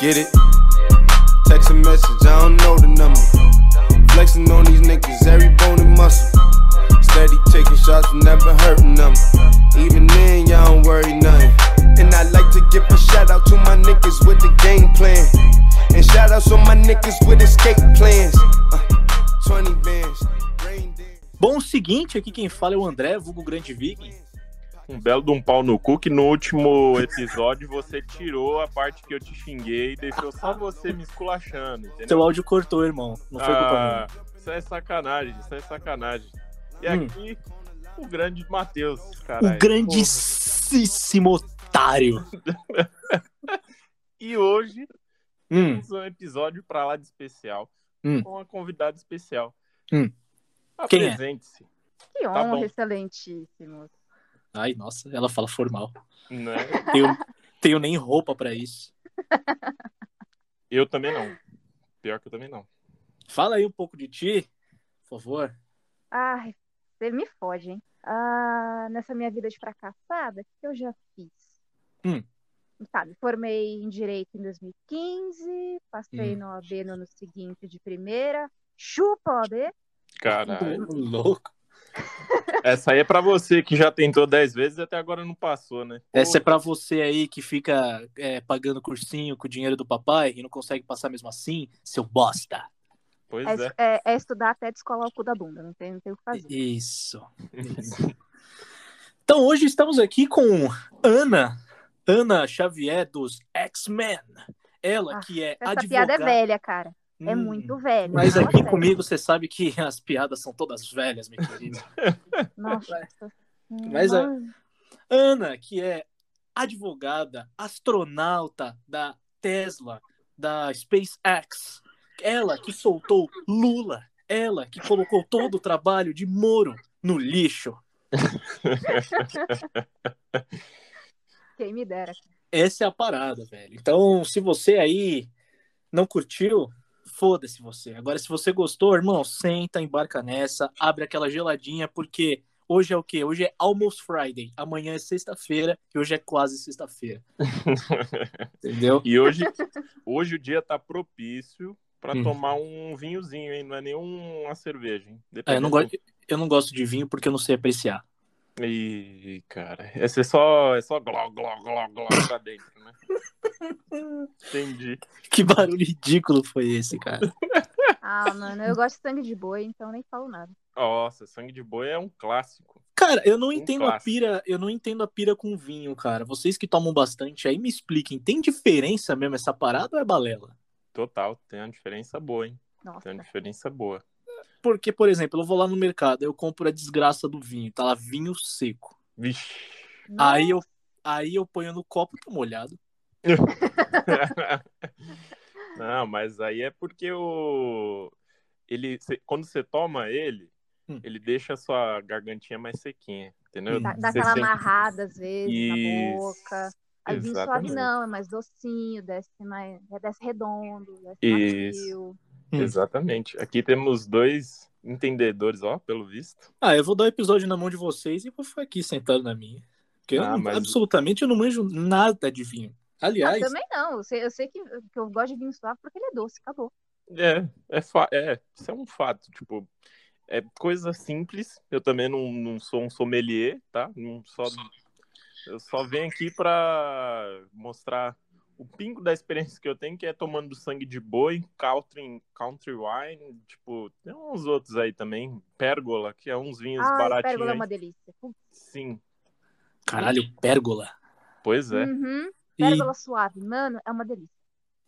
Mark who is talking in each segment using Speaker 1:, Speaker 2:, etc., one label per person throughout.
Speaker 1: Get it? Text a message, I don't know the number. Flexing on these niggas, every bone and muscle. Steady taking shots, never hurting them. Even then, y'all don't worry nothing. And I like to give a shout out to my niggas with the game plan. And shout outs on my niggas with escape plans. Uh, 20 bands, rain dance.
Speaker 2: Bom, o seguinte, aqui quem fala é o André, vulgo Grande Viking.
Speaker 3: Um belo de um pau no cu que no último episódio você tirou a parte que eu te xinguei e deixou só você me esculachando, entendeu?
Speaker 2: Seu áudio cortou, irmão. Não foi culpa
Speaker 3: Ah, isso é sacanagem, isso é sacanagem. E
Speaker 2: Hum.
Speaker 3: aqui, o grande Matheus,
Speaker 2: minha.
Speaker 3: caralho.
Speaker 2: O grandíssimo otário.
Speaker 3: Porra. E hoje
Speaker 2: Hum,
Speaker 3: temos um episódio pra lá de especial,
Speaker 2: Hum.
Speaker 3: com uma convidada especial.
Speaker 2: Hum. Quem é?
Speaker 3: Apresente-se,
Speaker 4: Que
Speaker 3: Tá
Speaker 4: honra,
Speaker 3: bom.
Speaker 4: excelentíssimo.
Speaker 2: Ai, nossa, ela fala formal.
Speaker 3: né?
Speaker 2: Tenho, tenho nem roupa pra isso.
Speaker 3: Eu também não. Pior que eu também não.
Speaker 2: Fala aí um pouco de ti, por favor.
Speaker 4: Ai, você me foge, hein? Ah, nessa minha vida de fracassada, o que eu já fiz?
Speaker 2: Hum.
Speaker 4: Sabe, formei em Direito em 2015, passei
Speaker 2: Hum.
Speaker 4: no OAB no ano seguinte de primeira. Chupa, OAB!
Speaker 3: Caralho.
Speaker 2: Ô, Louco.
Speaker 3: Essa aí é pra você que já tentou 10 vezes e até agora não passou, né?
Speaker 2: Essa é pra você aí que fica é, pagando cursinho com o dinheiro do papai e não consegue passar mesmo assim, seu bosta.
Speaker 3: Pois
Speaker 4: É,
Speaker 3: é.
Speaker 4: é- é estudar até descolar o cu da bunda, não tem, não tem o que fazer.
Speaker 2: Isso. Então hoje estamos aqui com Ana, Ana Xavier dos X-Men. Ela
Speaker 4: Ah,
Speaker 2: que é
Speaker 4: Essa
Speaker 2: advogada.
Speaker 4: piada é velha, cara. É
Speaker 2: Hum,
Speaker 4: muito velha.
Speaker 2: Mas
Speaker 4: Fala
Speaker 2: aqui
Speaker 4: sério.
Speaker 2: comigo você sabe que as piadas são todas velhas, minha querida.
Speaker 4: Nossa.
Speaker 2: Mas é- Ana, que é advogada, astronauta da Tesla, da SpaceX. Ela que soltou Lula. Ela que colocou todo o trabalho de Moro no lixo.
Speaker 4: Quem me dera.
Speaker 2: Essa é a parada, velho. Então, se você aí não curtiu, foda-se você. Agora, se você gostou, irmão, senta, embarca nessa, abre aquela geladinha, porque hoje é o quê? Hoje é Almost Friday. Amanhã é sexta-feira e hoje é quase sexta-feira. Entendeu?
Speaker 3: E hoje, hoje o dia tá propício pra
Speaker 2: Hum.
Speaker 3: tomar um vinhozinho, hein? Não é nenhuma cerveja,
Speaker 2: É, eu,
Speaker 3: hein?
Speaker 2: não
Speaker 3: Dependendo-
Speaker 2: gosto, eu não gosto de vinho porque eu não sei apreciar.
Speaker 3: Ih, cara. Essa é só, é só gló, gló, gló, gló pra dentro, né? Entendi.
Speaker 2: Que barulho ridículo foi esse, cara?
Speaker 4: Ah, mano, eu gosto de sangue de boi, então nem falo nada.
Speaker 3: Nossa, sangue de boi é um clássico.
Speaker 2: Cara, eu não
Speaker 3: Um
Speaker 2: entendo a
Speaker 3: clássico.
Speaker 2: pira, eu não entendo a pira com vinho, cara. Vocês que tomam bastante aí me expliquem, tem diferença mesmo essa parada ou é balela?
Speaker 3: Total, tem uma diferença boa, hein?
Speaker 4: Nossa.
Speaker 3: Tem uma diferença boa.
Speaker 2: Porque, por exemplo, eu vou lá no mercado, eu compro a desgraça do vinho, tá lá vinho seco.
Speaker 3: Vixe.
Speaker 2: Aí eu aí eu ponho no copo, tá molhado.
Speaker 3: Não, mas aí é porque o ele cê- quando você toma ele,
Speaker 2: Hum.
Speaker 3: ele deixa a sua gargantinha mais sequinha, entendeu?
Speaker 2: Hum.
Speaker 4: Dá,
Speaker 2: Não
Speaker 4: dá
Speaker 3: Você
Speaker 4: aquela
Speaker 3: sente-
Speaker 4: amarrada às vezes na
Speaker 3: Isso,
Speaker 4: boca. Aí vinho suave
Speaker 3: exatamente.
Speaker 4: não, é mais docinho, desce mais, é, desce redondo, desce
Speaker 3: Isso.
Speaker 4: macio.
Speaker 2: Hum.
Speaker 3: Exatamente. Aqui temos dois entendedores, ó, pelo visto.
Speaker 2: Ah, eu vou dar o episódio na mão de vocês e vou ficar aqui sentado na minha. Porque eu
Speaker 3: Ah,
Speaker 2: não-
Speaker 3: mas-
Speaker 2: absolutamente eu não manjo nada de vinho.
Speaker 4: Ah,
Speaker 2: Aliás,
Speaker 4: também não, eu sei, eu sei que, que eu gosto de vinho suave porque ele é doce, acabou.
Speaker 3: É, é, fa- é, isso é um fato, tipo, é coisa simples. Eu também não, não sou um sommelier, tá? Não só eu só venho aqui pra mostrar o pingo da experiência que eu tenho, que é tomando sangue de boi, country, country wine, tipo, tem uns outros aí também, pérgola, que é uns vinhos
Speaker 4: Ah,
Speaker 3: baratinhos.
Speaker 4: pérgola é
Speaker 3: aí.
Speaker 4: uma delícia. Putz,
Speaker 3: Sim,
Speaker 2: caralho, pérgola.
Speaker 3: pois é.
Speaker 4: uhum,
Speaker 2: E
Speaker 4: Pérgola suave, mano, é uma delícia.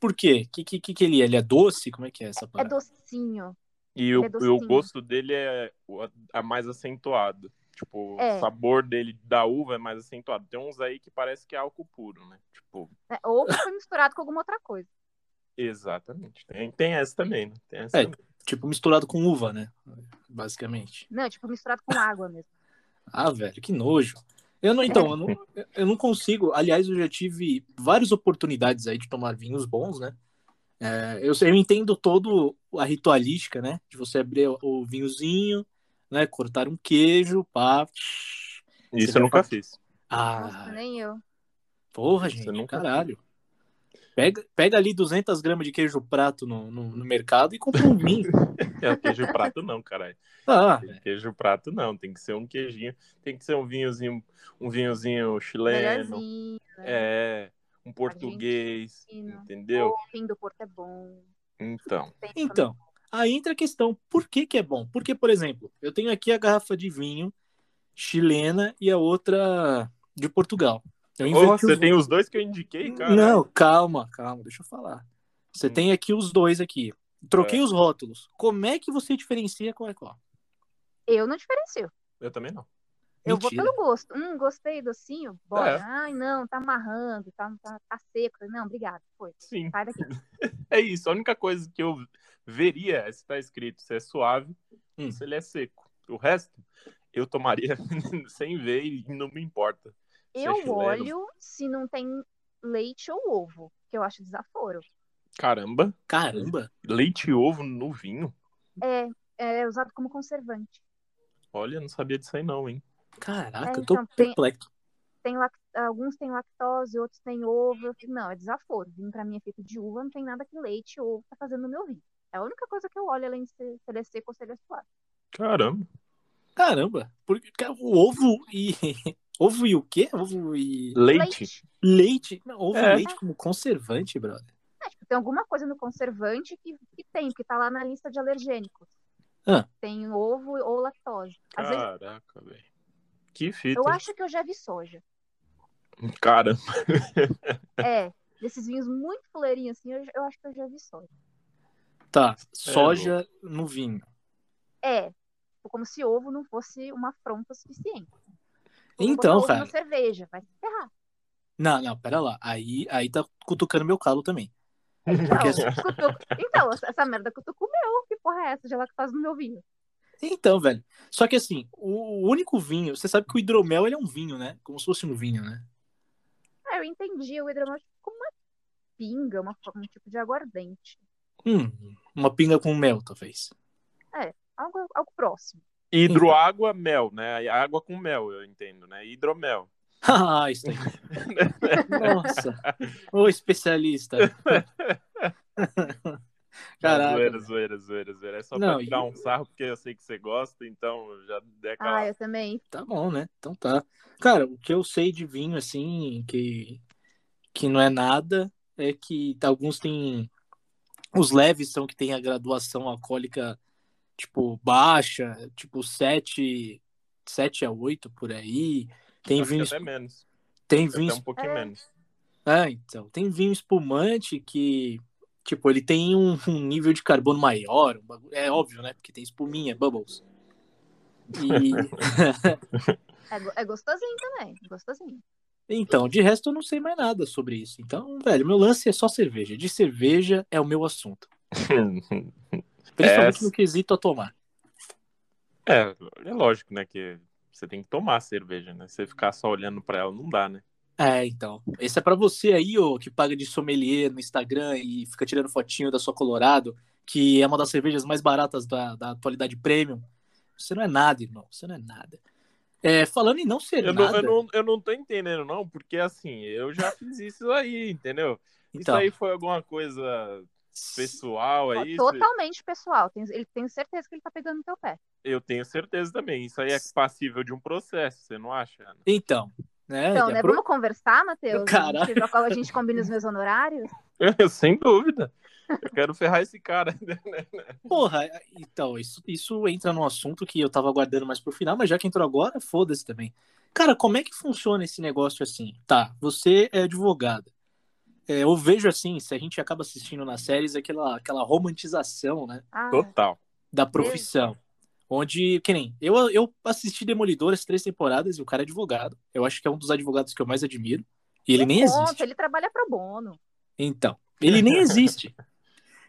Speaker 2: por quê? Que, que que que ele é? Ele é doce? Como é que é essa
Speaker 4: É
Speaker 2: parada?
Speaker 4: docinho.
Speaker 3: E o,
Speaker 4: é
Speaker 3: e o
Speaker 4: docinho.
Speaker 3: gosto dele é o- a mais acentuado. Tipo,
Speaker 4: É.
Speaker 3: o sabor dele da uva é mais acentuado. Tem uns aí que parece que é álcool puro, né? Tipo,
Speaker 4: né? Ou que foi misturado com alguma outra coisa.
Speaker 3: exatamente. Tem, tem essa também, né? Tem essa
Speaker 2: É.
Speaker 3: também.
Speaker 2: Tipo misturado com uva, né? Basicamente.
Speaker 4: Não, tipo misturado com água mesmo.
Speaker 2: Ah, velho, que nojo. Eu não, então, eu não, eu não consigo. Aliás, eu já tive várias oportunidades aí de tomar vinhos bons, né? É, eu, sei- eu entendo todo a ritualística, né? De você abrir o, o vinhozinho, né? Cortar um queijo, pá.
Speaker 3: Isso
Speaker 2: Você
Speaker 3: eu
Speaker 2: já
Speaker 3: nunca
Speaker 2: faz-
Speaker 3: fiz.
Speaker 4: Nossa,
Speaker 2: Ah,
Speaker 4: nem eu.
Speaker 2: porra, gente,
Speaker 3: nunca-
Speaker 2: caralho. Pega, pega ali 200 gramas de queijo prato no, no, no mercado e compra um vinho.
Speaker 3: É, queijo prato não, caralho.
Speaker 2: Ah,
Speaker 3: Queijo prato não, tem que ser um queijinho, tem que ser um vinhozinho, um vinhozinho chileno,
Speaker 4: Melhorzinho. né?
Speaker 3: é, um português,
Speaker 4: Argentino.
Speaker 3: entendeu?
Speaker 4: O vinho do Porto é bom.
Speaker 3: Então,
Speaker 4: Tem
Speaker 2: Então, aí entra a questão, por que que é bom? Porque, por exemplo, eu tenho aqui a garrafa de vinho chilena e a outra de Portugal. Eu
Speaker 3: Ô,
Speaker 2: inverti
Speaker 3: você
Speaker 2: os-
Speaker 3: tem os dois que eu indiquei, cara.
Speaker 2: Não, calma, calma, deixa eu falar. Você
Speaker 3: Hum.
Speaker 2: tem aqui os dois aqui. Troquei
Speaker 3: É.
Speaker 2: os rótulos. Como é que você diferencia qual é qual?
Speaker 4: Eu não diferencio.
Speaker 3: Eu também não.
Speaker 4: Eu vou
Speaker 2: Mentira.
Speaker 4: pelo gosto. Hum, gostei docinho? Bora.
Speaker 3: É.
Speaker 4: Ai, não, tá amarrando, tá, tá, tá seco. Não, obrigado. Foi.
Speaker 3: Sim,
Speaker 4: Sai daqui.
Speaker 3: é isso. A única coisa que eu veria é se tá escrito se é suave
Speaker 2: Hum.
Speaker 3: ou se ele é seco. O resto, eu tomaria sem ver e não me importa. Se é
Speaker 4: Eu
Speaker 3: chileno.
Speaker 4: olho se não tem leite ou ovo, que eu acho desaforo.
Speaker 3: Caramba,
Speaker 2: Caramba.
Speaker 3: leite e ovo no vinho?
Speaker 4: É, é usado como conservante.
Speaker 3: Olha, não sabia disso aí não, hein?
Speaker 2: Caraca,
Speaker 4: É,
Speaker 2: eu tô
Speaker 4: então, tem-
Speaker 2: perplexo.
Speaker 4: Tem lac- Alguns têm lactose, outros têm ovo. Eu fico, Não, é desaforo. Vinho pra mim é feito de uva, não tem nada que leite ou ovo tá fazendo no meu vinho. É a única coisa que eu olho além de se se ele é seco ou se ele é suave.
Speaker 3: Caramba.
Speaker 2: Caramba. Porque cara, o ovo e ovo e o quê? Ovo e
Speaker 3: Leite.
Speaker 2: leite? Não, ovo
Speaker 3: É.
Speaker 2: e leite como conservante, brother.
Speaker 4: É, tipo, tem alguma coisa no conservante que, que tem, que tá lá na lista de alergênicos.
Speaker 2: Ah.
Speaker 4: Tem ovo ou lactose. Às vezes,
Speaker 3: Caraca, velho. Que fita.
Speaker 4: eu acho que eu já vi soja.
Speaker 3: Cara,
Speaker 4: É, desses vinhos muito fuleirinhos assim, eu, eu acho que eu já vi soja.
Speaker 3: É,
Speaker 2: Tá, soja no vinho.
Speaker 4: É, tipo, como se ovo não fosse uma afronta suficiente. Eu vou botar
Speaker 2: Então,
Speaker 4: ovo
Speaker 2: cara.
Speaker 4: na cerveja, vai se ferrar.
Speaker 2: Não, não, pera lá. Aí, aí tá cutucando meu calo também.
Speaker 4: Não, cutuco- Então, essa- essa merda que eu tô comeu, que porra é essa de lactose no meu vinho?
Speaker 2: Então, velho. Só que assim, o único vinho, você sabe que o hidromel ele é um vinho, né? Como se fosse um vinho, né?
Speaker 4: Ah, eu entendi, o hidromel é tipo como uma pinga, uma, um tipo de aguardente.
Speaker 2: Hum, uma pinga com mel, talvez.
Speaker 4: Algo, algo próximo.
Speaker 3: hidroágua, mel, né? Água com mel, eu entendo, né? Hidromel.
Speaker 2: ah, isso aí. Nossa. Ô, especialista.
Speaker 3: Ah,
Speaker 2: Caraca.
Speaker 3: Zoeira, zoeira, zoeira, zoeira. É só
Speaker 2: Não,
Speaker 3: pra tirar
Speaker 2: e-
Speaker 3: um sarro, porque eu sei que você gosta, então eu já dei aquela...
Speaker 4: Ah, eu também
Speaker 2: Tá bom, né? Então tá. Cara, o que eu sei de vinho, assim, que, que não é nada, é que alguns têm. Os leves são que tem a graduação alcoólica, tipo, baixa, tipo 7, 7 a 8 por aí. Tem
Speaker 3: Acho que
Speaker 2: vinho,
Speaker 3: até menos.
Speaker 2: tem
Speaker 3: Até
Speaker 2: vinho
Speaker 3: um pouquinho
Speaker 4: É.
Speaker 3: menos.
Speaker 2: Ah, então. Tem vinho espumante que, tipo, ele tem um, um nível de carbono maior. um bagu- É óbvio, né? Porque tem espuminha, bubbles. E,
Speaker 4: É, go- é gostosinho também, gostosinho.
Speaker 2: então, de resto, eu não sei mais nada sobre isso. Então, velho, meu lance é só cerveja. De cerveja é o meu assunto. Principalmente
Speaker 3: É.
Speaker 2: no quesito a tomar.
Speaker 3: é, é lógico, né? Que você tem que tomar a cerveja, né? Você ficar só olhando pra ela não dá, né?
Speaker 2: É, então. Esse é pra você aí, ô, que paga de sommelier no Instagram e fica tirando fotinho da sua Colorado, que é uma das cervejas mais baratas da, da atualidade premium. Você não é nada, irmão. Você não é nada. É, falando em não ser
Speaker 3: Eu não,
Speaker 2: nada.
Speaker 3: eu, não, eu não tô entendendo, não, porque assim, eu já fiz isso aí, entendeu?
Speaker 2: Então,
Speaker 3: Isso aí foi alguma coisa pessoal aí? isso-
Speaker 4: Totalmente pessoal, tem- ele tem certeza que ele tá pegando no teu pé.
Speaker 3: Eu tenho certeza também. Isso aí é passível de um processo, você não acha? Ana?
Speaker 2: então, né?
Speaker 4: Então,
Speaker 2: é
Speaker 4: né,
Speaker 2: pro-
Speaker 4: vamos conversar, Matheus?
Speaker 2: Caralho.
Speaker 4: A gente- no qual a gente combina os meus honorários?
Speaker 3: Sem dúvida. Eu quero ferrar esse cara. né?
Speaker 2: Porra, então, isso, isso entra num assunto que eu tava aguardando mais pro final, mas já que entrou agora, foda-se também. Cara, como é que funciona esse negócio assim? Tá, você é advogada. É, eu vejo assim, se a gente acaba assistindo nas séries, aquela, aquela romantização, né?
Speaker 4: Ah,
Speaker 3: Total.
Speaker 2: da profissão. Onde, que nem, eu, eu assisti Demolidor as três temporadas e o cara é advogado. Eu acho que é um dos advogados que eu mais admiro. E ele nem
Speaker 4: ponto,
Speaker 2: existe.
Speaker 4: ele trabalha pro bono.
Speaker 2: Então, ele nem existe.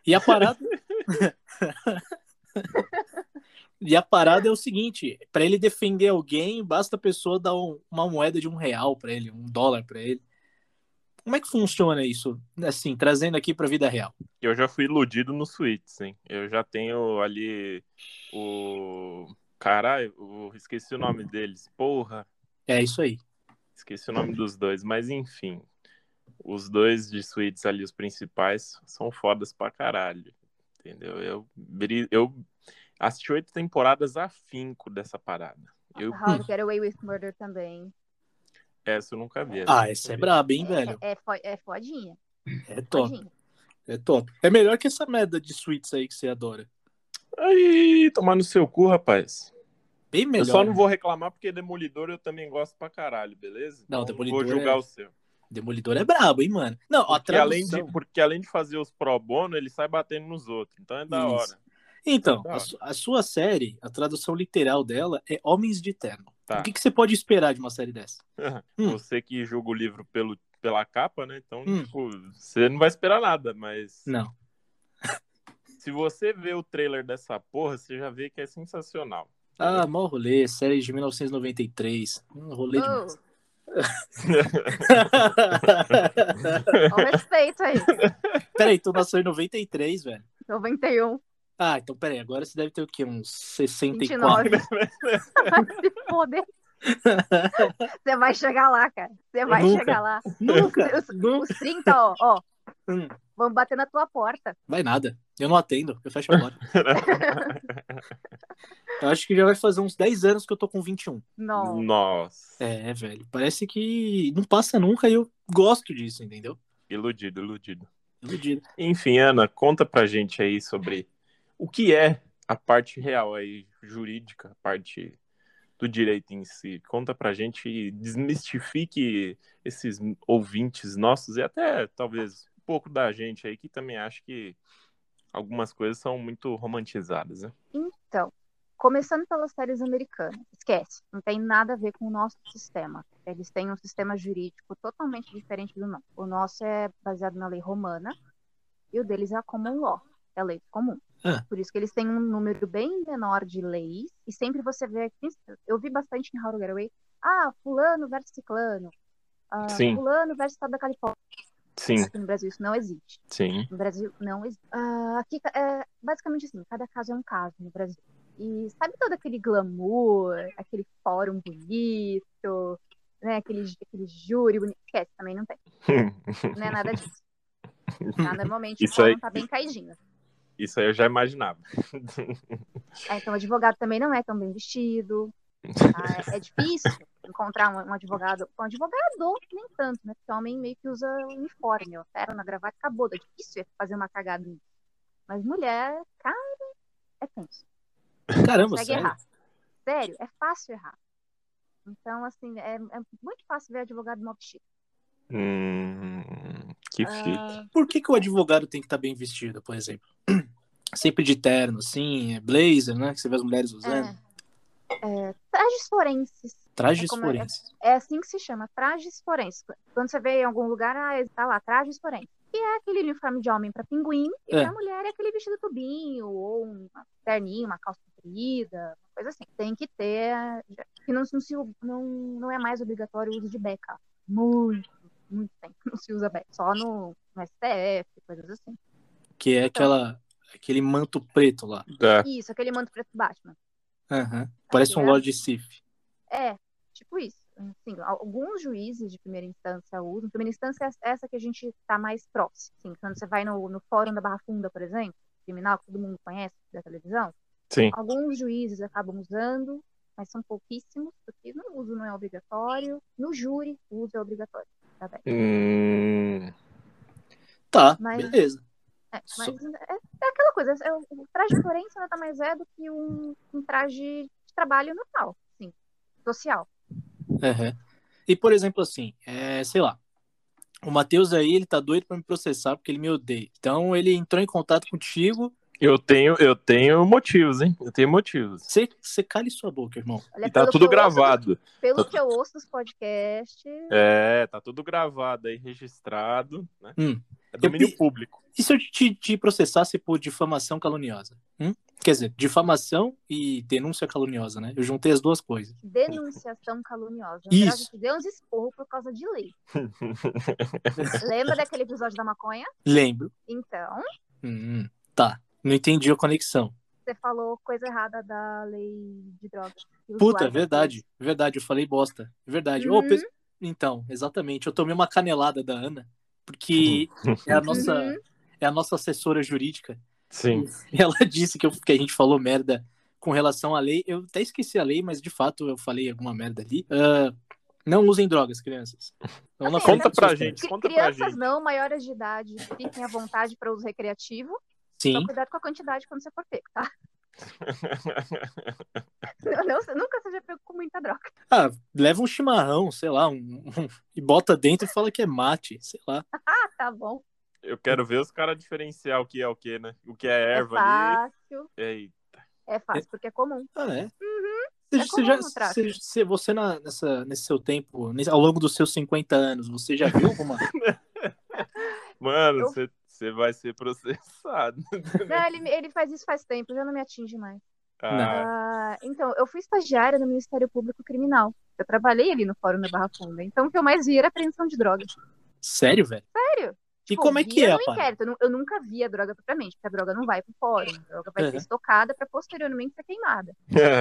Speaker 2: E a parada. e a parada é o seguinte: para ele defender alguém, basta a pessoa dar um- uma moeda de um real para ele, um dólar para ele. Como é que funciona isso, assim, trazendo aqui para vida real?
Speaker 3: Eu já fui iludido no Suítes, hein? Eu já tenho ali o. Caralho, o- esqueci o nome deles. Porra,
Speaker 2: É isso aí.
Speaker 3: esqueci o nome dos dois, mas enfim. os dois de suítes ali, os principais, são fodas pra caralho. Entendeu? Eu, bri- eu assisti oito temporadas afinco dessa parada. Eu,
Speaker 4: How to Get Away with Murder também.
Speaker 3: essa eu nunca vi.
Speaker 2: Ah, essa é braba, hein, velho?
Speaker 4: É, é, fo- é fodinha.
Speaker 2: É top,
Speaker 4: Fodinha.
Speaker 2: é top. É melhor que essa merda de suítes aí que você adora.
Speaker 3: Aí, tomar no seu cu, rapaz.
Speaker 2: Bem melhor.
Speaker 3: Eu só não vou reclamar porque Demolidor eu também gosto pra caralho, beleza?
Speaker 2: Não,
Speaker 3: Então
Speaker 2: Demolidor
Speaker 3: Vou julgar
Speaker 2: é-
Speaker 3: o seu.
Speaker 2: Demolidor é brabo, hein, mano? Não, a
Speaker 3: Porque além,
Speaker 2: tradução...
Speaker 3: de, porque além de fazer os pro bono, ele sai batendo nos outros. Então é da
Speaker 2: Isso.
Speaker 3: hora.
Speaker 2: Então,
Speaker 3: Da
Speaker 2: a,
Speaker 3: hora.
Speaker 2: su- a sua série, a tradução literal dela é Homens de Terno.
Speaker 3: Tá.
Speaker 2: O que, que você pode esperar de uma série dessa? Hum.
Speaker 3: Você que julga o livro pelo, pela capa, né? Então,
Speaker 2: Hum.
Speaker 3: tipo, você não vai esperar nada, mas.
Speaker 2: Não.
Speaker 3: Se você vê o trailer dessa porra, você já vê que é sensacional.
Speaker 2: Ah, mó rolê, série de 1993. Hum, rolê demais.
Speaker 4: Oh, ó o respeito aí.
Speaker 2: Peraí, tu nasceu em 93, velho.
Speaker 4: 91.
Speaker 2: Ah, então peraí, agora você deve ter o quê? Uns 64.
Speaker 4: 29. Vai se foder. Você vai chegar lá, cara. Você vai
Speaker 2: Nunca.
Speaker 4: chegar lá.
Speaker 2: Nunca,
Speaker 4: Os,
Speaker 2: nunca.
Speaker 4: os 30, ó, ó.
Speaker 2: Hum.
Speaker 4: Vão bater na tua porta.
Speaker 2: Vai nada. Eu não atendo, eu fecho a porta. eu acho que já vai fazer uns 10 anos que eu tô com 21.
Speaker 4: Não.
Speaker 3: Nossa.
Speaker 2: É, velho. Parece que não passa nunca e eu gosto disso, entendeu?
Speaker 3: Iludido, iludido.
Speaker 2: Iludido.
Speaker 3: Enfim, Ana, conta pra gente aí sobre o que é a parte real aí, jurídica, a parte do direito em si. Conta pra gente e desmistifique esses ouvintes nossos e até talvez um pouco da gente aí que também acha que algumas coisas são muito romantizadas, né?
Speaker 4: Então, começando pelas séries americanas. Esquece, não tem nada a ver com o nosso sistema. Eles têm um sistema jurídico totalmente diferente do nosso. O nosso é baseado na lei romana e o deles é a common law, é a lei comum.
Speaker 2: Ah.
Speaker 4: Por isso que eles têm um número bem menor de leis e sempre você vê... Eu vi bastante em How to Get Away. Ah, fulano versus ciclano. Ah,
Speaker 3: Sim.
Speaker 4: Fulano versus estado da Califórnia.
Speaker 3: Sim,
Speaker 4: Aqui no Brasil isso não existe.
Speaker 3: sim.
Speaker 4: No Brasil não existe. aqui ca- é basicamente assim, cada caso é um caso no Brasil. E sabe todo aquele glamour, aquele fórum bonito, né? Aquele, aquele júri bonito. Esquece, também não tem. Não é nada disso. Tá? Normalmente
Speaker 3: Isso
Speaker 4: o fórum
Speaker 3: aí.
Speaker 4: tá bem caidinho.
Speaker 3: Isso aí eu já imaginava.
Speaker 4: Ah, então o advogado também não é tão bem vestido. tá? É difícil encontrar um, um advogado. Um advogado, nem tanto, né? Porque homem meio que usa uniforme, ó, na gravata, acabou. É difícil fazer uma cagada nisso. Mas mulher, cara, é tenso.
Speaker 2: Caramba,
Speaker 4: consegue
Speaker 2: sério.
Speaker 4: errar. Sério, é fácil errar. Então, assim, é, é muito fácil ver advogado mob chique.
Speaker 3: Hum, que fita.
Speaker 4: Ah,
Speaker 2: Por que, que o advogado tem que estar bem vestido, por exemplo? Sempre de terno, assim, é blazer, né? Que você vê as mulheres usando.
Speaker 4: Ah, é, é, trajes forenses.
Speaker 2: Trajes
Speaker 4: É como é-
Speaker 2: forenses.
Speaker 4: É assim que se chama, trajes forenses. Quando você vê em algum lugar, ah, tá lá, trajes forenses. Que é aquele uniforme de homem pra pinguim, e
Speaker 2: É.
Speaker 4: pra mulher é aquele vestido tubinho, ou um terninho, uma calça comprida, uma coisa assim. Tem que ter. Que não, não, se, não, não é mais obrigatório o uso de beca. Muito, muito tempo não se usa beca. Só no, no STF, coisas assim.
Speaker 2: Que é aquela, aquele manto preto lá.
Speaker 3: Tá.
Speaker 4: Isso, aquele manto preto né? do Batman.
Speaker 2: Aham. Parece um Lord Sif.
Speaker 4: É, tipo isso. Assim, alguns juízes de primeira instância usam. Primeira instância é essa que a gente está mais próximo. Assim, quando você vai no, no Fórum da Barra Funda, por exemplo, criminal, que todo mundo conhece da televisão,
Speaker 3: Sim.
Speaker 4: alguns juízes acabam usando, mas são pouquíssimos, porque não- o uso não é obrigatório. No júri, o uso é obrigatório. Tá bem.
Speaker 3: Hum,
Speaker 2: Tá,
Speaker 4: Mas-
Speaker 2: beleza.
Speaker 4: É, mas
Speaker 2: Só-
Speaker 4: é, é aquela coisa, é, o o traje forense nada mais é do que um, um traje de trabalho normal, assim, social.
Speaker 2: Aham. E, por exemplo, assim, é, sei lá. O Matheus aí, ele tá doido pra me processar porque ele me odeia. Então, ele entrou em contato contigo.
Speaker 3: eu tenho, eu tenho motivos, hein? Eu tenho motivos.
Speaker 2: Você você cale sua boca, irmão.
Speaker 4: Olha,
Speaker 3: E tá
Speaker 4: pelo
Speaker 3: tudo
Speaker 4: que eu ouço-
Speaker 3: gravado.
Speaker 4: Pelo
Speaker 3: Tá-
Speaker 4: que eu ouço dos podcasts,
Speaker 3: É, tá tudo gravado aí, registrado, né?
Speaker 2: Hum.
Speaker 3: É domínio
Speaker 2: Eu-
Speaker 3: público.
Speaker 2: E se eu te, te processasse por difamação caluniosa? Hum? Quer dizer, difamação e denúncia caluniosa, né? Eu juntei as duas coisas.
Speaker 4: denunciação caluniosa.
Speaker 2: Isso.
Speaker 4: André, a gente Deu uns esporro por causa de lei. Lembra daquele episódio da maconha?
Speaker 2: Lembro.
Speaker 4: Então,
Speaker 2: Hum, tá. Não entendi a conexão.
Speaker 4: você falou coisa errada da lei de drogas. E os
Speaker 2: Puta, é
Speaker 4: guardas-
Speaker 2: verdade. Verdade, eu falei bosta. Verdade. Ô,
Speaker 4: Uhum.
Speaker 2: pe- Então, exatamente. Eu tomei uma canelada da Ana. porque é a
Speaker 4: Uhum.
Speaker 2: nossa, é a nossa assessora jurídica.
Speaker 3: Sim.
Speaker 2: E ela disse que, eu- que a gente falou merda com relação à lei. Eu até esqueci a lei, mas de fato eu falei alguma merda ali. Ah, não usem drogas, crianças. Então, Não na
Speaker 4: Assim,
Speaker 2: frente
Speaker 3: Conta
Speaker 2: dos
Speaker 3: pra
Speaker 2: seus
Speaker 3: gente,
Speaker 4: Cri-
Speaker 3: conta pra
Speaker 4: Crianças né?
Speaker 3: gente.
Speaker 4: não, maiores de idade, fiquem à vontade para uso recreativo.
Speaker 2: pais. Sim.
Speaker 4: Só cuidado com a quantidade quando você for pego, tá? Não, não- nunca seja pego com muita droga.
Speaker 2: Ah, leva um chimarrão, sei lá, um, um- e bota dentro e fala que é mate, sei lá.
Speaker 4: Ah, tá bom.
Speaker 3: Eu quero ver os caras diferenciar o que é o que, né? O que é
Speaker 4: É
Speaker 3: erva ali.
Speaker 4: fácil.
Speaker 3: Ei,
Speaker 4: É fácil, porque é comum.
Speaker 2: Ah, é?
Speaker 4: É
Speaker 2: Você, você
Speaker 4: comum
Speaker 2: já,
Speaker 4: no tráfico.
Speaker 2: você, você- você na- nessa, nesse seu tempo, nesse- ao longo dos seus 50 anos, você já viu alguma?
Speaker 3: mano,
Speaker 4: Eu-
Speaker 3: você você vai ser processado.
Speaker 4: Não, ele, ele faz isso faz tempo, já não me atinge mais.
Speaker 3: Ah,
Speaker 4: Ah, então, eu fui estagiária no Ministério Público Criminal. Eu trabalhei ali no Fórum da Barra Funda. Então, o que eu mais vi era apreensão de Tipo, droga.
Speaker 2: Sério, velho?
Speaker 4: Sério.
Speaker 2: E como é que é,
Speaker 4: No
Speaker 2: pai?
Speaker 4: um inquérito. Eu, nu- eu nunca vi a droga propriamente, porque a droga não vai pro fórum. A droga vai
Speaker 2: Uhum.
Speaker 4: ser estocada para posteriormente ser queimada.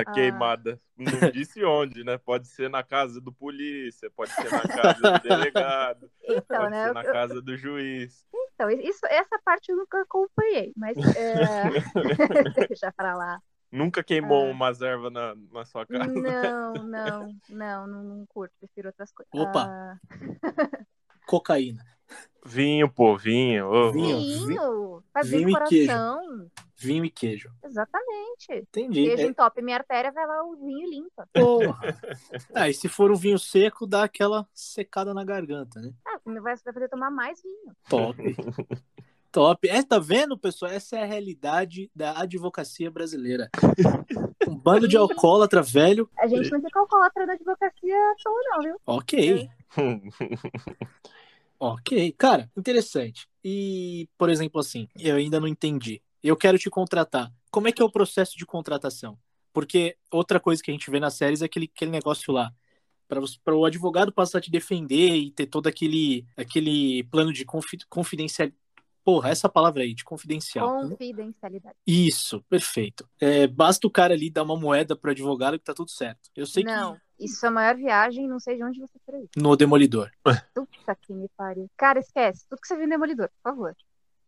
Speaker 4: Ah.
Speaker 3: Queimada. Não disse onde, né? Pode ser na casa do polícia, pode ser na casa do delegado,
Speaker 4: Então,
Speaker 3: pode
Speaker 4: né?
Speaker 3: ser
Speaker 4: eu-
Speaker 3: na
Speaker 4: eu-
Speaker 3: casa do juiz.
Speaker 4: então isso, essa parte eu nunca acompanhei, mas é, deixa pra lá.
Speaker 3: Nunca queimou
Speaker 4: Ah. Hum.
Speaker 3: umas ervas na, na sua casa.
Speaker 4: Não, não, não, não, não curto, prefiro outras coisas.
Speaker 2: Opa.
Speaker 4: Ah,
Speaker 2: Cocaína.
Speaker 3: Vinho, pô, vinho. ô, ô.
Speaker 2: Vinho.
Speaker 4: vinho, faz bem
Speaker 2: vinho
Speaker 4: pro
Speaker 2: e queijo.
Speaker 4: coração.
Speaker 2: Vinho e queijo.
Speaker 4: Exatamente.
Speaker 2: Entendi.
Speaker 4: Queijo
Speaker 2: É,
Speaker 4: entope minha artéria, vai lá o vinho e limpa.
Speaker 2: porra. Ah, e se for um vinho seco, dá aquela secada na garganta, né?
Speaker 4: Ah, me vai vai poder tomar mais vinho.
Speaker 2: Top. Top. É, tá vendo, pessoal? Essa é a realidade da advocacia brasileira. Um bando de alcoólatra velho.
Speaker 4: A gente não fica alcoólatra da advocacia à toa, não, viu?
Speaker 2: Ok. Ok, cara, interessante. E, por exemplo, assim, eu ainda não entendi. Eu quero te contratar. Como é que é o processo de contratação? Porque outra coisa que a gente vê nas séries é aquele, aquele negócio lá. Para o advogado passar a te defender e ter todo aquele, aquele plano de confi, confidencial. Porra, essa palavra aí, de confidencial.
Speaker 4: Confidencialidade.
Speaker 2: Isso, perfeito. É, basta o cara ali dar uma moeda pro advogado que tá tudo certo. Eu sei
Speaker 4: Não, isso é a maior viagem, não sei de onde você por aí.
Speaker 2: que no Demolidor.
Speaker 4: Puta que me pariu. Cara, esquece. Tudo que você viu no Demolidor, por favor.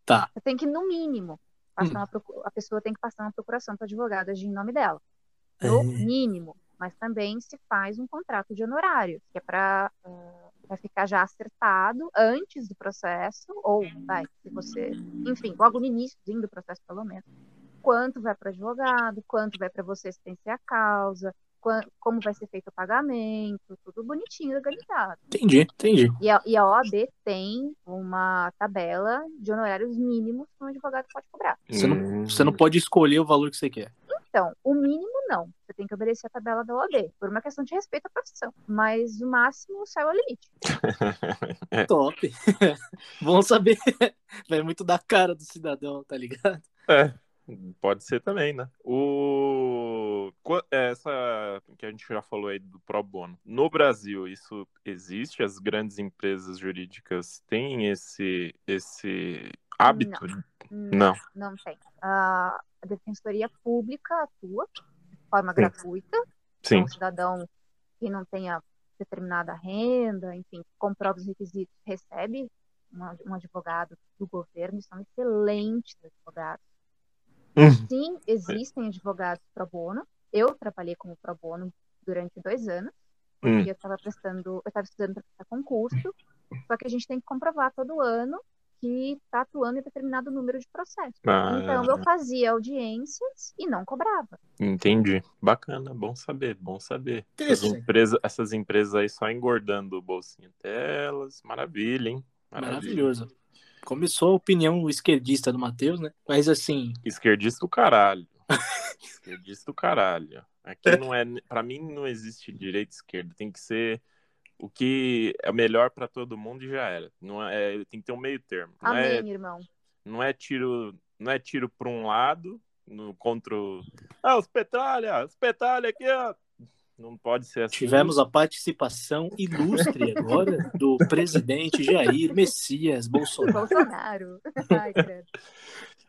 Speaker 2: Tá. Hum.
Speaker 4: Você tem que, no mínimo, passar uma procu- a pessoa tem que passar uma procuração para advogado agir em nome dela. No
Speaker 2: É.
Speaker 4: mínimo. Mas também se faz um contrato de honorário, que é para ficar já acertado antes do processo, ou vai, se você, enfim, logo no início do processo, pelo menos. Quanto vai para o advogado, quanto vai para você se tem que ser a causa, quan- como vai ser feito o pagamento, tudo bonitinho, organizado.
Speaker 2: Entendi, entendi.
Speaker 4: E a, e a OAB tem uma tabela de honorários mínimos que um advogado pode cobrar.
Speaker 2: Você não, você não pode escolher o valor que você quer.
Speaker 4: Então, o mínimo não. Você tem que obedecer a tabela da OAB, por uma questão de respeito à profissão. Mas o máximo, o céu é o limite.
Speaker 2: Top. Bom saber. Vai muito da cara do cidadão, tá ligado?
Speaker 3: É, pode ser também, né? O... Qua- Essa que a gente já falou aí do pro bono. No Brasil, isso existe? As grandes empresas jurídicas têm esse, esse hábito? Não.
Speaker 4: Hum, Não tem. A a defensoria pública atua de forma gratuita.
Speaker 3: Sim.
Speaker 4: Então, o cidadão que não tenha determinada renda, enfim, que comprova os requisitos, recebe uma- um advogado do governo. São excelentes advogados.
Speaker 3: Hum,
Speaker 4: Sim, existem advogados pro bono. Eu trabalhei como pro bono durante dois anos.
Speaker 3: hum.
Speaker 4: E eu estava prestando, eu estava estudando para prestar concurso. Só que a gente tem que comprovar todo ano que está atuando em determinado número de processos.
Speaker 3: Ah,
Speaker 4: Então eu fazia audiências e não cobrava.
Speaker 3: Entendi. Bacana, bom saber, bom saber. Essas
Speaker 2: Interessante.
Speaker 3: empresas, essas empresas aí só engordando o bolsinho delas. Maravilha, hein? Maravilha.
Speaker 2: Maravilhoso. Começou a opinião esquerdista do Matheus, né? Mas assim,
Speaker 3: Esquerdista do caralho. Esquerdista do caralho. Aqui não é, para mim não existe direita e esquerda, tem que ser o que é melhor pra todo mundo e já era. Não é, tem que ter um meio-termo. Não
Speaker 4: Amém,
Speaker 3: é,
Speaker 4: irmão.
Speaker 3: não é tiro, não é tiro para um lado no contra o... Ah, os petralha, os petralha aqui, ó. Não pode ser assim.
Speaker 2: tivemos a participação ilustre agora do presidente Jair Messias Bolsonaro.
Speaker 4: Bolsonaro. Ai, credo.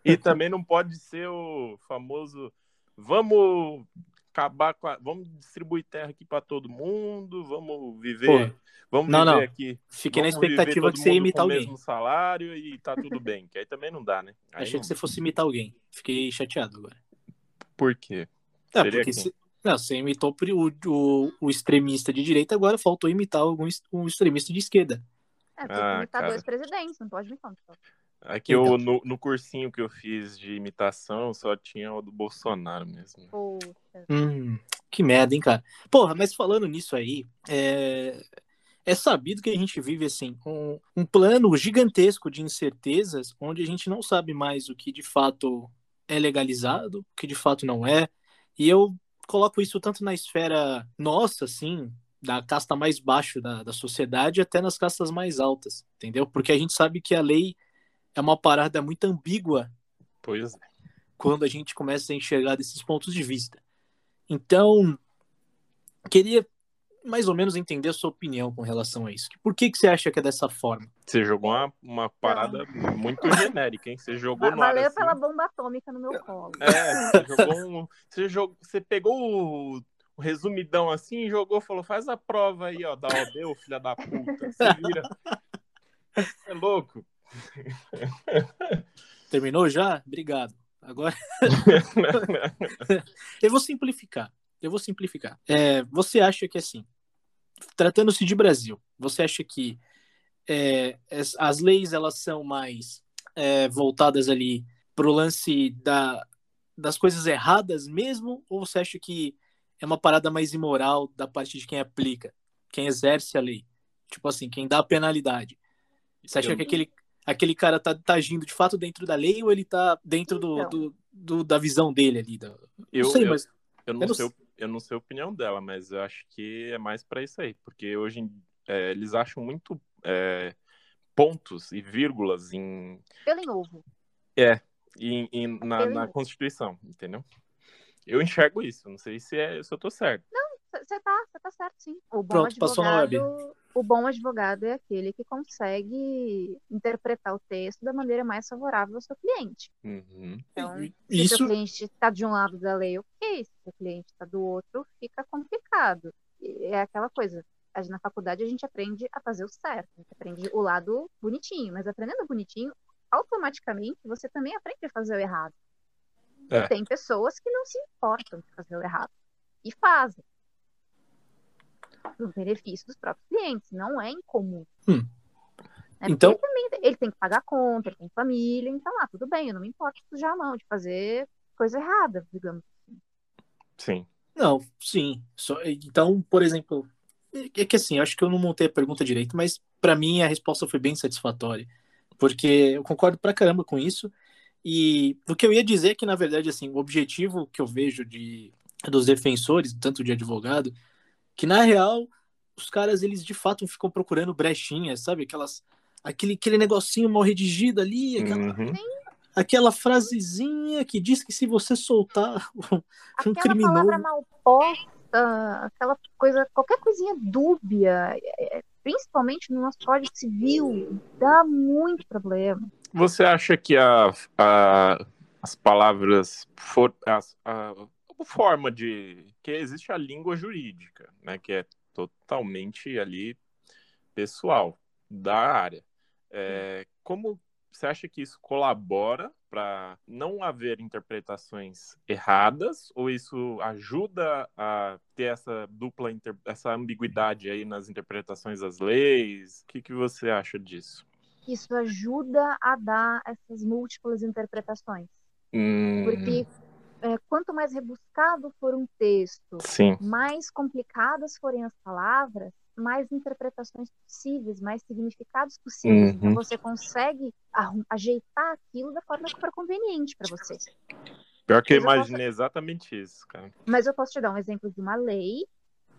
Speaker 3: E também não pode ser o famoso vamos acabar com a... Vamos distribuir terra aqui para todo mundo, vamos viver,
Speaker 2: Pô,
Speaker 3: vamos
Speaker 2: não,
Speaker 3: viver
Speaker 2: não.
Speaker 3: aqui.
Speaker 2: Fiquei na
Speaker 3: vamos viver
Speaker 2: expectativa
Speaker 3: todo
Speaker 2: que você ia
Speaker 3: mundo
Speaker 2: imitar
Speaker 3: com
Speaker 2: alguém.
Speaker 3: o mesmo salário e tá tudo bem, que aí também não dá, né? Aí
Speaker 2: Achei
Speaker 3: não-
Speaker 2: que você fosse imitar alguém. Fiquei chateado agora.
Speaker 3: Por quê?
Speaker 2: Não,
Speaker 3: Seria
Speaker 2: porque
Speaker 3: quem?
Speaker 2: se- não, você imitou pri- o, o, o extremista de direita, agora faltou imitar algum es- um extremista de esquerda.
Speaker 4: É, tem
Speaker 3: Ah,
Speaker 4: que imitar
Speaker 3: cara.
Speaker 4: dois presidentes, não pode imitar um. só.
Speaker 3: É que
Speaker 2: Então.
Speaker 3: eu, no, no cursinho que eu fiz de imitação, só tinha o do Bolsonaro mesmo.
Speaker 4: Pô,
Speaker 2: Hum, que merda, hein, cara? Porra, mas falando nisso aí, é, é sabido que a gente vive, assim, um, um plano gigantesco de incertezas, onde a gente não sabe mais o que de fato é legalizado, o que de fato não é. E eu coloco isso tanto na esfera nossa, assim, da casta mais baixa da, da sociedade, até nas castas mais altas, entendeu? Porque a gente sabe que a lei é uma parada muito ambígua
Speaker 3: Pois é.
Speaker 2: quando a gente começa a enxergar desses pontos de vista. Então, queria mais ou menos entender a sua opinião com relação a isso. Por que, que você acha que é dessa forma?
Speaker 3: Você jogou uma, uma parada muito genérica, hein? Você jogou
Speaker 4: va-
Speaker 3: no ar,
Speaker 4: valeu
Speaker 3: assim.
Speaker 4: pela bomba atômica no meu colo.
Speaker 3: É, você jogou um. Você, jogou, você pegou o, o resumidão assim, jogou, falou: faz a prova aí, ó, da OB, ô filha da puta. Você vira. É louco.
Speaker 2: Terminou já? Obrigado. Agora eu vou simplificar. Eu vou simplificar. É, você acha que assim, tratando-se de Brasil, você acha que é, as, as leis elas são mais é, voltadas ali pro lance da, das coisas erradas mesmo, ou você acha que é uma parada mais imoral da parte de quem aplica, quem exerce a lei? Tipo assim, quem dá a penalidade. Você acha
Speaker 3: Eu-
Speaker 2: que aquele, aquele cara tá, tá agindo de fato dentro da lei ou ele tá dentro do,
Speaker 4: Então.
Speaker 2: do- do- da visão dele ali? da-
Speaker 3: Eu,
Speaker 2: não sei,
Speaker 3: eu,
Speaker 2: mas.
Speaker 3: eu não
Speaker 2: eu não
Speaker 3: sei, o- eu não sei a opinião dela, mas eu acho que é mais pra isso aí, porque hoje em- é, eles acham muito é, pontos e vírgulas em,
Speaker 4: Pelo em ovo.
Speaker 3: em- em- na,
Speaker 4: Eu-
Speaker 3: na Constituição, entendeu? Eu enxergo isso, não sei se, é, se eu tô certo.
Speaker 4: Você tá, cê tá certo, sim. O bom
Speaker 2: Pronto, passou na
Speaker 4: advogado. O bom advogado é aquele que consegue interpretar o texto da maneira mais favorável ao seu cliente.
Speaker 3: Uhum.
Speaker 4: Então, se seu
Speaker 2: Isso,
Speaker 4: cliente está de um lado da lei, ok. Se seu cliente está do outro, fica complicado. E É aquela coisa. a gente- Na faculdade a gente aprende a fazer o certo, a gente aprende o lado bonitinho, mas aprendendo bonitinho, automaticamente você também aprende a fazer o errado. E
Speaker 3: É.
Speaker 4: Tem pessoas que não se importam de fazer o errado e fazem. No benefício dos próprios clientes, não é incomum.
Speaker 2: Hum.
Speaker 4: Né? Porque
Speaker 2: Então-
Speaker 4: ele, também, ele tem que pagar conta, ele tem família, então lá, tudo bem, eu não me importo de sujar a mão, de fazer coisa errada, digamos.
Speaker 3: Sim.
Speaker 2: não, sim. Só- então, por exemplo, é que assim, acho que eu não montei a pergunta direito, mas pra mim a resposta foi bem satisfatória, porque eu concordo pra caramba com isso. E o que eu ia dizer é que, na verdade, assim, o objetivo que eu vejo de, dos defensores, tanto de advogado, que na real os caras eles de fato ficam procurando brechinhas, sabe? Aquelas aquele, aquele negocinho mal redigido ali, aquela
Speaker 3: Uhum.
Speaker 2: aquela frasezinha que diz que se você soltar um,
Speaker 4: Aquela
Speaker 2: criminoso.
Speaker 4: palavra mal posta, aquela coisa, qualquer coisinha dúbia, é, é, principalmente no nosso código civil, dá muito problema.
Speaker 3: Você acha que a, a- as palavras for, as- a, a forma de que existe a língua jurídica, né, que é totalmente ali pessoal da área. É, como você acha que isso colabora para não haver interpretações erradas ou isso ajuda a ter essa dupla inter- essa ambiguidade aí nas interpretações das leis? O que, que você acha disso?
Speaker 4: Isso ajuda a dar essas múltiplas interpretações.
Speaker 3: Hum,
Speaker 4: Porque é, quanto mais rebuscado for um texto,
Speaker 3: Sim.
Speaker 4: mais complicadas forem as palavras, mais interpretações possíveis, mais significados possíveis.
Speaker 3: Uhum.
Speaker 4: Então você consegue arrum- ajeitar aquilo da forma que for conveniente para você.
Speaker 3: Pior que eu
Speaker 4: Mas eu posso-
Speaker 3: imaginei exatamente isso, cara.
Speaker 4: Mas eu posso te dar um exemplo de uma lei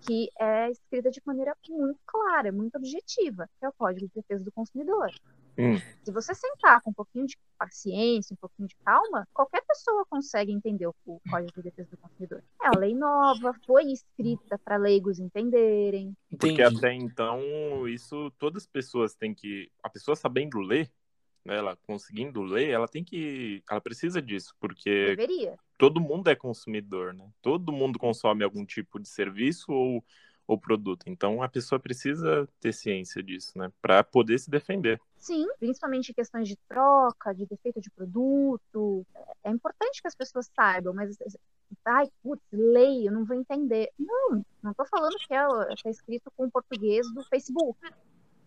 Speaker 4: que é escrita de maneira muito clara, muito objetiva, que é o Código de Defesa do Consumidor.
Speaker 3: Hum.
Speaker 4: Se você sentar com um pouquinho de paciência, um pouquinho de calma, qualquer pessoa consegue entender o o Código de Defesa do Consumidor. É uma lei nova, foi escrita para leigos entenderem.
Speaker 3: Porque
Speaker 2: Entendi.
Speaker 3: até então, isso todas as pessoas têm que. A pessoa sabendo ler, né, ela conseguindo ler, ela tem que. Ela precisa disso, porque
Speaker 4: Deveria.
Speaker 3: todo mundo é consumidor, né? Todo mundo consome algum tipo de serviço ou, ou produto. Então a pessoa precisa ter ciência disso, né? Para poder se defender.
Speaker 4: Sim, principalmente em questões de troca, de defeito de produto. É importante que as pessoas saibam, mas. Ai, putz, leio, não vou entender. Não, não tô falando que é tá escrito com o português do Facebook,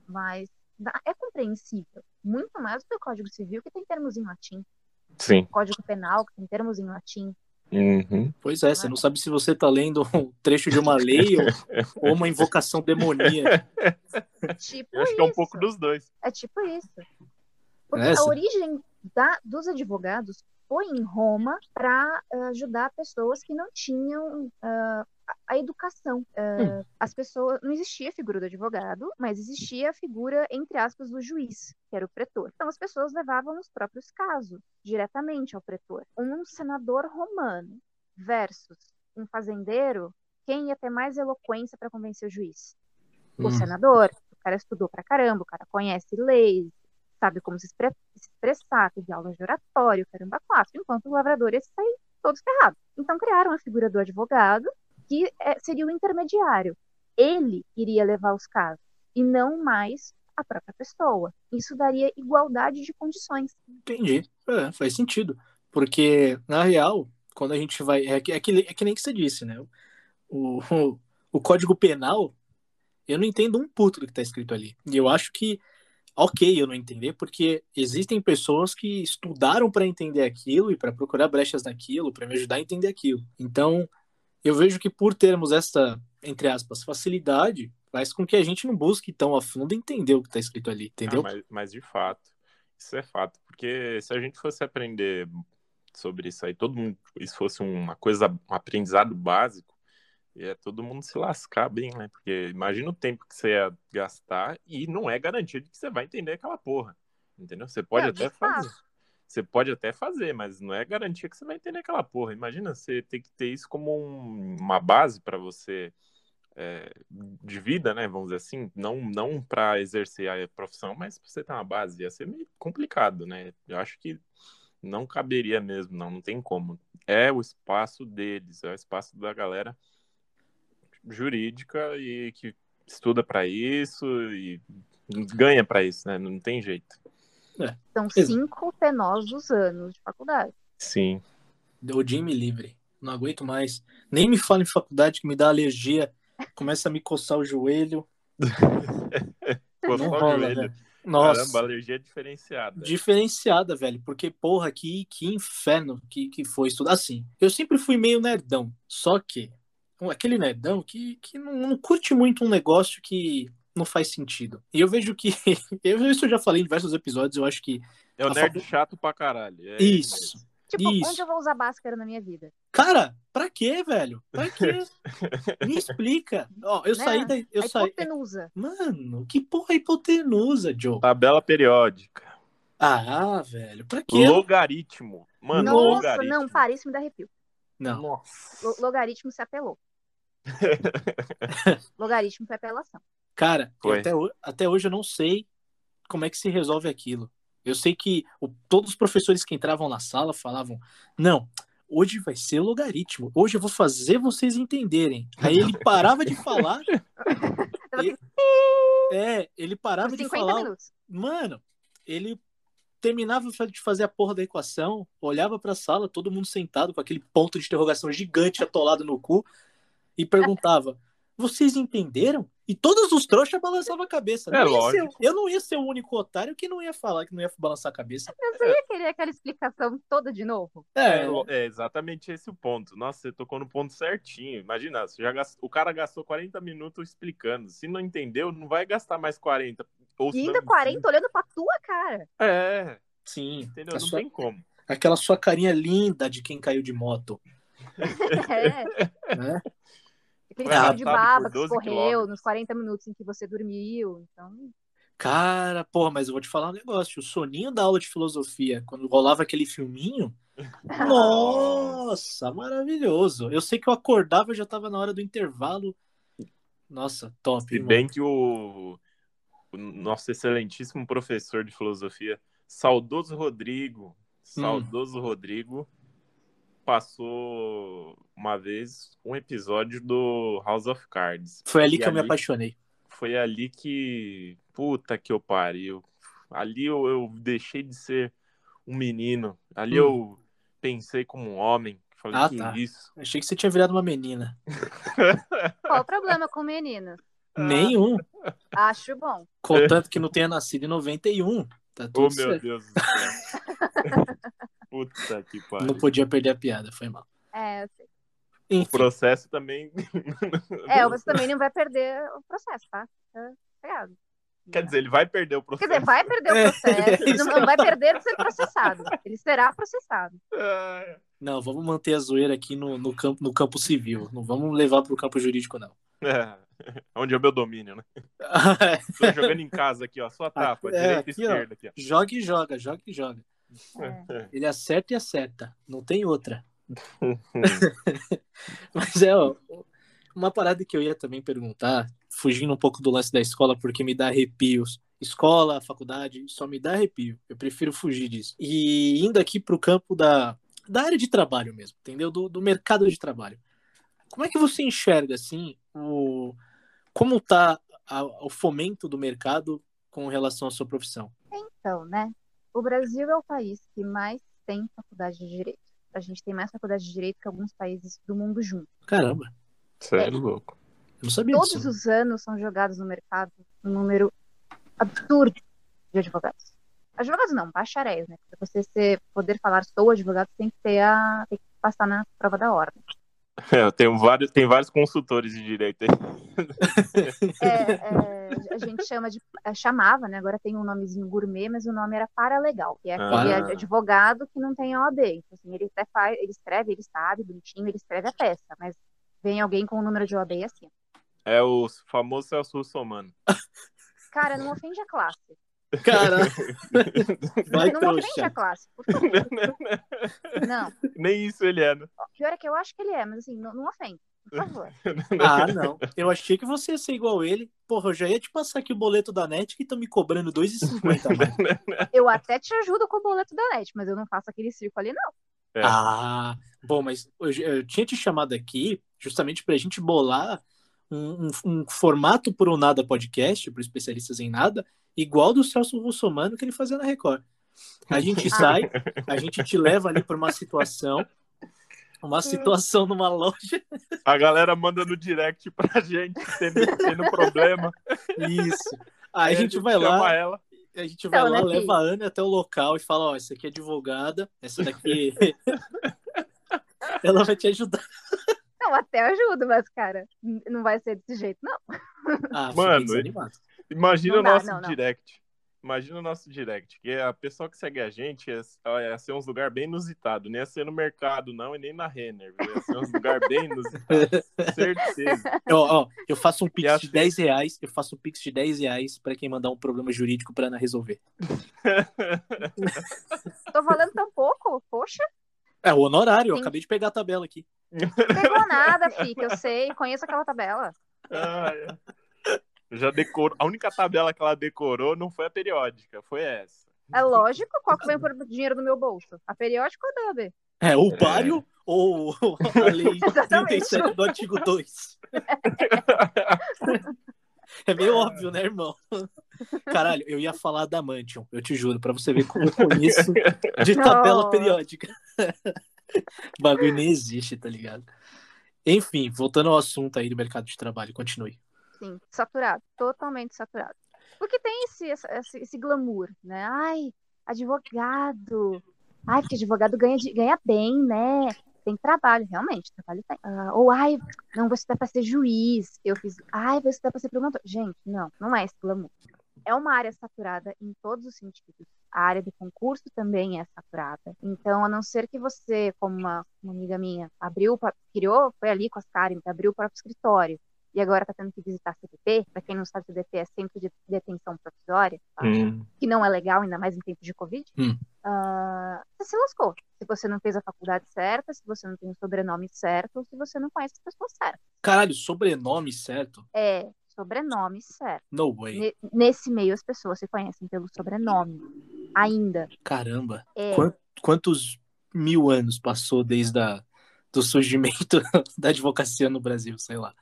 Speaker 4: mas dá- é compreensível. Muito mais do que o Código Civil, que tem termos em latim.
Speaker 3: Sim.
Speaker 4: Código Penal, que tem termos em latim.
Speaker 3: Uhum.
Speaker 2: Pois é, você não sabe se você tá lendo um trecho de uma lei ou- ou uma invocação demoníaca.
Speaker 4: Tipo
Speaker 3: Eu acho
Speaker 4: isso.
Speaker 3: que é um pouco dos dois.
Speaker 4: É tipo isso. Porque
Speaker 2: Essa?
Speaker 4: a origem da- dos advogados foi em Roma para ajudar pessoas que não tinham ah, a- a educação. Ah, As pessoas não existia a figura do advogado, mas existia a figura entre aspas do juiz, que era o pretor. Então as pessoas levavam os próprios casos diretamente ao pretor. Um senador romano versus um fazendeiro, quem ia ter mais eloquência para convencer o juiz? o senador, o cara estudou pra caramba, o cara conhece leis, sabe como se expre- se expressar, teve aulas de oratório, caramba, quatro, enquanto o lavrador tá ia sair todos ferrados. Então criaram a figura do advogado, que é, seria o intermediário. Ele iria levar os casos, e não mais a própria pessoa. Isso daria igualdade de condições.
Speaker 2: Entendi. É, faz sentido. Porque, na real, quando a gente vai. É que, é que, é que nem que você disse, né? O, o, o Código Penal, eu não entendo um puto do que tá escrito ali. E eu acho que, ok, eu não entender, porque existem pessoas que estudaram para entender aquilo e para procurar brechas naquilo, para me ajudar a entender aquilo. Então, eu vejo que por termos essa, entre aspas, facilidade, faz com que a gente não busque tão a fundo entender o que tá escrito ali, entendeu?
Speaker 3: Ah, mas, mas de fato, isso é fato. Porque se a gente fosse aprender sobre isso aí, todo mundo, isso fosse uma coisa, um aprendizado básico, ia é todo mundo se lascar bem, né? Porque imagina o tempo que você ia gastar e não é garantido que você vai entender aquela porra. Entendeu? Você pode
Speaker 4: Não, de
Speaker 3: até fazer. Você pode até fazer, mas não é garantia que você vai entender aquela porra. Imagina você ter que ter isso como um- uma base para você é, de vida, né? Vamos dizer assim, não, não para exercer a profissão, mas pra você ter uma base. Ia ser meio complicado, né? Eu acho que não caberia mesmo, não, não tem como. É o espaço deles, é o espaço da galera jurídica e que estuda para isso e ganha para isso, né? Não tem jeito.
Speaker 4: São
Speaker 2: Ex-
Speaker 4: cinco penosos anos de faculdade.
Speaker 3: Sim.
Speaker 2: Odin me livre. Não aguento mais. Nem me fala em faculdade que me dá alergia. Começa a me coçar o joelho.
Speaker 3: Coçar
Speaker 2: não
Speaker 3: o
Speaker 2: rola,
Speaker 3: joelho.
Speaker 2: velho. Nossa,
Speaker 3: Caramba, alergia é diferenciada.
Speaker 2: diferenciada, velho. Porque, porra, que, que inferno que, que foi estudar assim. Eu sempre fui meio nerdão. Só que, um- aquele nerdão que, que não, não curte muito um negócio que não faz sentido. E eu vejo que. eu, isso eu já falei em diversos episódios, eu acho que.
Speaker 3: É o
Speaker 2: A
Speaker 3: nerd
Speaker 2: facu-
Speaker 3: chato pra caralho. é ele
Speaker 2: isso.
Speaker 3: mesmo.
Speaker 4: Tipo,
Speaker 2: Isso.
Speaker 4: onde eu vou usar máscara na minha vida?
Speaker 2: Cara, pra quê, velho? Pra quê? Me explica. Ó, eu
Speaker 4: Né?
Speaker 2: saí da. Eu
Speaker 4: a
Speaker 2: saí. é
Speaker 4: hipotenusa.
Speaker 2: Mano, que porra é hipotenusa, Joe?
Speaker 3: Tabela periódica.
Speaker 2: Ah, velho, pra quê?
Speaker 3: Logaritmo.
Speaker 2: é,
Speaker 3: Mano,
Speaker 4: Nossa,
Speaker 3: logaritmo.
Speaker 4: não, para, isso me dá arrepio.
Speaker 2: Não.
Speaker 3: Nossa.
Speaker 4: Lo- logaritmo se apelou. logaritmo foi apelação.
Speaker 2: Cara, eu
Speaker 3: Foi.
Speaker 2: até, ho- até hoje eu não sei como é que se resolve aquilo. Eu sei que o- todos os professores que entravam na sala falavam: não, hoje vai ser logaritmo, hoje eu vou fazer vocês entenderem. Aí ele parava de falar. e- é, ele
Speaker 4: Por
Speaker 2: parava de
Speaker 4: 50
Speaker 2: falar.
Speaker 4: minutos.
Speaker 2: Mano, ele terminava de fazer a porra da equação, olhava pra sala, todo mundo sentado com aquele ponto de interrogação gigante atolado no cu e perguntava: "Vocês entenderam?" E todos os trouxas balançavam a cabeça.
Speaker 3: É
Speaker 2: Não ia ser-
Speaker 3: lógico.
Speaker 2: eu não ia ser o único otário que não ia falar, que não ia balançar a cabeça.
Speaker 4: Eu só ia querer aquela explicação toda de novo.
Speaker 2: É,
Speaker 3: É, lo- é exatamente esse o ponto. Nossa, você tocou no ponto certinho. Imagina, você já gas- o cara gastou 40 minutos explicando. Se não entendeu, não vai gastar mais 40. Ou
Speaker 4: E
Speaker 3: se
Speaker 4: ainda
Speaker 3: não-
Speaker 4: 40 olhando pra tua cara.
Speaker 3: É,
Speaker 2: sim.
Speaker 3: entendeu?
Speaker 2: A
Speaker 3: Não
Speaker 2: sua-
Speaker 3: tem como.
Speaker 2: aquela sua carinha linda de quem caiu de moto.
Speaker 4: É.
Speaker 2: Né?
Speaker 4: Aquele
Speaker 3: Foi
Speaker 4: tipo
Speaker 2: arrastado
Speaker 4: de
Speaker 3: por
Speaker 4: baba que
Speaker 3: 12
Speaker 4: escorreu
Speaker 3: quilômetros.
Speaker 4: nos 40 minutos em que você dormiu. Então,
Speaker 2: Cara, porra, mas eu vou te falar um negócio. O soninho da aula de filosofia, quando rolava aquele filminho, Nossa, maravilhoso. Eu sei que eu acordava e já tava na hora do intervalo. Nossa, top.
Speaker 3: Se
Speaker 2: irmão.
Speaker 3: bem que o, o nosso excelentíssimo professor de filosofia, Saudoso
Speaker 2: Hum.
Speaker 3: Rodrigo. Saudoso Rodrigo passou uma vez um episódio do House of Cards.
Speaker 2: Foi ali
Speaker 3: E
Speaker 2: que eu me apaixonei.
Speaker 3: Foi ali que. Puta que eu pariu. Ali eu, eu deixei de ser um menino. Ali eu pensei como um homem. Falei,
Speaker 2: Hum. Ah,
Speaker 3: que
Speaker 2: tá.
Speaker 3: isso?
Speaker 2: Achei que você tinha virado uma menina.
Speaker 4: Qual o problema com meninas?
Speaker 2: Nenhum.
Speaker 4: Acho bom.
Speaker 2: Contanto que não tenha nascido em 91. Tá tudo
Speaker 3: Oh, meu
Speaker 2: certo.
Speaker 3: Deus do céu. Puta que pariu.
Speaker 2: Não podia perder a piada, foi mal.
Speaker 4: É, eu sei.
Speaker 3: O processo também.
Speaker 4: é, você também não vai perder o processo, tá? Fica sossegado.
Speaker 3: Quer dizer, ele vai perder o
Speaker 4: Quer
Speaker 3: processo.
Speaker 4: dizer, vai perder o
Speaker 2: É,
Speaker 4: processo,
Speaker 2: é isso
Speaker 4: não,
Speaker 2: que
Speaker 4: não vai perder de ser processado. Ele será processado.
Speaker 3: Ah,
Speaker 2: Não, vamos manter a zoeira aqui no, no campo, no campo civil. Não vamos levar pro campo jurídico, não.
Speaker 3: é. Onde é o meu domínio, né? Tô jogando em casa aqui, ó. Só tapa,
Speaker 2: É,
Speaker 3: direita e
Speaker 2: aqui, ó.
Speaker 3: esquerda aqui, ó.
Speaker 2: joga e joga, joga e joga.
Speaker 3: É.
Speaker 2: Ele acerta e acerta. Não tem outra. Mas é, ó, uma parada que eu ia também perguntar, fugindo um pouco do lance da escola, porque me dá arrepios. Escola, faculdade, só me dá arrepio. Eu prefiro fugir disso. E indo aqui pro campo da, da área de trabalho mesmo, entendeu? Do, do mercado de trabalho. Como é que você enxerga, assim, o, como tá a- o fomento do mercado com relação à sua profissão?
Speaker 4: Então, né? O Brasil é o país que mais tem faculdade de direito. A gente tem mais faculdade de direito que alguns países do mundo juntos.
Speaker 2: Caramba,
Speaker 3: Você é louco.
Speaker 2: eu não sabia
Speaker 4: Todos
Speaker 2: disso.
Speaker 4: os anos são jogados no mercado um número absurdo de advogados. Advogados não, bacharéis, né? Pra você ser- poder falar sou advogado, você tem que ter a. tem que passar na prova da ordem.
Speaker 3: É, eu tenho vários, tem vários consultores de direito aí.
Speaker 4: É, é, a gente chama de. é, chamava, né? Agora tem um nomezinho gourmet, mas o nome era paralegal, que é aquele
Speaker 3: Ah.
Speaker 4: advogado que não tem OAB. Então, assim, ele até faz, ele escreve, ele sabe, bonitinho, ele escreve a peça, mas vem alguém com o número de OAB e assim.
Speaker 3: É o famoso Celso Russomano.
Speaker 4: Cara, não ofende a classe.
Speaker 2: Cara, vai
Speaker 4: não ofende
Speaker 2: trouxa.
Speaker 4: a classe, por favor. Não.
Speaker 3: Nem isso ele é, né?
Speaker 4: Pior é que eu acho que ele é, mas assim, não, não ofende. Por favor.
Speaker 2: Ah, não. Eu achei que você ia ser igual ele. Porra, eu já ia te passar aqui o boleto da net que estão me cobrando 2,50 a mais.
Speaker 4: Eu até te ajudo com o boleto da net, mas eu não faço aquele circo ali, não.
Speaker 3: É.
Speaker 2: Ah, bom, mas eu, eu tinha te chamado aqui justamente pra gente bolar um, um- um formato por um nada podcast, para especialistas em nada, igual do Celso Russomano que ele fazia na Record. A gente sai, a gente te leva ali pra uma situação, uma situação numa loja.
Speaker 3: A galera manda no direct pra gente, tendo, tendo problema.
Speaker 2: Isso. Aí a gente vai
Speaker 3: chama
Speaker 2: lá,
Speaker 3: ela.
Speaker 2: a gente vai
Speaker 4: Então,
Speaker 2: lá,
Speaker 4: né,
Speaker 2: leva
Speaker 4: filho?
Speaker 2: a Ana até o local e fala, ó, essa aqui é advogada, essa daqui. Ela vai te ajudar.
Speaker 4: Não, até ajudo, mas, cara, n- não vai ser desse jeito, não.
Speaker 2: Ah, fiquei
Speaker 3: Mano,
Speaker 2: desanimado.
Speaker 3: Imagina
Speaker 4: Não
Speaker 3: o
Speaker 4: dá,
Speaker 3: nosso
Speaker 4: não, não.
Speaker 3: direct. Imagina o nosso direct, que é a pessoa que segue a gente ia, ia ser uns lugar bem inusitado. Não ia ser no mercado, não, e nem na Renner. viu? Ia ser uns lugar bem inusitado. Certeza.
Speaker 2: Ó, ó, eu faço um
Speaker 3: E
Speaker 2: pix
Speaker 3: acho-
Speaker 2: de 10 reais, eu faço um pix de 10 reais pra quem mandar um problema jurídico pra Ana resolver.
Speaker 4: Tô falando tão pouco, poxa.
Speaker 2: É o honorário, eu
Speaker 4: Sim.
Speaker 2: acabei de pegar a tabela aqui.
Speaker 4: Não pegou nada, fica, eu sei, conheço aquela tabela.
Speaker 3: Ah, é. Já decorou. A única tabela que ela decorou não foi a periódica, foi essa.
Speaker 4: É lógico, qual que vem por dinheiro do meu bolso? A periódica ou a DAB?
Speaker 2: É, o páreo ou a lei
Speaker 4: Exatamente.
Speaker 2: 37 do artigo 2. É meio óbvio, né, irmão? Caralho, eu ia falar da Mantium, eu te juro, pra você ver como eu conheço de tabela
Speaker 4: Nossa.
Speaker 2: periódica. O bagulho nem existe, tá ligado? Enfim, voltando ao assunto aí do mercado de trabalho, continue.
Speaker 4: Sim, saturado, totalmente saturado. Porque tem esse, essa- esse, esse glamour, né? Ai, advogado. Ai, porque advogado ganha, de- ganha bem, né? Tem trabalho, realmente, trabalho tem. Ah, ou, ai, não, vou estudar pra ser juiz. Eu fiz, ai, vou estudar pra ser promotor. Gente, não, não é esse glamour. É uma área saturada em todos os sentidos. A área de concurso também é saturada. Então, a não ser que você, como uma, uma amiga minha, abriu, o pa- criou, foi ali com as Karen, abriu o próprio escritório, e agora está tendo que visitar CDP, para quem não sabe, CDP é sempre de detenção provisória, tá? que não é legal, ainda mais em tempo de Covid,
Speaker 2: Hum.
Speaker 4: ah, você se lascou. Se você não fez a faculdade certa, se você não tem o sobrenome certo, ou se você não conhece as pessoas certas.
Speaker 2: Caralho, sobrenome certo?
Speaker 4: É, sobrenome certo.
Speaker 2: No way.
Speaker 4: Ne- nesse meio, as pessoas se conhecem pelo sobrenome. ainda.
Speaker 2: Caramba.
Speaker 4: É,
Speaker 2: Quan- Quantos mil anos passou desde a, do surgimento da advocacia no Brasil? Sei lá.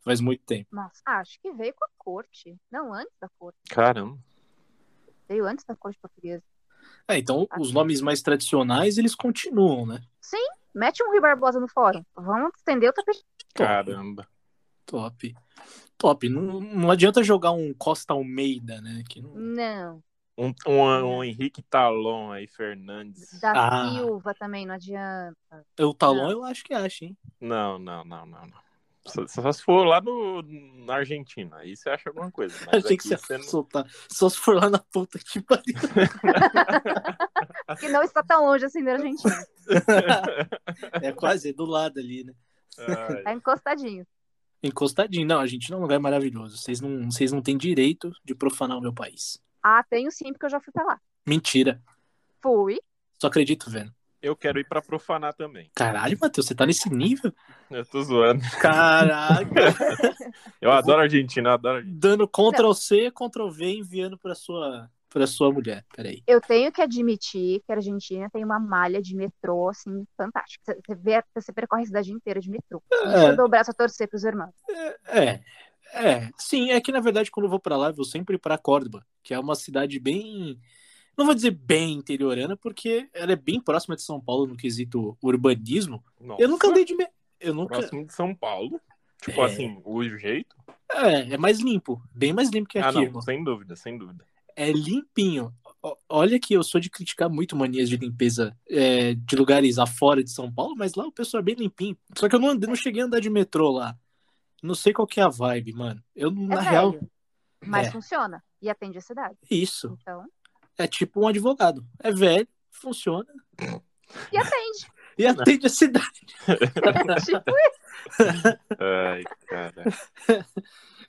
Speaker 2: Faz muito tempo.
Speaker 4: nossa, acho que veio com a corte. Não, antes da corte.
Speaker 3: Caramba.
Speaker 4: Veio antes da corte portuguesa.
Speaker 2: É, então os nomes mais tradicionais eles continuam, né?
Speaker 4: Mete um Rui Barbosa no fórum. Vamos estender o tapete.
Speaker 3: Caramba.
Speaker 2: Top. Top. Não, não adianta jogar um Costa Almeida, né? Que não-
Speaker 4: Não.
Speaker 3: Um, um, um Henrique Talon aí, Fernandes.
Speaker 4: Da
Speaker 2: Ah.
Speaker 4: Silva também, não adianta.
Speaker 2: O Talon eu acho que acha, hein?
Speaker 3: Não, não, não, não, não. Só, só se for lá no, na Argentina, aí você acha alguma coisa. Mas
Speaker 2: Achei que
Speaker 3: aqui
Speaker 2: você
Speaker 3: você
Speaker 2: ia
Speaker 3: não-
Speaker 2: soltar. Só se for lá na puta que pariu. Ah.
Speaker 4: Que não está tão longe assim da Argentina.
Speaker 2: É quase é do lado ali, né?
Speaker 3: Ai,
Speaker 4: Tá encostadinho.
Speaker 2: Encostadinho. Não, a gente não é um lugar maravilhoso. Vocês não, vocês não têm direito de profanar o meu país.
Speaker 4: Ah, tenho sim, porque eu já fui pra lá.
Speaker 2: Mentira.
Speaker 4: Fui.
Speaker 2: Só acredito vendo.
Speaker 3: eu quero ir pra profanar também.
Speaker 2: Caralho, Matheus, você tá nesse nível?
Speaker 3: Eu tô zoando.
Speaker 2: Caraca.
Speaker 3: Eu adoro a Argentina, eu adoro a Argentina.
Speaker 2: Dando Ctrl C, Ctrl V, enviando pra sua, pra sua mulher. Peraí.
Speaker 4: Eu tenho que admitir que a Argentina tem uma malha de metrô, assim, fantástica. Você- Você, vê, você percorre a cidade inteira de metrô. Eu
Speaker 3: É.
Speaker 4: dou o braço a torcer pros irmãos.
Speaker 2: É, é, sim, é que na verdade quando eu vou pra lá, eu vou sempre pra Córdoba, que é uma cidade bem, não vou dizer bem interiorana, porque ela é bem próxima de São Paulo no quesito urbanismo.
Speaker 3: Nossa,
Speaker 2: Eu nunca andei de, me- eu nunca,
Speaker 3: Próximo de São Paulo. Tipo
Speaker 2: É.
Speaker 3: assim, o jeito.
Speaker 2: é, é mais limpo, bem mais limpo que
Speaker 3: Ah,
Speaker 2: aqui,
Speaker 3: não,
Speaker 2: irmão.
Speaker 3: sem dúvida, sem dúvida.
Speaker 2: É limpinho. O- Olha que eu sou de criticar muito manias de limpeza é, de lugares afora de São Paulo, mas lá o pessoal é bem limpinho. Só que eu não, andei- não cheguei a andar de metrô lá. Não sei qual que é a vibe, mano. Eu,
Speaker 4: É
Speaker 2: na
Speaker 4: velho,
Speaker 2: real,
Speaker 4: mas
Speaker 2: É.
Speaker 4: funciona. E atende a cidade.
Speaker 2: isso.
Speaker 4: Então,
Speaker 2: É tipo um advogado. É velho, funciona
Speaker 4: e atende.
Speaker 2: e atende a cidade.
Speaker 4: tipo,
Speaker 3: Ai, cara.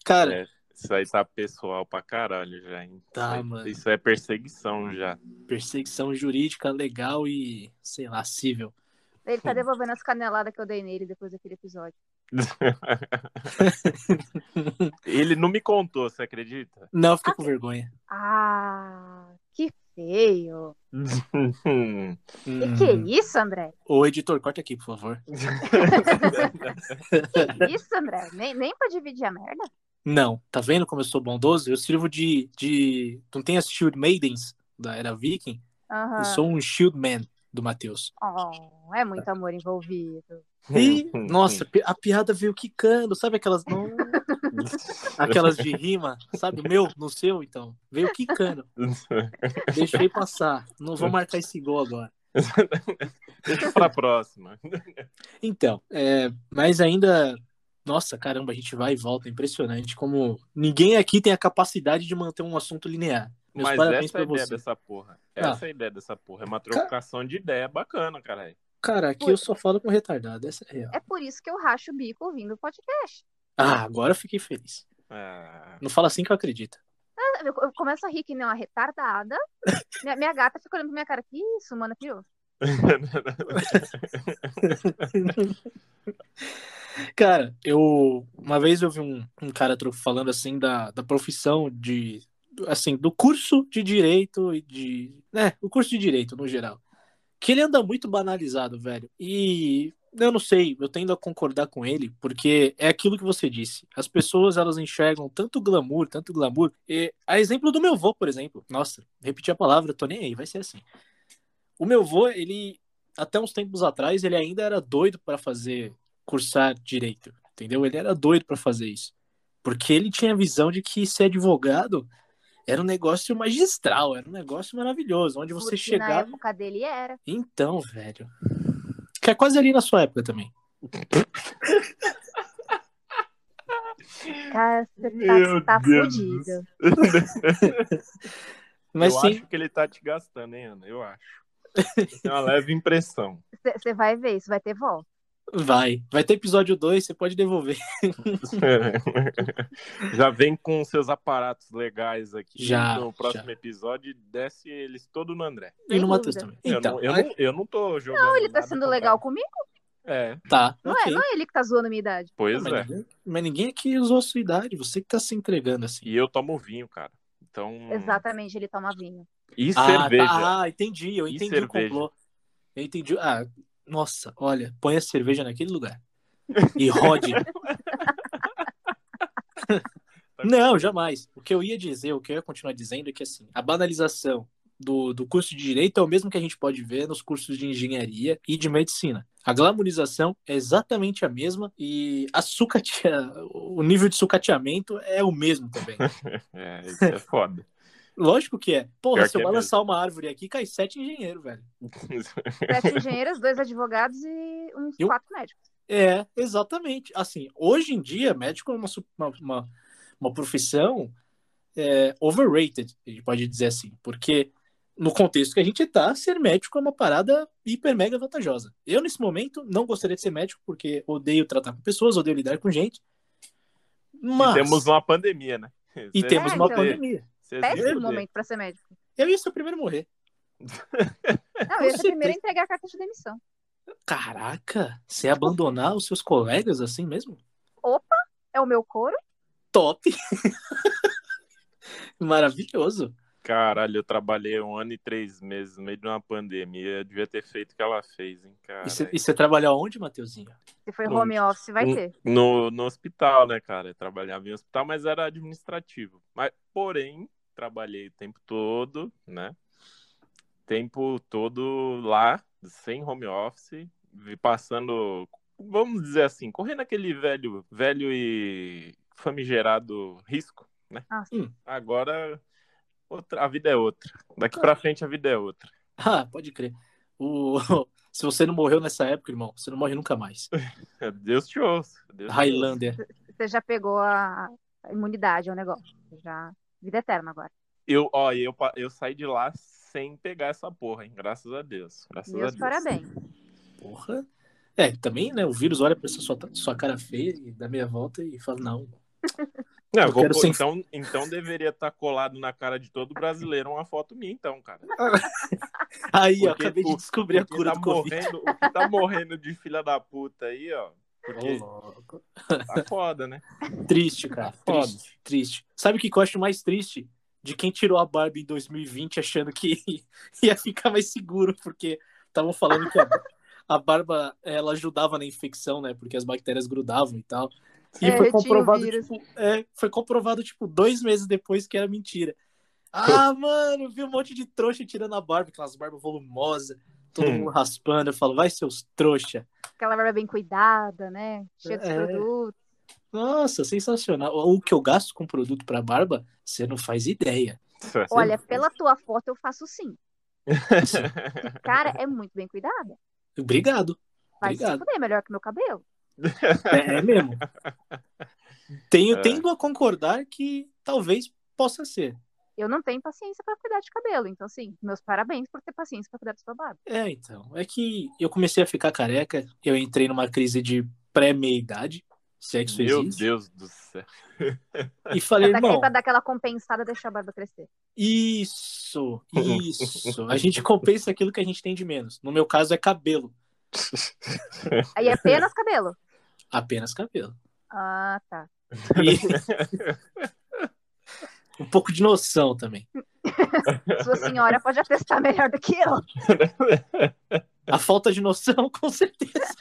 Speaker 2: Cara,
Speaker 3: É, isso aí tá pessoal pra caralho já, hein?
Speaker 2: Tá,
Speaker 3: isso, aí-
Speaker 2: mano.
Speaker 3: isso é perseguição já.
Speaker 2: perseguição jurídica legal e, sei lá, cível.
Speaker 4: ele tá devolvendo as caneladas que eu dei nele depois daquele episódio.
Speaker 3: Ele não me contou, você acredita?
Speaker 2: Não, eu fiquei com vergonha.
Speaker 4: Ah, que feio. E
Speaker 2: Hum.
Speaker 4: que isso, André?
Speaker 2: Ô, editor, corta aqui, por favor.
Speaker 4: Que isso, André? Nem, nem pra dividir a merda?
Speaker 2: Não, tá vendo como eu sou bondoso? Eu sirvo de. de... Não tem as Shield Maidens da era Viking?
Speaker 4: Aham.
Speaker 2: Eu sou um Shield Man do Matheus.
Speaker 4: Oh, é muito amor envolvido.
Speaker 3: Hum,
Speaker 2: E, nossa, pi- a piada veio quicando, sabe aquelas não. Aquelas de rima, sabe? O meu, no seu, então. Veio quicando. Deixei passar. Não vou marcar esse gol agora.
Speaker 3: Deixa pra próxima.
Speaker 2: Então, é, mas ainda. Nossa, caramba, a gente vai e volta. é Impressionante como ninguém aqui tem a capacidade de manter um assunto linear. Meus
Speaker 3: Mas
Speaker 2: parabéns
Speaker 3: essa
Speaker 2: pra
Speaker 3: é a ideia
Speaker 2: você. Ah.
Speaker 3: dessa porra. Essa é a ideia dessa porra. É uma trocação de ideia bacana, caralho.
Speaker 2: Cara, aqui eu só falo com retardado. Essa é real.
Speaker 4: É por isso que eu racho o bico ouvindo o podcast.
Speaker 2: Ah, agora eu fiquei feliz.
Speaker 3: Ah,
Speaker 2: Não fala assim que eu acredito.
Speaker 4: Eu, eu começo a rir que nem uma retardada. Minha, minha gata fica olhando pra minha cara. Que isso, mano, pior.
Speaker 2: Cara, eu. Uma vez eu vi um, um cara tro- falando assim da, da profissão de. do- Assim, do curso de direito e de. né, o curso de direito no geral. Que ele anda muito banalizado, velho. E. Eu não sei, eu tendo a concordar com ele, porque é aquilo que você disse. As pessoas, elas enxergam tanto glamour, tanto glamour. E, a exemplo do meu avô, por exemplo. Nossa, repeti a palavra, tô nem aí, vai ser assim. O meu avô, ele, até uns tempos atrás, ele ainda era doido pra fazer cursar direito, entendeu? Ele era doido pra fazer isso, porque ele tinha a visão de que ser advogado era um negócio magistral, era um negócio maravilhoso, onde você
Speaker 4: Porque na
Speaker 2: chegava.
Speaker 4: época dele era.
Speaker 2: Então, velho, que é quase ali na sua época também.
Speaker 4: Cara, você tá,
Speaker 3: Meu
Speaker 4: você tá
Speaker 3: Deus
Speaker 4: fudido.
Speaker 2: Mas
Speaker 3: eu
Speaker 2: sim,
Speaker 3: acho que ele tá te gastando, hein, Ana? Eu acho. Eu tenho uma leve impressão.
Speaker 4: Você- Você vai ver, isso vai ter volta.
Speaker 2: vai, vai ter episódio 2, você pode devolver.
Speaker 3: já vem com seus aparatos legais aqui.
Speaker 2: Já,
Speaker 3: No próximo episódio, desce eles todo no André.
Speaker 2: E no
Speaker 4: Sem
Speaker 2: Matheus
Speaker 4: dúvida.
Speaker 2: também.
Speaker 3: Eu
Speaker 2: Então,
Speaker 3: não- eu, não, eu não tô jogando.
Speaker 4: Não, ele tá
Speaker 3: nada
Speaker 4: sendo
Speaker 3: contra-
Speaker 4: legal comigo?
Speaker 3: É,
Speaker 2: tá,
Speaker 4: Não,
Speaker 2: ok.
Speaker 4: é, não é ele que tá zoando a minha idade.
Speaker 3: pois
Speaker 2: mas,
Speaker 3: é.
Speaker 2: ninguém, mas ninguém aqui usou a sua idade, você que tá se entregando assim.
Speaker 3: E eu tomo vinho, cara. Então.
Speaker 4: Exatamente, ele toma vinho.
Speaker 3: E
Speaker 2: ah,
Speaker 3: cerveja.
Speaker 2: tá. Ah, entendi. Eu
Speaker 3: E
Speaker 2: entendi o
Speaker 3: cerveja.
Speaker 2: complô. Eu entendi. Ah, nossa, olha, põe a cerveja naquele lugar. E rode.
Speaker 3: Tá
Speaker 2: Não, jamais. O que eu ia dizer, o que eu ia continuar dizendo é que assim, a banalização do, do curso de direito é o mesmo que a gente pode ver nos cursos de engenharia e de medicina. A glamorização é exatamente a mesma e a sucatea, o nível de sucateamento é o mesmo também.
Speaker 3: É, isso é foda.
Speaker 2: Lógico que é. Porra,
Speaker 3: Pior
Speaker 2: se eu
Speaker 3: que é
Speaker 2: balançar uma árvore aqui, cai sete engenheiros, velho.
Speaker 4: Sete engenheiros, dois advogados e uns
Speaker 2: E um-
Speaker 4: quatro médicos.
Speaker 2: É, exatamente. Assim, hoje em dia, médico é uma, su- uma, uma, uma profissão é, overrated, a gente pode dizer assim, porque no contexto que a gente tá, ser médico é uma parada hiper mega vantajosa. Eu, nesse momento, não gostaria de ser médico, porque odeio tratar com pessoas, odeio lidar com gente. Mas,
Speaker 3: E temos uma pandemia, né?
Speaker 2: e
Speaker 3: Você
Speaker 2: temos
Speaker 3: se
Speaker 2: uma
Speaker 4: então.
Speaker 3: fuder,
Speaker 2: pandemia.
Speaker 3: você se
Speaker 4: Péssimo
Speaker 3: fuder.
Speaker 4: momento pra ser médico.
Speaker 2: Eu ia ser o primeiro a morrer.
Speaker 4: Não,
Speaker 2: Com
Speaker 4: eu ia ser o
Speaker 2: certeza.
Speaker 4: primeiro a entregar a carta de demissão.
Speaker 2: Caraca, você ia abandonar os seus colegas assim mesmo?
Speaker 4: É o meu couro?
Speaker 2: Top! Maravilhoso.
Speaker 3: Caralho, eu trabalhei um ano e três meses no meio de uma pandemia. Eu devia ter feito o que ela fez, hein, cara.
Speaker 2: E você- E você trabalha onde, Mateuzinho?
Speaker 4: Se foi
Speaker 3: Não,
Speaker 4: home office, vai
Speaker 3: não-
Speaker 4: ter.
Speaker 3: No, no hospital, né, cara? Eu trabalhava em hospital, mas era administrativo. Mas, porém, trabalhei o tempo todo, né? Tempo todo lá, sem home office, vi- passando, vamos dizer assim, correndo aquele velho, velho e famigerado risco, né?
Speaker 4: Nossa.
Speaker 2: Hum.
Speaker 3: Agora outra, a vida é outra. Daqui pra frente a vida é outra.
Speaker 2: Ah, pode crer. O... Se você não morreu nessa época, irmão, você não morre nunca mais.
Speaker 3: Deus te ouça. Deus te ouça.
Speaker 2: Highlander.
Speaker 4: Você já pegou a a imunidade ao negócio. Você Já... Vida eterna agora.
Speaker 3: Eu, ó, eu, pa- eu saí de lá sem pegar essa porra, hein? Graças a Deus. Graças a
Speaker 4: Meus
Speaker 3: Deus.
Speaker 4: parabéns.
Speaker 2: Porra. É, também, né? O vírus olha pra essa sua, sua cara feia e dá meia volta e fala, não.
Speaker 3: Não,
Speaker 2: Eu
Speaker 3: eu vou
Speaker 2: quero
Speaker 3: pôr-
Speaker 2: sem-
Speaker 3: então, então deveria estar colado na cara de todo brasileiro uma foto minha, então, cara.
Speaker 2: Aí, ó,
Speaker 3: Porque
Speaker 2: acabei de
Speaker 3: o-
Speaker 2: descobrir a
Speaker 3: O que
Speaker 2: cura
Speaker 3: tá
Speaker 2: do Covid.
Speaker 3: morrendo, o que tá morrendo de filha da puta aí, ó.
Speaker 2: Ô,
Speaker 3: Porque
Speaker 2: louco.
Speaker 3: tá foda, né?
Speaker 2: Triste, cara.
Speaker 3: Tá Foda.
Speaker 2: Triste, triste. Sabe o que que eu acho mais triste? De quem tirou a Barbie em 2020 achando que ia ficar mais seguro, porque estavam falando que a, a barba ela ajudava na infecção, né? Porque as bactérias grudavam e tal. E
Speaker 4: É,
Speaker 2: foi
Speaker 4: eu tinha assim. o
Speaker 2: comprovado,
Speaker 4: vírus.
Speaker 2: tipo, é, foi comprovado, tipo, dois meses depois que era mentira. Ah, mano, vi um monte de trouxa tirando a barba, aquelas barbas volumosas, todo
Speaker 3: Hum.
Speaker 2: mundo raspando. Eu falo, vai, seus trouxa.
Speaker 4: Aquela barba bem cuidada, né? Cheia dos
Speaker 2: É.
Speaker 4: produtos.
Speaker 2: Nossa, sensacional. O que eu gasto com produto pra barba, você não faz ideia.
Speaker 4: Olha, pela tua foto eu faço sim. Cara, é muito bem cuidada.
Speaker 2: Obrigado.
Speaker 4: Vai
Speaker 2: Obrigado.
Speaker 4: se fuder, melhor que meu cabelo.
Speaker 2: É, é mesmo. Tenho,
Speaker 3: É.
Speaker 2: Tendo a concordar que talvez possa ser.
Speaker 4: Eu não tenho paciência pra cuidar de cabelo, então sim, meus parabéns por ter paciência pra cuidar da sua barba.
Speaker 2: É, então. É que eu comecei a ficar careca, eu entrei numa crise de pré-meia-idade, se é que isso
Speaker 3: Meu
Speaker 2: existe.
Speaker 3: Deus do céu.
Speaker 2: E falei,
Speaker 4: Pra dar,
Speaker 2: irmão,
Speaker 4: pra dar aquela compensada, deixar a barba crescer.
Speaker 2: isso, isso. A gente compensa aquilo que a gente tem de menos. No meu caso é cabelo,
Speaker 4: Aí é apenas cabelo.
Speaker 2: apenas cabelo.
Speaker 4: Ah, tá.
Speaker 2: E- um pouco de noção também.
Speaker 4: Sua senhora pode atestar melhor do que eu.
Speaker 2: A falta de noção, com certeza.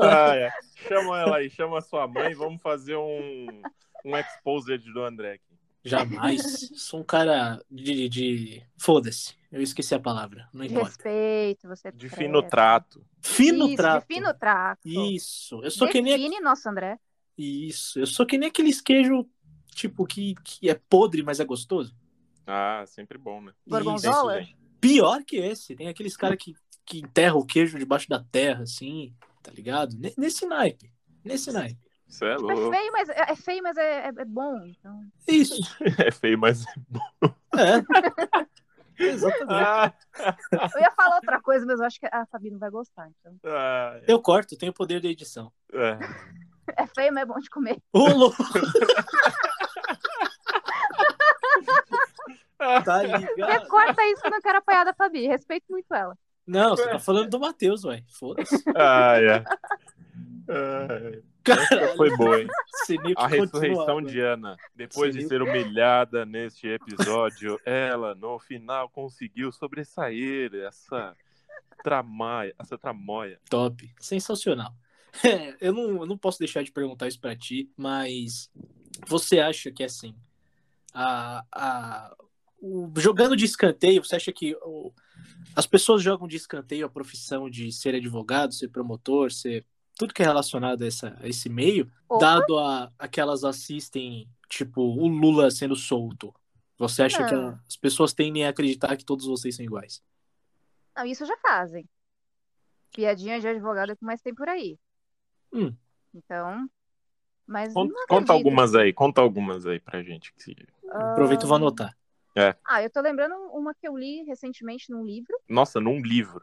Speaker 3: Ah, é. Chama ela aí, chama sua mãe, vamos fazer um, um exposed do André aqui.
Speaker 2: Jamais. Sou um cara de. de... Foda-se. Eu esqueci a palavra. Não
Speaker 4: De
Speaker 2: importa.
Speaker 4: respeito, você
Speaker 3: De
Speaker 4: presta.
Speaker 3: fino trato.
Speaker 2: Fino
Speaker 4: Isso,
Speaker 2: trato.
Speaker 4: De fino trato.
Speaker 2: Isso. Eu sou que nem
Speaker 4: Define nosso André.
Speaker 2: Isso. Eu sou que nem aquele queijo, tipo, que, que é podre, mas é gostoso.
Speaker 3: Ah, sempre bom, né?
Speaker 2: Isso.
Speaker 4: Gorgonzola?
Speaker 3: Sempre
Speaker 2: Pior que esse. Tem aqueles caras que, que enterram o queijo debaixo da terra, assim, tá ligado? Ne- Nesse naipe. Nesse naipe.
Speaker 3: bem. Isso é
Speaker 4: Tipo, é
Speaker 3: louco.
Speaker 4: feio, mas é, é feio, mas é, é- é bom. Então,
Speaker 2: Isso.
Speaker 3: É feio, mas.
Speaker 2: É. Exatamente.
Speaker 3: Ah,
Speaker 4: eu ia falar outra coisa, mas eu acho que a Fabi não vai gostar. Então.
Speaker 3: ah,
Speaker 2: Eu corto, tenho o poder da edição.
Speaker 3: é.
Speaker 4: É feio, mas é bom de comer.
Speaker 2: Ô, louco! Tá
Speaker 4: Você
Speaker 2: ligado?
Speaker 4: corta isso que eu não quero apanhar da Fabi. Respeito muito ela.
Speaker 2: Não, você tá falando do Matheus, ué. Foda-se.
Speaker 3: Ah, é. Ah, é. Essa foi boa, hein?
Speaker 2: Sinistro
Speaker 3: A ressurreição
Speaker 2: continuado.
Speaker 3: de Ana, depois de
Speaker 2: né? Sim.
Speaker 3: ser humilhada neste episódio, ela no final conseguiu sobressair essa tramaia, essa tramóia.
Speaker 2: Top. Sensacional. É, eu, não, eu não posso deixar de perguntar isso pra ti, mas você acha que assim. A, a, o- jogando de escanteio, você acha que o- as pessoas jogam de escanteio a profissão de ser advogado, ser promotor, ser. Tudo que é relacionado a, essa, a esse meio,
Speaker 4: Ou-
Speaker 2: dado a, a que elas assistem, tipo, o Lula sendo solto. Você acha que
Speaker 4: Não.
Speaker 2: a- as pessoas tendem a acreditar que todos vocês são iguais?
Speaker 4: Não, isso já fazem. Piadinha de advogado é o que mais tem por aí.
Speaker 2: Hum.
Speaker 4: Então. Mas
Speaker 3: Con-
Speaker 4: não
Speaker 3: Conta
Speaker 4: acredito.
Speaker 3: algumas aí, conta algumas aí pra gente. que-
Speaker 2: Aproveito e vou anotar.
Speaker 4: Ah, eu tô lembrando uma que eu li recentemente num livro.
Speaker 3: Nossa, num livro.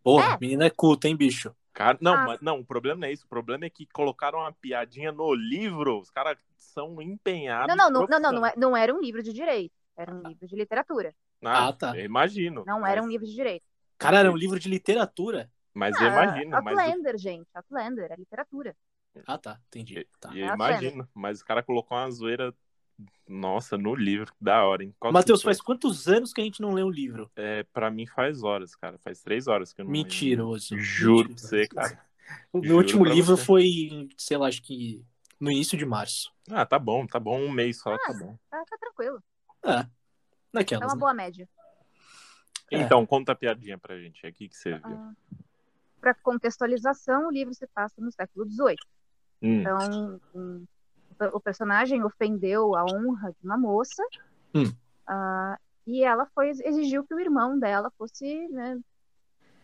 Speaker 2: Porra, menina é culta, hein, bicho?
Speaker 3: Cara, não,
Speaker 4: Ah.
Speaker 3: mas, não, o problema não é isso. O problema é que colocaram uma piadinha no livro. Os caras são empenhados.
Speaker 4: Não, não, não, não, não, não, é- não era um livro de direito. Era um livro de literatura.
Speaker 3: Ah,
Speaker 2: Ah, tá.
Speaker 3: Eu imagino.
Speaker 4: Não
Speaker 3: mas,
Speaker 4: era um livro de direito.
Speaker 2: Cara, era um livro de literatura.
Speaker 3: Mas eu
Speaker 4: Ah,
Speaker 3: imagino. mas o-
Speaker 4: Outlander, gente. Outlander, é literatura.
Speaker 2: Ah, tá, entendi. Tá.
Speaker 3: E eu
Speaker 4: Tá
Speaker 3: imagino, mas o cara colocou uma zoeira. Nossa, no livro, que da hora, hein? Qual que
Speaker 2: Matheus,
Speaker 3: foi?
Speaker 2: faz quantos anos que a gente não lê um livro?
Speaker 3: É, pra mim faz horas, cara. Faz três horas que eu não leio.
Speaker 2: Mentiroso.
Speaker 3: Juro pra
Speaker 2: Mentiroso.
Speaker 3: você, cara.
Speaker 2: O meu
Speaker 3: Juro
Speaker 2: último
Speaker 3: pra
Speaker 2: livro
Speaker 3: você.
Speaker 2: foi, em, sei lá, acho que no início de março.
Speaker 3: Ah, tá bom, tá bom. Um mês só, tá bom.
Speaker 4: Tá, tá tranquilo.
Speaker 2: Ah,
Speaker 3: Tá
Speaker 4: É
Speaker 2: naquelas.
Speaker 4: uma
Speaker 2: né?
Speaker 4: boa média.
Speaker 2: É.
Speaker 3: Então, conta a piadinha pra gente. É aqui que você viu.
Speaker 4: Ah, Para contextualização, o livro se passa no século XVIII.
Speaker 3: Hum,
Speaker 4: Então, um- o personagem ofendeu a honra de uma moça
Speaker 2: Hum.
Speaker 4: ah, e ela foi exigiu que o irmão dela fosse né,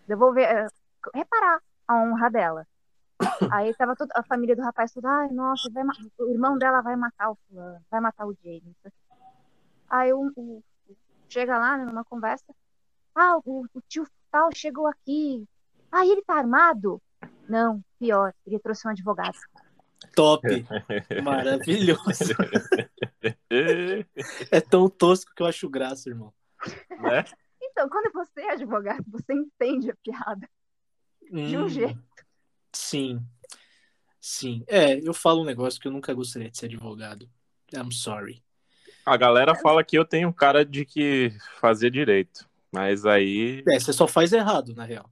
Speaker 4: devolver, eh, reparar a honra dela. Aí tava toda a família do rapaz toda, ai, nossa, vai ma- o irmão dela vai matar o fulano, vai matar o James. Aí um, um- chega lá né, numa conversa, ah, o, o tio tal chegou aqui, ah, ele tá armado? Não, pior, ele trouxe um advogado.
Speaker 2: Top. Maravilhoso.
Speaker 3: é,
Speaker 2: É tão tosco que eu acho graça, irmão.
Speaker 3: né?
Speaker 4: Então, quando você é advogado, você entende a piada. De um
Speaker 2: Hum,
Speaker 4: jeito.
Speaker 2: Sim. Sim. É, eu falo um negócio que eu nunca gostaria de ser advogado. I'm sorry.
Speaker 3: A galera fala que eu tenho cara de que fazer direito. Mas aí
Speaker 2: É, você só faz errado, na real.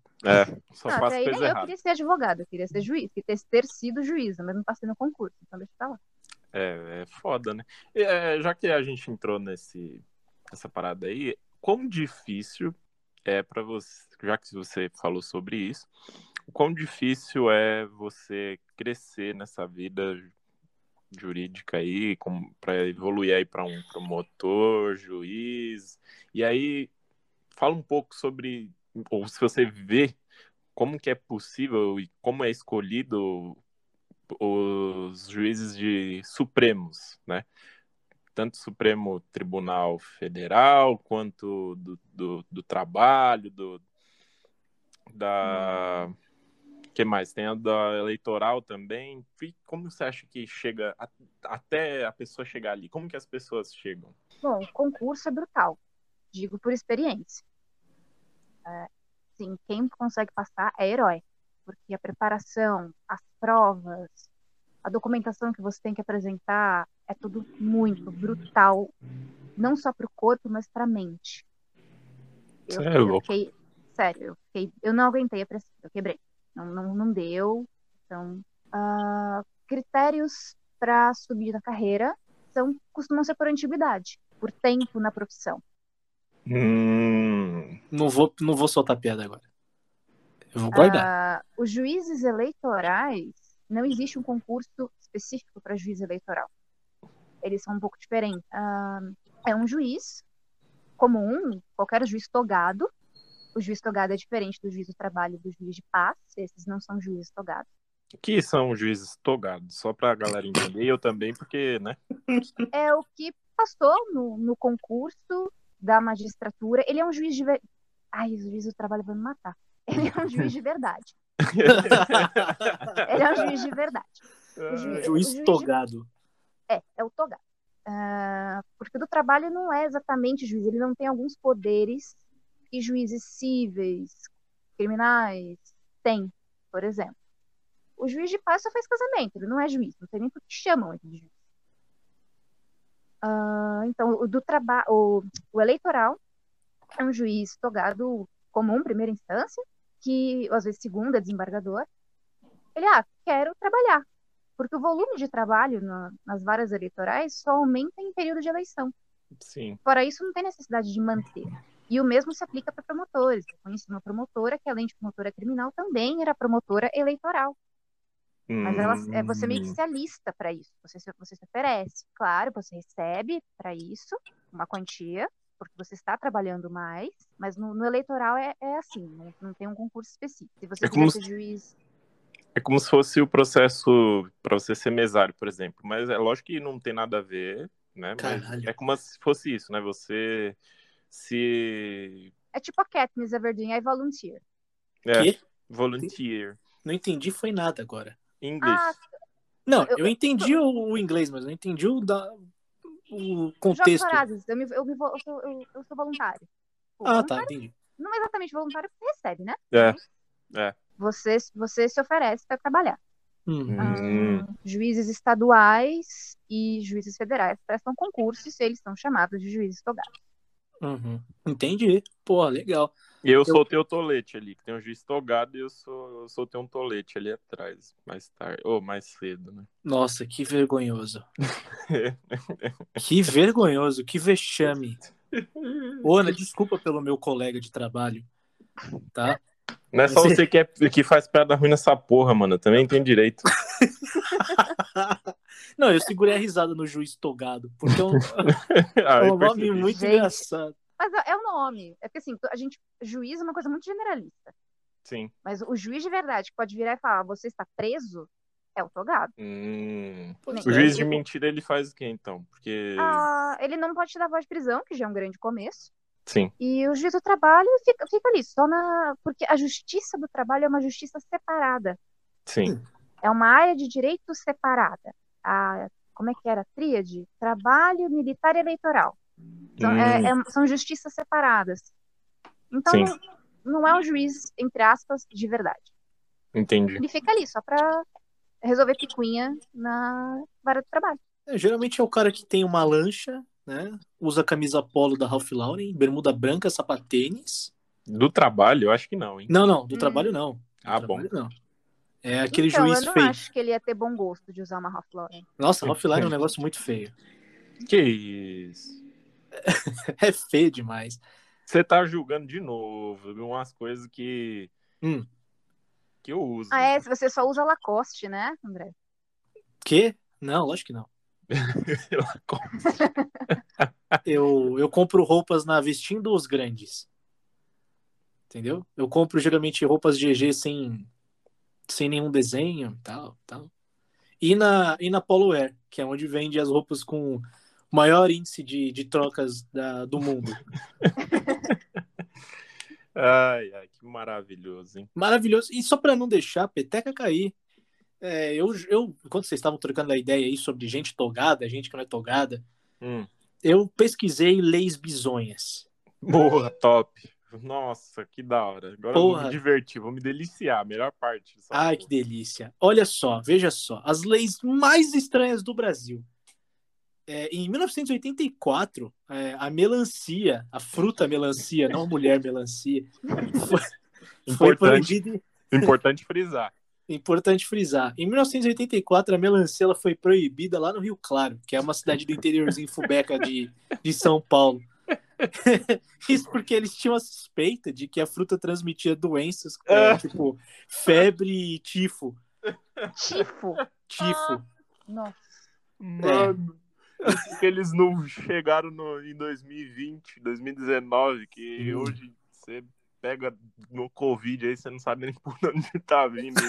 Speaker 3: só
Speaker 4: não,
Speaker 3: faço
Speaker 4: até aí nem
Speaker 3: coisa
Speaker 4: é eu
Speaker 3: errada.
Speaker 4: queria ser advogada, eu queria ser juiz, queria ter, ter sido juíza, mas não passei no concurso, então deixa pra lá.
Speaker 3: É, é foda, né? É, já que a gente entrou nesse, nessa parada aí, quão difícil é pra você, já que você falou sobre isso, quão difícil é você crescer nessa vida jurídica aí, como para evoluir aí para um promotor, juiz. E aí fala um pouco sobre ou se você vê como que é possível e como é escolhido os juízes de supremos, né? Tanto Supremo Tribunal Federal quanto do, do, do trabalho, do da que mais tem a da eleitoral também. E Como você acha que chega a- até a pessoa chegar ali? Como que as pessoas chegam?
Speaker 4: Bom, o concurso é brutal, digo por experiência. É, sim, quem consegue passar é herói, porque a preparação, as provas, a documentação que você tem que apresentar é tudo muito brutal, não só para o corpo, mas para a mente.
Speaker 3: Cê é louco.
Speaker 4: fiquei, sério, eu fiquei, eu não aguentei a pressão, eu quebrei. Não, não, não deu. Então, ah, critérios para subir na carreira são costumam ser por antiguidade, por tempo na profissão.
Speaker 3: Hum,
Speaker 2: Não vou, não vou soltar piada agora. Eu vou guardar.
Speaker 4: Ah, os juízes eleitorais, não existe um concurso específico para juiz eleitoral. Eles são um pouco diferentes. Ah, é um juiz comum, qualquer juiz togado. O juiz togado é diferente do juiz do trabalho e do juiz de paz. Esses não são juízes togados.
Speaker 3: que são juízes togados, só pra galera entender, e eu também, porque, né?
Speaker 4: É o que passou no, no concurso da magistratura. Ele é um juiz de. ver- Ai, os juízes do trabalho vão me matar. Ele é um juiz de verdade. Ele é um juiz de verdade.
Speaker 3: Ai,
Speaker 2: Um Juiz
Speaker 4: é, juiz-
Speaker 2: togado.
Speaker 4: É, é o togado. Ah, porque do trabalho não é exatamente juiz, ele não tem alguns poderes que juízes cíveis, criminais têm, por exemplo. O juiz de paz só faz casamento, ele não é juiz, não sei nem por que chamam ele de juiz. Ah, então, o, do traba o, o eleitoral é um juiz togado comum, primeira instância, que às vezes segunda, desembargador. Ele, ah, quero trabalhar, porque o volume de trabalho na- nas varas eleitorais só aumenta em período de eleição.
Speaker 3: Sim.
Speaker 4: Fora isso, não tem necessidade de manter. E o mesmo se aplica para promotores. Eu conheci uma promotora que, além de promotora criminal, também era promotora eleitoral. Mas ela, é,
Speaker 3: Hum,
Speaker 4: você meio que se alista para isso. Você se, você se oferece. Claro, você recebe para isso uma quantia, porque você está trabalhando mais, mas no, no eleitoral é, é assim, não, não tem um concurso específico. Se você
Speaker 3: É
Speaker 4: quiser
Speaker 3: como
Speaker 4: ser juiz.
Speaker 3: É como se fosse o processo para você ser mesário, por exemplo. Mas é lógico que não tem nada a ver, né? Mas
Speaker 2: Caralho.
Speaker 3: é como se fosse isso, né? Você se
Speaker 4: É tipo a Katniss Everdeen, I volunteer.
Speaker 3: é,
Speaker 2: Quê?
Speaker 3: volunteer.
Speaker 2: Não entendi foi nada agora.
Speaker 3: English.
Speaker 4: Ah,
Speaker 2: Não,
Speaker 4: Eu-
Speaker 2: eu, entendi o, o inglês, mas não entendi o, da, o
Speaker 4: Jogos
Speaker 2: contexto.
Speaker 4: Vorazes, eu, me, eu, me, vo- eu, sou, eu, eu sou voluntário. Pô,
Speaker 2: Ah,
Speaker 4: voluntário
Speaker 2: tá, entendi.
Speaker 4: não é exatamente voluntário, porque recebe, né?
Speaker 3: É. É.
Speaker 4: Você, você se oferece para trabalhar.
Speaker 2: Hum.
Speaker 3: Hum.
Speaker 4: Ah, juízes estaduais e juízes federais prestam concursos e eles são chamados de juízes togados.
Speaker 2: Uhum. Entendi. Porra, legal.
Speaker 3: E eu soltei o tolete ali, que tem um juiz togado e eu, sou, eu soltei um tolete ali atrás, mais tarde, ou mais cedo, né?
Speaker 2: Nossa, que vergonhoso. que vergonhoso, que vexame. Ô, Ana, desculpa pelo meu colega de trabalho. Tá?
Speaker 3: Não é só
Speaker 2: Você-
Speaker 3: você que, é, que faz piada ruim nessa porra, mano. eu Também tem direito.
Speaker 2: Não, eu segurei a risada no juiz togado, porque é um,
Speaker 3: Ah,
Speaker 2: é
Speaker 3: eu
Speaker 2: um nome
Speaker 3: percebi.
Speaker 2: muito
Speaker 4: Gente.
Speaker 2: engraçado.
Speaker 4: Mas é é o nome. É porque assim, a gente. Juiz é uma coisa muito generalista.
Speaker 3: Sim.
Speaker 4: Mas o juiz de verdade que pode virar e falar, você está preso, é o togado.
Speaker 3: Hum.
Speaker 4: Pois
Speaker 3: O
Speaker 4: é.
Speaker 3: juiz de
Speaker 2: tipo-
Speaker 3: mentira, ele faz o quê, então? Porque...
Speaker 4: Ah, ele não pode te dar voz de prisão, que já é um grande começo.
Speaker 3: Sim.
Speaker 4: E o juiz do trabalho fica, fica ali, só na. Porque a justiça do trabalho é uma justiça separada.
Speaker 2: Hum.
Speaker 3: Sim.
Speaker 4: É uma área de direito separada. A, como é que era? Tríade? Trabalho, militar e eleitoral. São, é-
Speaker 3: Hum.
Speaker 4: é- são justiças separadas. Então,
Speaker 3: Sim.
Speaker 4: não, não é um juiz, entre aspas, de verdade.
Speaker 3: Entendi.
Speaker 4: Ele fica ali só para resolver picuinha na vara do trabalho.
Speaker 2: É, geralmente é o cara que tem uma lancha, né? Usa camisa polo da Ralph Lauren, bermuda branca, sapatênis.
Speaker 3: Do trabalho, eu acho que não, hein?
Speaker 2: Não, não, do
Speaker 4: Hum.
Speaker 2: trabalho não. Do
Speaker 3: Ah,
Speaker 2: trabalho não. É aquele
Speaker 4: então,
Speaker 2: juiz
Speaker 4: eu não
Speaker 2: feio.
Speaker 4: acho que ele ia ter bom gosto de usar uma Ralph Lauren.
Speaker 2: Nossa, Ralph Lauren é um negócio muito feio.
Speaker 3: Que isso?
Speaker 2: É feio demais.
Speaker 3: Você tá julgando de novo, viu? Umas coisas que...
Speaker 2: Hum.
Speaker 3: Que eu uso.
Speaker 4: Ah, é? Se você só usa Lacoste, né, André?
Speaker 2: Quê? Não, lógico que não.
Speaker 3: Sei lá como.
Speaker 2: Eu, eu compro roupas na Vestindo os Grandes. Entendeu? Eu compro geralmente roupas GG sem, sem nenhum desenho e tal, tal. E na, e na Polo Air, que é onde vende as roupas com maior índice de, de trocas da- do mundo.
Speaker 3: Ai, ai, que maravilhoso, hein?
Speaker 2: Maravilhoso. E só para não deixar a peteca cair, é, eu, eu, enquanto vocês estavam trocando a ideia aí sobre gente togada, gente que não é togada,
Speaker 3: Hum.
Speaker 2: eu pesquisei leis bizonhas.
Speaker 3: Boa, top. Nossa, que da hora. Agora eu vou
Speaker 2: Porra.
Speaker 3: me divertir, vou me deliciar. Melhor parte. dessa
Speaker 2: Ai, que
Speaker 3: porra.
Speaker 2: delícia. Olha só, veja só. As leis mais estranhas do Brasil. É, em 1984, é, a melancia, a fruta melancia, não a mulher melancia, foi, foi
Speaker 3: Importante.
Speaker 2: proibida.
Speaker 3: Importante frisar.
Speaker 2: Importante frisar. Em 1984, a melancia ela foi proibida lá no Rio Claro, que é uma cidade do interiorzinho Fubeca de, de São Paulo. Isso porque eles tinham a suspeita de que a fruta transmitia doenças, é,
Speaker 3: Ah.
Speaker 2: tipo febre e tifo.
Speaker 4: Tifo.
Speaker 2: Tifo.
Speaker 4: Nossa.
Speaker 3: Né? Mano, isso que Ah, eles não chegaram no, em 2020, 2019, que
Speaker 2: Hum.
Speaker 3: hoje você pega no Covid aí, você não sabe nem por onde tá vindo.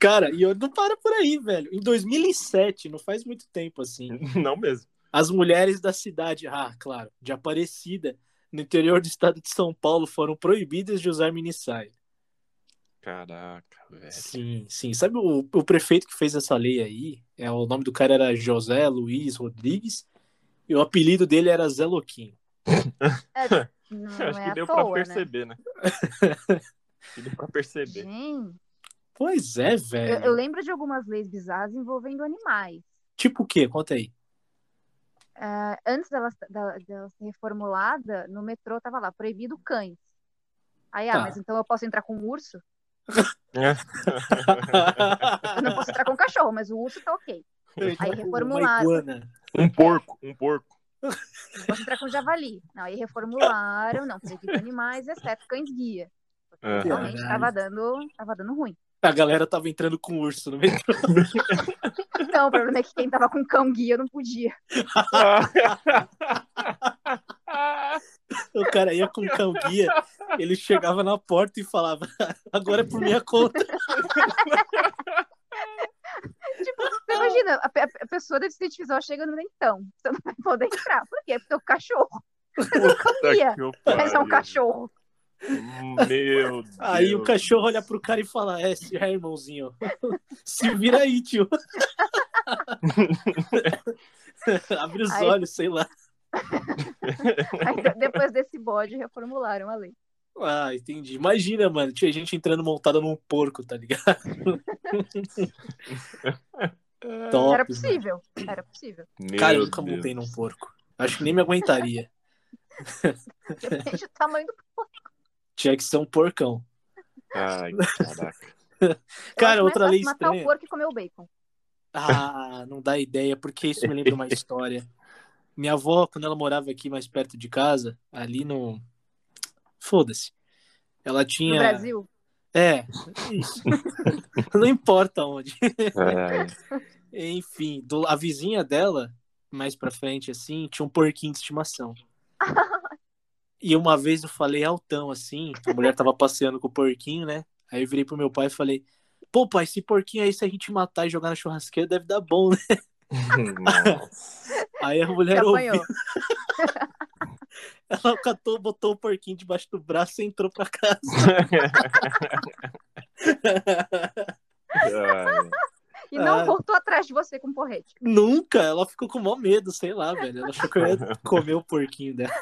Speaker 2: Cara, e eu não para por aí, velho. Em 2007, não faz muito tempo assim,
Speaker 3: não mesmo.
Speaker 2: as mulheres da cidade, ah, claro, de Aparecida, no interior do estado de São Paulo, foram proibidas de usar minissaia.
Speaker 3: Caraca,
Speaker 4: É.
Speaker 3: velho.
Speaker 2: Sim, sim. Sabe o, o prefeito que fez essa lei aí? É, o nome do cara era José Luiz Rodrigues e o apelido dele era Zé Louquinho.
Speaker 4: Não
Speaker 3: Acho
Speaker 4: é
Speaker 3: que
Speaker 4: à
Speaker 3: deu pra
Speaker 4: toa, né?
Speaker 3: perceber, né? Acho que deu pra perceber.
Speaker 4: Gente.
Speaker 2: Pois é,
Speaker 4: Eu,
Speaker 2: velho.
Speaker 4: eu lembro de algumas leis bizarras envolvendo animais.
Speaker 2: Tipo o quê? Conta aí.
Speaker 4: Ah, antes dela, dela, dela ser reformulada, no metrô tava lá, proibido cães. Aí, ah,
Speaker 2: Tá.
Speaker 4: mas então eu posso entrar com um urso? Eu não posso entrar com um cachorro, mas o urso tá ok.
Speaker 2: Tipo,
Speaker 4: Aí reformulado.
Speaker 2: Uma iguana.
Speaker 3: Um porco, um porco.
Speaker 4: Não posso entrar com um javali. Não, aí reformularam, não proibido animais, exceto cães guia.
Speaker 3: É.
Speaker 4: Realmente
Speaker 2: Caralho.
Speaker 4: tava dando, tava dando ruim.
Speaker 2: A galera tava entrando com urso no meio.
Speaker 4: Não, o problema é que quem tava com cão guia não podia.
Speaker 2: O cara ia com cão guia, ele chegava na porta e falava: agora é por minha conta.
Speaker 4: Você Tipo, imagina, a, pe- a pessoa deve se identificar chegando no então. Você não vai poder entrar. Por quê? Porque é o cachorro.
Speaker 3: Puta
Speaker 4: Ia,
Speaker 3: que eu
Speaker 4: Mas é
Speaker 3: pariu.
Speaker 4: um cachorro.
Speaker 3: Meu Deus.
Speaker 2: Aí o cachorro olha pro cara e fala: é, se- é irmãozinho, se vira aí, tio. Abre os
Speaker 4: Aí-
Speaker 2: olhos, sei lá. é
Speaker 4: Aí, de- depois desse bode, reformularam a lei.
Speaker 2: Ah, entendi. Imagina, mano, tinha gente entrando montada num porco, tá ligado? Top, né?
Speaker 4: Era
Speaker 2: mano.
Speaker 4: possível. Era possível.
Speaker 3: Meu
Speaker 2: Cara, eu nunca
Speaker 3: Deus.
Speaker 2: montei num porco. Acho que nem me aguentaria.
Speaker 4: Depende do tamanho do
Speaker 2: Tinha que ser um porcão.
Speaker 3: Ai, caraca.
Speaker 4: Eu
Speaker 2: Cara,
Speaker 4: acho mais
Speaker 2: outra
Speaker 4: fácil
Speaker 2: lei
Speaker 4: matar
Speaker 2: estranha.
Speaker 4: o porco e comer o bacon.
Speaker 2: Ah, não dá ideia, porque isso me lembra uma história. Minha avó, quando ela morava aqui mais perto de casa, ali no. Foda-se. Ela
Speaker 4: No
Speaker 2: tinha.
Speaker 4: Brasil,
Speaker 2: É, isso. não importa onde.
Speaker 3: Ai,
Speaker 2: Enfim, do- a vizinha dela, mais pra frente, assim, tinha um porquinho de estimação. E uma vez eu falei altão, assim, a mulher tava passeando com o porquinho, né? Aí eu virei pro meu pai e falei, pô, pai, esse porquinho aí, se a gente matar e jogar na churrasqueira, deve dar bom, né?
Speaker 3: nossa.
Speaker 2: Aí a
Speaker 4: que
Speaker 2: mulher ouviu,
Speaker 4: apanhou.
Speaker 2: ela catou, botou o porquinho debaixo do braço e entrou pra casa.
Speaker 3: Ai,
Speaker 4: E não
Speaker 2: Ah.
Speaker 4: voltou atrás de você com porrete.
Speaker 2: Nunca, ela ficou com maior medo, sei lá, velho. Ela achou que eu ia comer o porquinho dela.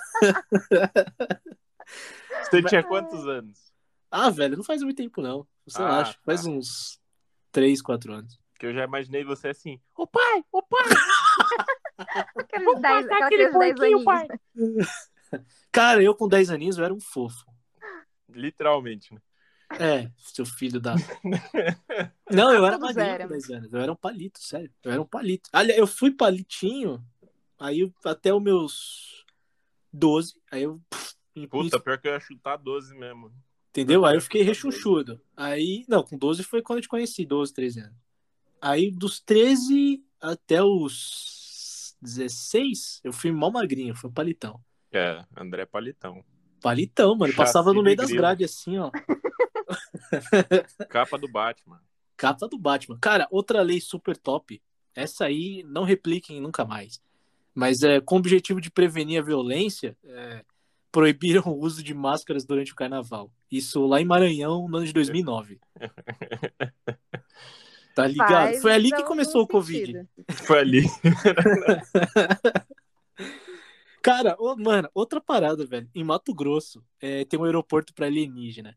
Speaker 3: Você tinha quantos anos?
Speaker 2: Ah, velho, não faz muito tempo, não. Você
Speaker 3: Ah,
Speaker 2: acha? Faz
Speaker 3: tá.
Speaker 2: uns 3, 4 anos.
Speaker 3: Que eu já imaginei você assim, ô pai, ô pai,
Speaker 4: Aqueles dez, aquela criança de 10 aninhos. né?
Speaker 2: Cara, eu com 10 aninhos eu era um fofo.
Speaker 3: literalmente, né?
Speaker 2: É, seu filho da. Não, eu era
Speaker 4: Todos
Speaker 2: magrinho com
Speaker 4: eram.
Speaker 2: 10 anos. Eu era um palito, sério. Eu era um palito. Aliás, eu fui palitinho, aí eu- até os meus 12, aí eu. pff, me-
Speaker 3: Puta, pior que eu ia chutar 12 mesmo.
Speaker 2: Entendeu? Aí eu fiquei rechonchudo. Aí, não, com 12 foi quando eu te conheci, 12, 13 anos. Aí dos 13 até os 16, eu fui mal magrinho, foi um palitão.
Speaker 3: É, André Palitão.
Speaker 2: Palitão, mano.
Speaker 3: Chassi
Speaker 2: Passava no
Speaker 3: de
Speaker 2: meio das
Speaker 3: grilo.
Speaker 2: grades assim, ó.
Speaker 3: Capa do Batman.
Speaker 2: Capa do Batman. Cara, outra lei super top. Essa aí não repliquem nunca mais. Mas é, com o objetivo de prevenir a violência, é, proibiram o uso de máscaras durante o carnaval. Isso lá em Maranhão, no ano de 2009. Tá ligado?
Speaker 4: Faz
Speaker 2: Foi ali que
Speaker 4: algum
Speaker 2: começou o Covid.
Speaker 4: sentido.
Speaker 3: Foi ali.
Speaker 2: Cara, ô, mano, outra parada, velho. Em Mato Grosso, é, tem um aeroporto pra alienígena.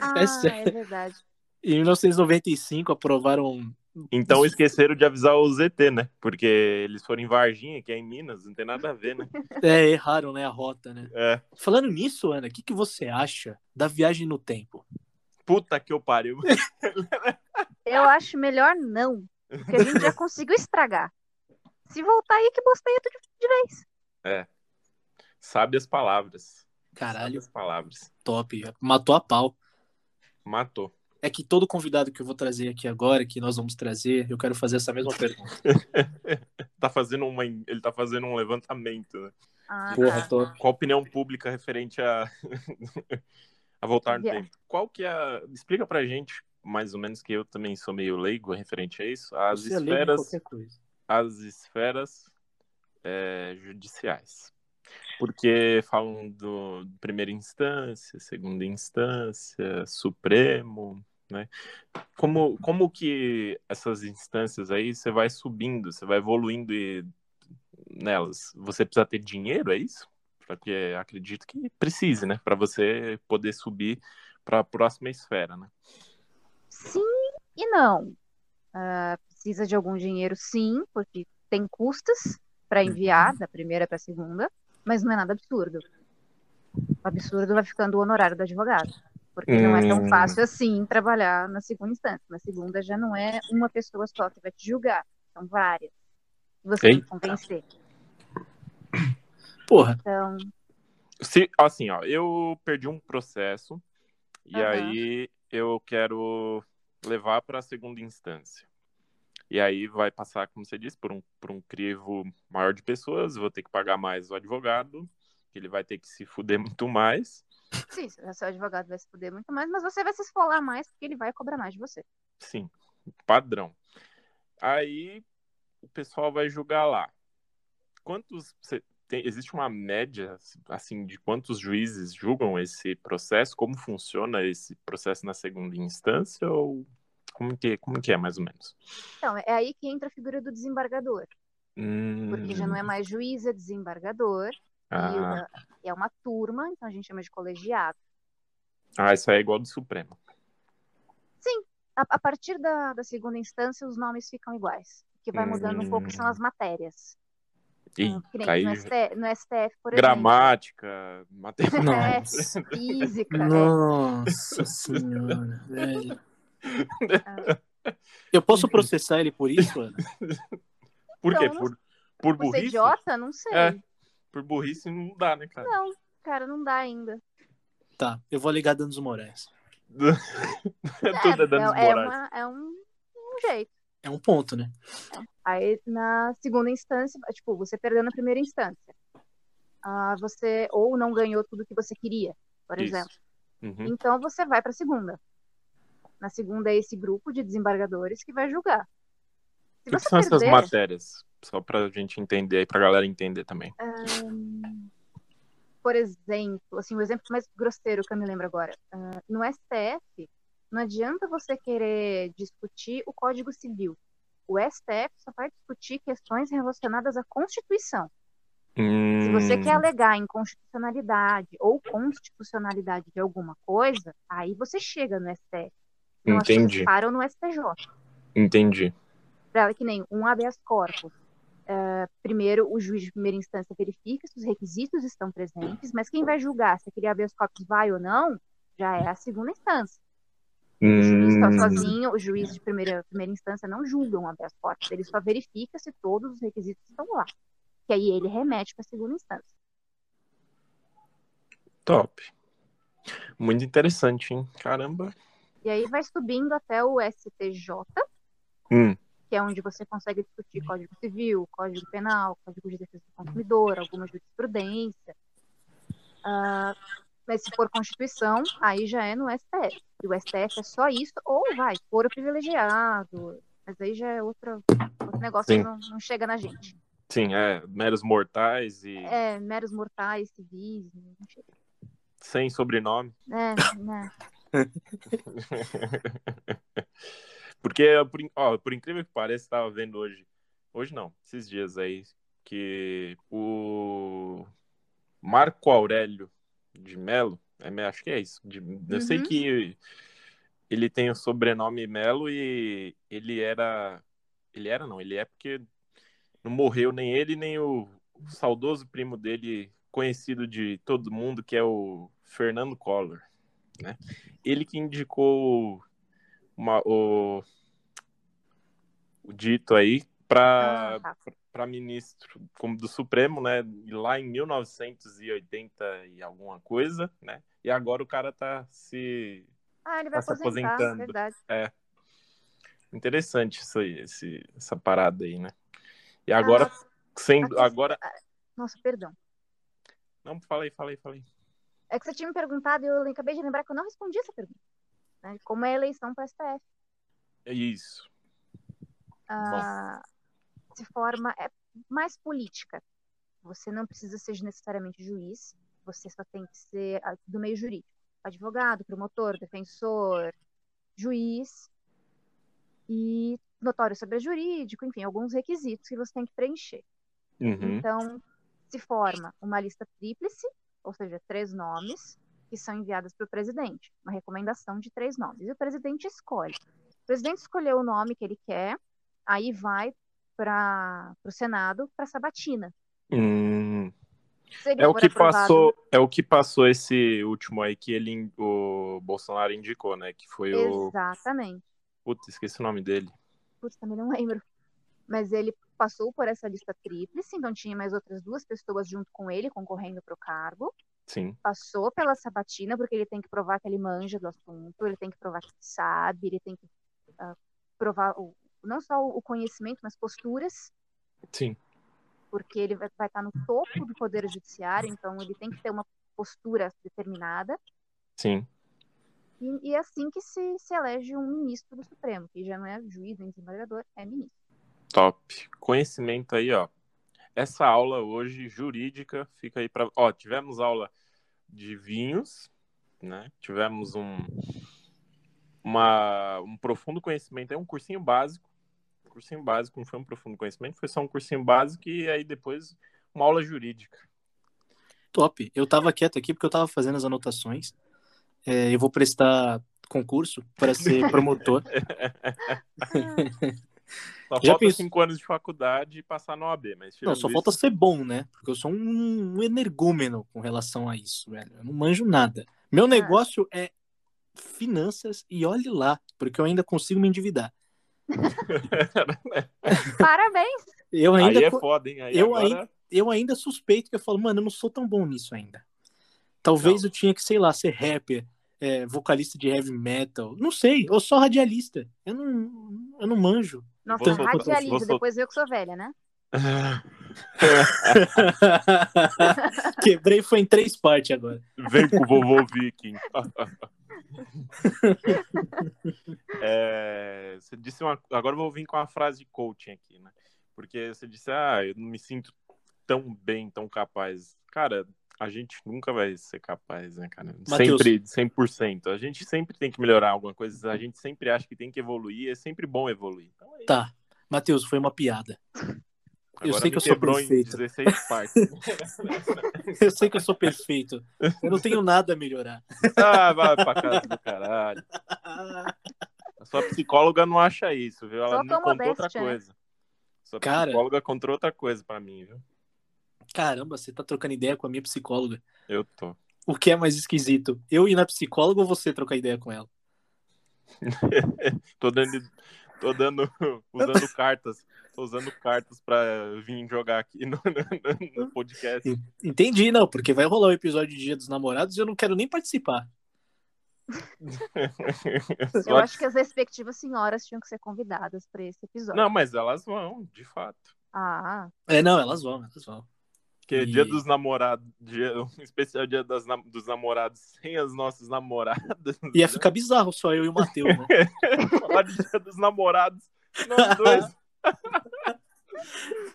Speaker 4: Ah,
Speaker 2: É sério.
Speaker 4: é verdade.
Speaker 2: Em 1995, aprovaram.
Speaker 3: Então esqueceram de avisar o ZT, né? Porque eles foram em Varginha, que é em Minas, não tem nada a ver, né?
Speaker 2: É, erraram, né? A rota, né?
Speaker 3: É.
Speaker 2: Falando nisso, Ana, o que, que você acha da viagem no tempo?
Speaker 3: Puta que eu pariu.
Speaker 4: Eu acho melhor não, porque a gente já conseguiu estragar. Se voltar aí, que bosteia tudo de vez.
Speaker 3: Sabe as palavras. Sabe
Speaker 2: Caralho,
Speaker 3: as palavras.
Speaker 2: top. Matou a pau.
Speaker 3: Matou.
Speaker 2: É que todo convidado que eu vou trazer aqui agora, que nós vamos trazer, eu quero fazer essa mesma pergunta.
Speaker 3: Tá fazendo uma, ele tá fazendo um levantamento, né?
Speaker 4: Ah,
Speaker 2: Porra,
Speaker 4: tá.
Speaker 2: tô...
Speaker 3: Qual a opinião pública referente a, a voltar no
Speaker 4: Yeah.
Speaker 3: tempo? Qual que é a... Explica pra gente, mais ou menos, que eu também sou meio leigo referente a isso. As
Speaker 2: você é leigo em
Speaker 3: esferas...
Speaker 2: qualquer coisa.
Speaker 3: as esferas é, judiciais. Porque falam do de primeira instância, segunda instância, Supremo, né? Como, como que essas instâncias aí você vai subindo, você vai evoluindo e, nelas? Você precisa ter dinheiro, é isso? Porque acredito que precise, né? Para você poder subir para a próxima esfera, né?
Speaker 4: não. Ah, precisa de algum dinheiro, sim, porque tem custas para enviar
Speaker 3: Uhum.
Speaker 4: da primeira para a segunda, mas não é nada absurdo. O absurdo vai ficando o honorário do advogado, porque não é tão
Speaker 3: Hum.
Speaker 4: fácil assim trabalhar na segunda instância. Na segunda já não é uma pessoa só que vai te julgar, são várias. E Você tem que
Speaker 3: Eita.
Speaker 4: convencer.
Speaker 2: Porra,
Speaker 4: Então,
Speaker 3: Se, assim, ó, eu perdi um processo e
Speaker 4: Aham.
Speaker 3: aí eu quero levar para a segunda instância. E aí vai passar, como você disse, por um, por um crivo maior de pessoas, vou ter que pagar mais o advogado, que ele vai ter que se fuder muito mais.
Speaker 4: sim, seu advogado vai se fuder muito mais, mas você vai se esfolar mais porque ele vai cobrar mais de você.
Speaker 3: Sim, padrão. Aí o pessoal vai julgar lá. Quantos. cê- tem- existe uma média, assim, de quantos juízes julgam esse processo? Como funciona esse processo na segunda instância? Ou como que, como que é, mais ou menos?
Speaker 4: Então, é aí que entra a figura do desembargador,
Speaker 3: Hum,
Speaker 4: porque já não é mais juiz, é desembargador, e
Speaker 3: ah,
Speaker 4: uma- é uma turma, então a gente chama de colegiado.
Speaker 3: ah, isso aí é igual do Supremo.
Speaker 4: a, a partir da, da segunda instância, os nomes ficam iguais. O que vai mudando um pouco são as matérias.
Speaker 3: Hum. Ih,
Speaker 4: Então, que nem
Speaker 3: aí,
Speaker 4: no, ST no STF, por
Speaker 3: gramática, matemática.
Speaker 2: nossa.
Speaker 4: exemplo. Física. é.
Speaker 2: Nossa senhora, velho. Eu posso processar ele por isso, Ana?
Speaker 3: Por quê?
Speaker 4: Então, não-
Speaker 3: Por, por
Speaker 4: Por ser
Speaker 3: burrice?
Speaker 4: idiota? Não sei.
Speaker 3: É. Por burrice não dá, né, cara?
Speaker 4: Não, cara, não dá ainda.
Speaker 2: Tá, eu vou ligar Danos Moraes.
Speaker 3: Tudo é danos
Speaker 4: é, é,
Speaker 3: morais.
Speaker 4: uma- é um, um jeito.
Speaker 2: É um ponto, né?
Speaker 4: Aí, na segunda instância, tipo, você perdeu na primeira instância. Ah, você ou não ganhou tudo que você queria, por
Speaker 3: Isso.
Speaker 4: exemplo.
Speaker 3: Uhum.
Speaker 4: Então, você vai para a segunda. Na segunda é esse grupo de desembargadores que vai julgar. Se
Speaker 3: O que
Speaker 4: você
Speaker 3: são essas
Speaker 4: perder-
Speaker 3: matérias? Só pra gente entender aí, pra galera entender também.
Speaker 4: É. por exemplo, assim, o exemplo mais grosseiro que eu me lembro agora, ah, no STF, não adianta você querer discutir o Código Civil. O STF só vai discutir questões relacionadas à Constituição. Se
Speaker 3: Hum,
Speaker 4: você quer alegar inconstitucionalidade ou constitucionalidade de alguma coisa, aí você chega no STF. Então, as
Speaker 3: Entendi.
Speaker 4: coisas param no STJ.
Speaker 3: Entendi.
Speaker 4: pra, que nem um habeas corpus. É, primeiro, o juiz de primeira instância verifica se os requisitos estão presentes, mas quem vai julgar se aquele habeas corpus vai ou não já é a segunda instância. O juiz só
Speaker 3: Hum,
Speaker 4: sozinho, o juiz de primeira, primeira instância não julga um habeas corpus, ele só verifica se todos os requisitos estão lá. Que aí ele remete para a segunda instância.
Speaker 3: Top. Muito interessante, hein? Caramba.
Speaker 4: E aí vai subindo até o STJ,
Speaker 3: Hum,
Speaker 4: que é onde você consegue discutir Código Civil, Código Penal, Código de Defesa do Consumidor, alguma jurisprudência. Ah, mas se for Constituição, aí já é no STF. E o STF é só isso, ou vai, foro privilegiado. Mas aí já é outro, outro negócio
Speaker 3: Sim.
Speaker 4: que não, não chega na gente.
Speaker 3: sim, é. Meros mortais e
Speaker 4: É, meros mortais, civis, né, não chega.
Speaker 3: sem sobrenome.
Speaker 4: É, né?
Speaker 3: Porque, por, in- ó, por incrível que pareça, tava vendo hoje. Hoje não, esses dias aí. Que o Marco Aurélio de Melo, é, me- acho que é isso. de- eu sei
Speaker 4: Uhum.
Speaker 3: que ele tem o sobrenome Melo e ele era. Ele era, não, ele é porque não morreu nem ele, nem o saudoso primo dele, conhecido de todo mundo, que é o Fernando Collor. Né? Ele que indicou uma- o, o dito aí para
Speaker 4: Ah, tá.
Speaker 3: para ministro como do Supremo, né? e Lá em 1980 e alguma coisa, né? E agora o cara tá se
Speaker 4: Ah, ele vai
Speaker 3: Tá se
Speaker 4: aposentar,
Speaker 3: aposentando.
Speaker 4: verdade.
Speaker 3: interessante isso aí, esse, essa parada aí, né? E agora sem
Speaker 4: Ah. aqui-
Speaker 3: agora
Speaker 4: Nossa, perdão.
Speaker 3: não falei, falei, falei.
Speaker 4: É que você tinha me perguntado e eu acabei de lembrar que eu não respondi essa pergunta. né? Como é a eleição para STF?
Speaker 3: É isso.
Speaker 4: ah, se forma é mais política. Você não precisa ser necessariamente juiz, você só tem que ser ah, do meio jurídico. Advogado, promotor, defensor, juiz e notório sobre jurídico, enfim, alguns requisitos que você tem que preencher.
Speaker 3: Uhum.
Speaker 4: Então, se forma uma lista tríplice, ou seja, três nomes, que são enviadas para o presidente, uma recomendação de três nomes. E o presidente escolhe O presidente escolheu o nome que ele quer, aí vai para o Senado para sabatina.
Speaker 3: Hum.
Speaker 4: Se ele
Speaker 3: É o
Speaker 4: for
Speaker 3: que
Speaker 4: aprovado-
Speaker 3: passou, é o que passou esse último aí que ele, o Bolsonaro indicou, né? Que foi o,
Speaker 4: Exatamente.
Speaker 3: Puta, esqueci o nome dele.
Speaker 4: Putz, também não lembro. Mas ele passou por essa lista tríplice, então tinha mais outras duas pessoas junto com ele concorrendo para o cargo.
Speaker 3: Sim.
Speaker 4: Passou pela sabatina, porque ele tem que provar que ele manja do assunto, ele tem que provar que sabe, ele tem que ah, provar o- não só o conhecimento, mas posturas
Speaker 3: Sim.
Speaker 4: porque ele vai, vai estar no topo do poder judiciário, então ele tem que ter uma postura determinada.
Speaker 3: Sim.
Speaker 4: E, e é assim que se, se elege um ministro do Supremo, que já não é juiz nem desembargador, é ministro.
Speaker 3: Top. Conhecimento aí, ó. Essa aula hoje jurídica fica aí para, ó, tivemos aula de vinhos, né? Tivemos um uma um profundo conhecimento, é um cursinho básico. Cursinho básico, não foi um profundo conhecimento, foi só um cursinho básico e aí depois uma aula jurídica.
Speaker 2: Top. Eu tava quieto aqui porque eu tava fazendo as anotações. É, eu vou prestar concurso para ser promotor.
Speaker 3: Só
Speaker 2: Já
Speaker 3: falta
Speaker 2: penso-
Speaker 3: cinco anos de faculdade e passar na OAB, mas
Speaker 2: Não,
Speaker 3: tirando
Speaker 2: só
Speaker 3: isso-
Speaker 2: falta ser bom, né? Porque eu sou um, um energúmeno com relação a isso, velho. Eu não manjo nada. Meu negócio é finanças e olhe lá, porque eu ainda consigo me endividar.
Speaker 4: Parabéns!
Speaker 2: Eu ainda,
Speaker 3: Aí é
Speaker 2: co-
Speaker 3: foda, hein? Aí
Speaker 2: eu
Speaker 3: agora...
Speaker 2: eu ainda suspeito que eu falo, mano, eu não sou tão bom nisso ainda. Talvez eu tinha que, sei lá, ser rapper, é, vocalista de heavy metal, não sei, ou só radialista. Eu não, eu não manjo.
Speaker 4: Nossa,
Speaker 3: vou
Speaker 2: soltar-
Speaker 3: vou
Speaker 4: radialista,
Speaker 3: soltar-
Speaker 4: depois eu que sou velha, né?
Speaker 2: Quebrei foi em três partes agora.
Speaker 3: Vem com o vovô viking. É, você disse uma... Agora eu vou vir com uma frase de coaching aqui, né? Porque você disse, ah, eu não me sinto tão bem, tão capaz. Cara, a gente nunca vai ser capaz, né, cara?
Speaker 2: Matheus.
Speaker 3: Sempre, 100%. A gente sempre tem que melhorar alguma coisa. A gente sempre acha que tem que evoluir. É sempre bom evoluir. Então, é isso.
Speaker 2: Tá, Matheus, foi uma piada. eu
Speaker 3: Agora
Speaker 2: sei
Speaker 3: me
Speaker 2: que eu sou
Speaker 3: quebrou em
Speaker 2: perfeito.
Speaker 3: 16 partes.
Speaker 2: Eu sei que eu sou perfeito. Eu não tenho nada a melhorar.
Speaker 3: ah, vai pra casa do caralho. A sua psicóloga não acha isso, viu? Ela
Speaker 4: Só
Speaker 3: me
Speaker 4: tão
Speaker 3: contou outra
Speaker 4: modéstia, né?
Speaker 3: coisa. Sua
Speaker 2: Cara.
Speaker 3: psicóloga contou outra coisa pra mim, viu?
Speaker 2: Caramba, você tá trocando ideia com a minha psicóloga.
Speaker 3: Eu tô.
Speaker 2: O que é mais esquisito? Eu ir na psicóloga ou você trocar ideia com ela?
Speaker 3: Tô dando. Tô dando. Usando cartas. Tô usando cartas pra vir jogar aqui no, no- no podcast.
Speaker 2: Entendi, não, porque vai rolar o episódio de Dia dos Namorados e eu não quero nem participar.
Speaker 4: Eu
Speaker 3: Só-
Speaker 4: acho que as respectivas senhoras tinham que ser convidadas para esse episódio.
Speaker 3: Não, mas elas vão, de fato.
Speaker 4: Ah,
Speaker 2: É, não, elas vão, elas vão.
Speaker 3: Porque é
Speaker 2: E-
Speaker 3: dia dos namorados, dia, um especial dia das nam- dos namorados sem as nossas namoradas.
Speaker 2: Ia ficar bizarro só eu e o Matheus, né?
Speaker 3: Falar de dia dos namorados, nós dois.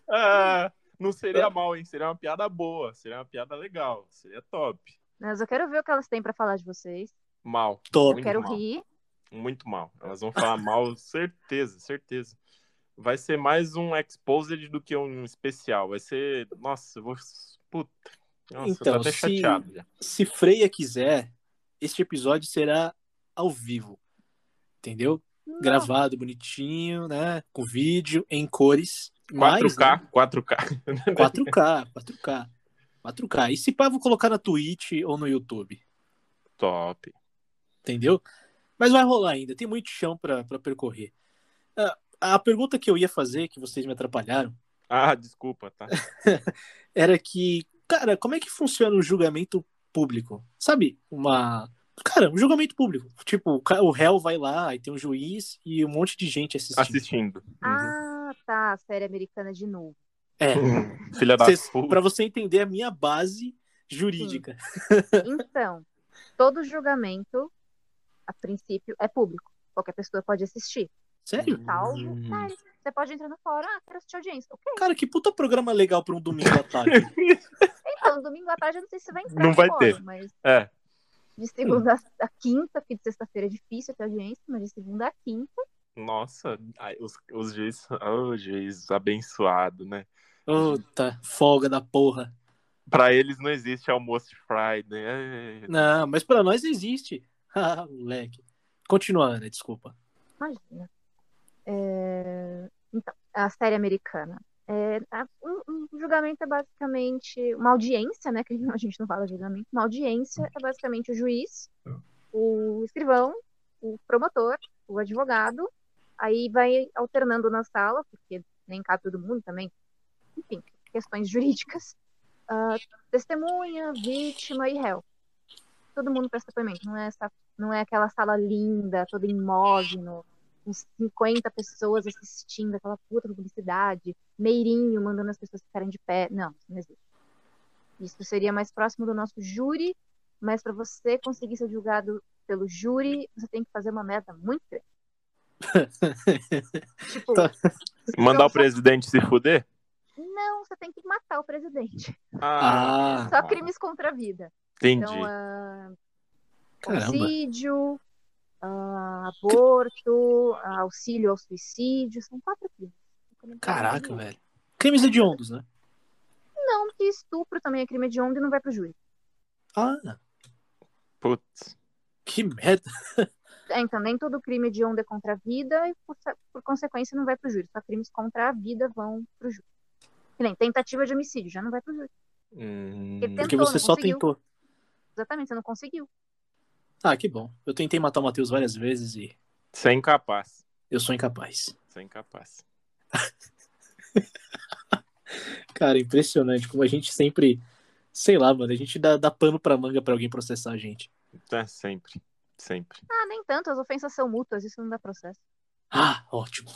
Speaker 3: Ah, não seria mal, hein? Seria uma piada boa, seria uma piada legal, seria top.
Speaker 4: mas eu quero ver o que elas têm para falar de vocês.
Speaker 3: Mal.
Speaker 2: Top.
Speaker 4: Eu
Speaker 3: Muito
Speaker 4: quero
Speaker 3: mal.
Speaker 4: rir.
Speaker 3: Muito mal. Elas vão falar mal, certeza, certeza. Vai ser mais um exposed do que um especial. Vai ser. Nossa, eu vou. Puta. Nossa, eu
Speaker 2: Então,
Speaker 3: tô até
Speaker 2: se-
Speaker 3: chateado já.
Speaker 2: Se Freia quiser, este episódio será ao vivo. Entendeu? Gravado, bonitinho, né? Com vídeo, em cores. mas,
Speaker 3: 4K,
Speaker 2: né,
Speaker 3: 4K.
Speaker 2: 4K, 4K. 4K. E se pá, eu vou colocar na Twitch ou no YouTube.
Speaker 3: Top.
Speaker 2: entendeu? Mas vai rolar ainda, tem muito chão pra pra percorrer. Ah, A pergunta que eu ia fazer, que vocês me atrapalharam,
Speaker 3: Ah, desculpa, tá?
Speaker 2: era que, cara, como é que funciona o julgamento público? Sabe, uma. Cara, um julgamento público. Tipo, o ca- o réu vai lá e tem um juiz e um monte de gente assistindo.
Speaker 3: Assistindo.
Speaker 4: Ah, tá, série americana de novo.
Speaker 2: É.
Speaker 3: Filha da
Speaker 2: Vocês-
Speaker 3: puta.
Speaker 2: Pra você entender a minha base jurídica.
Speaker 4: Então, todo julgamento, a princípio, é público. Qualquer pessoa pode assistir.
Speaker 2: Sério?
Speaker 4: Salvo.
Speaker 3: Hum.
Speaker 4: Sério. Você pode entrar no fórum, ah, quero assistir audiência. Ok,
Speaker 2: Cara, que puta programa legal pra um domingo à tarde.
Speaker 4: então, domingo à tarde eu não sei se vai entrar
Speaker 3: Não
Speaker 4: no
Speaker 3: vai
Speaker 4: fórum,
Speaker 3: ter.
Speaker 4: mas
Speaker 3: É.
Speaker 4: de segunda a quinta, porque de sexta-feira é difícil ter audiência, mas de segunda a quinta,
Speaker 3: Nossa, ai, os, os juízes, oh, juiz abençoado, né?
Speaker 2: Puta, folga da porra.
Speaker 3: Pra eles não existe almoço de Friday. é.
Speaker 2: Não, mas pra nós existe. Ah, moleque. Continua, Ana, desculpa.
Speaker 4: imagina. É, então, a série americana. É, a- um, um julgamento é basicamente uma audiência, né? Que a gente não fala julgamento. Uma audiência é basicamente o juiz, o escrivão, o promotor, o advogado. Aí vai alternando na sala, porque nem cabe todo mundo também. Enfim, questões jurídicas. Ah, testemunha, vítima e réu. Todo mundo presta depoimento. Não é, essa, não é aquela sala linda, toda imóvel, uns 50 pessoas assistindo aquela puta publicidade, Meirinho mandando as pessoas ficarem de pé. Não, isso não existe. Isso seria mais próximo do nosso júri, mas para você conseguir ser julgado pelo júri, você tem que fazer uma meta muito grande. tipo,
Speaker 2: Tá.
Speaker 3: Mandar
Speaker 4: então,
Speaker 3: o presidente se fuder?
Speaker 4: Não, você tem que matar o presidente.
Speaker 2: Ah,
Speaker 4: Só crimes contra a vida.
Speaker 3: Entendi.
Speaker 4: Então, ah,
Speaker 2: caramba.
Speaker 4: homicídio, ah, aborto, ah, auxílio ao suicídio, são quatro crimes.
Speaker 2: Caraca, velho. Crimes hediondos, né?
Speaker 4: Não, que estupro também é crime hediondo e não vai pro júri.
Speaker 2: Ah,
Speaker 3: Putz.
Speaker 2: que merda.
Speaker 4: É, então, nem todo crime hediondo é contra a vida e, por, por consequência, não vai pro júri. Só crimes contra a vida vão pro júri. Que nem tentativa de homicídio, já não vai pro júri.
Speaker 3: Hum,
Speaker 4: Ele tem-
Speaker 2: Porque
Speaker 4: Tentou,
Speaker 2: você
Speaker 4: não
Speaker 2: só
Speaker 4: conseguiu.
Speaker 2: tentou.
Speaker 4: Exatamente, você não conseguiu.
Speaker 2: Ah, que bom. Eu tentei matar o Matheus várias vezes e
Speaker 3: Você é incapaz.
Speaker 2: eu sou incapaz.
Speaker 3: Você é incapaz.
Speaker 2: Cara, impressionante como a gente sempre. Sei lá, mano. A gente dá, dá pano pra manga pra alguém processar a gente.
Speaker 3: É, sempre. Sempre.
Speaker 4: Ah, nem tanto, as ofensas são mútuas, isso não dá processo.
Speaker 2: Ah, ótimo.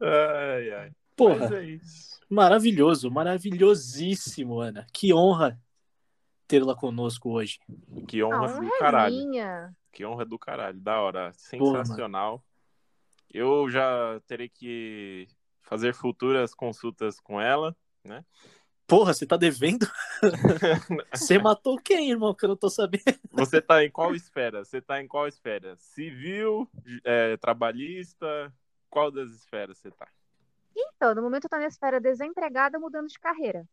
Speaker 3: ai, ai. Mas
Speaker 2: Porra,
Speaker 3: é isso.
Speaker 2: maravilhoso, maravilhosíssimo, Ana. Que honra tê-la conosco hoje.
Speaker 3: Que
Speaker 4: Ah,
Speaker 3: honra do
Speaker 4: honra é
Speaker 3: caralho.
Speaker 4: minha.
Speaker 3: Que honra do caralho. Da hora.
Speaker 2: mano.
Speaker 3: Sensacional. Eu já terei que fazer futuras consultas com ela.
Speaker 2: Porra, você tá devendo? você matou quem, irmão? Que eu não tô sabendo.
Speaker 3: Você tá em qual esfera? Você tá em qual esfera? Civil, é, trabalhista? Qual das esferas você tá?
Speaker 4: Então, no momento eu tô na esfera desempregada, mudando de carreira.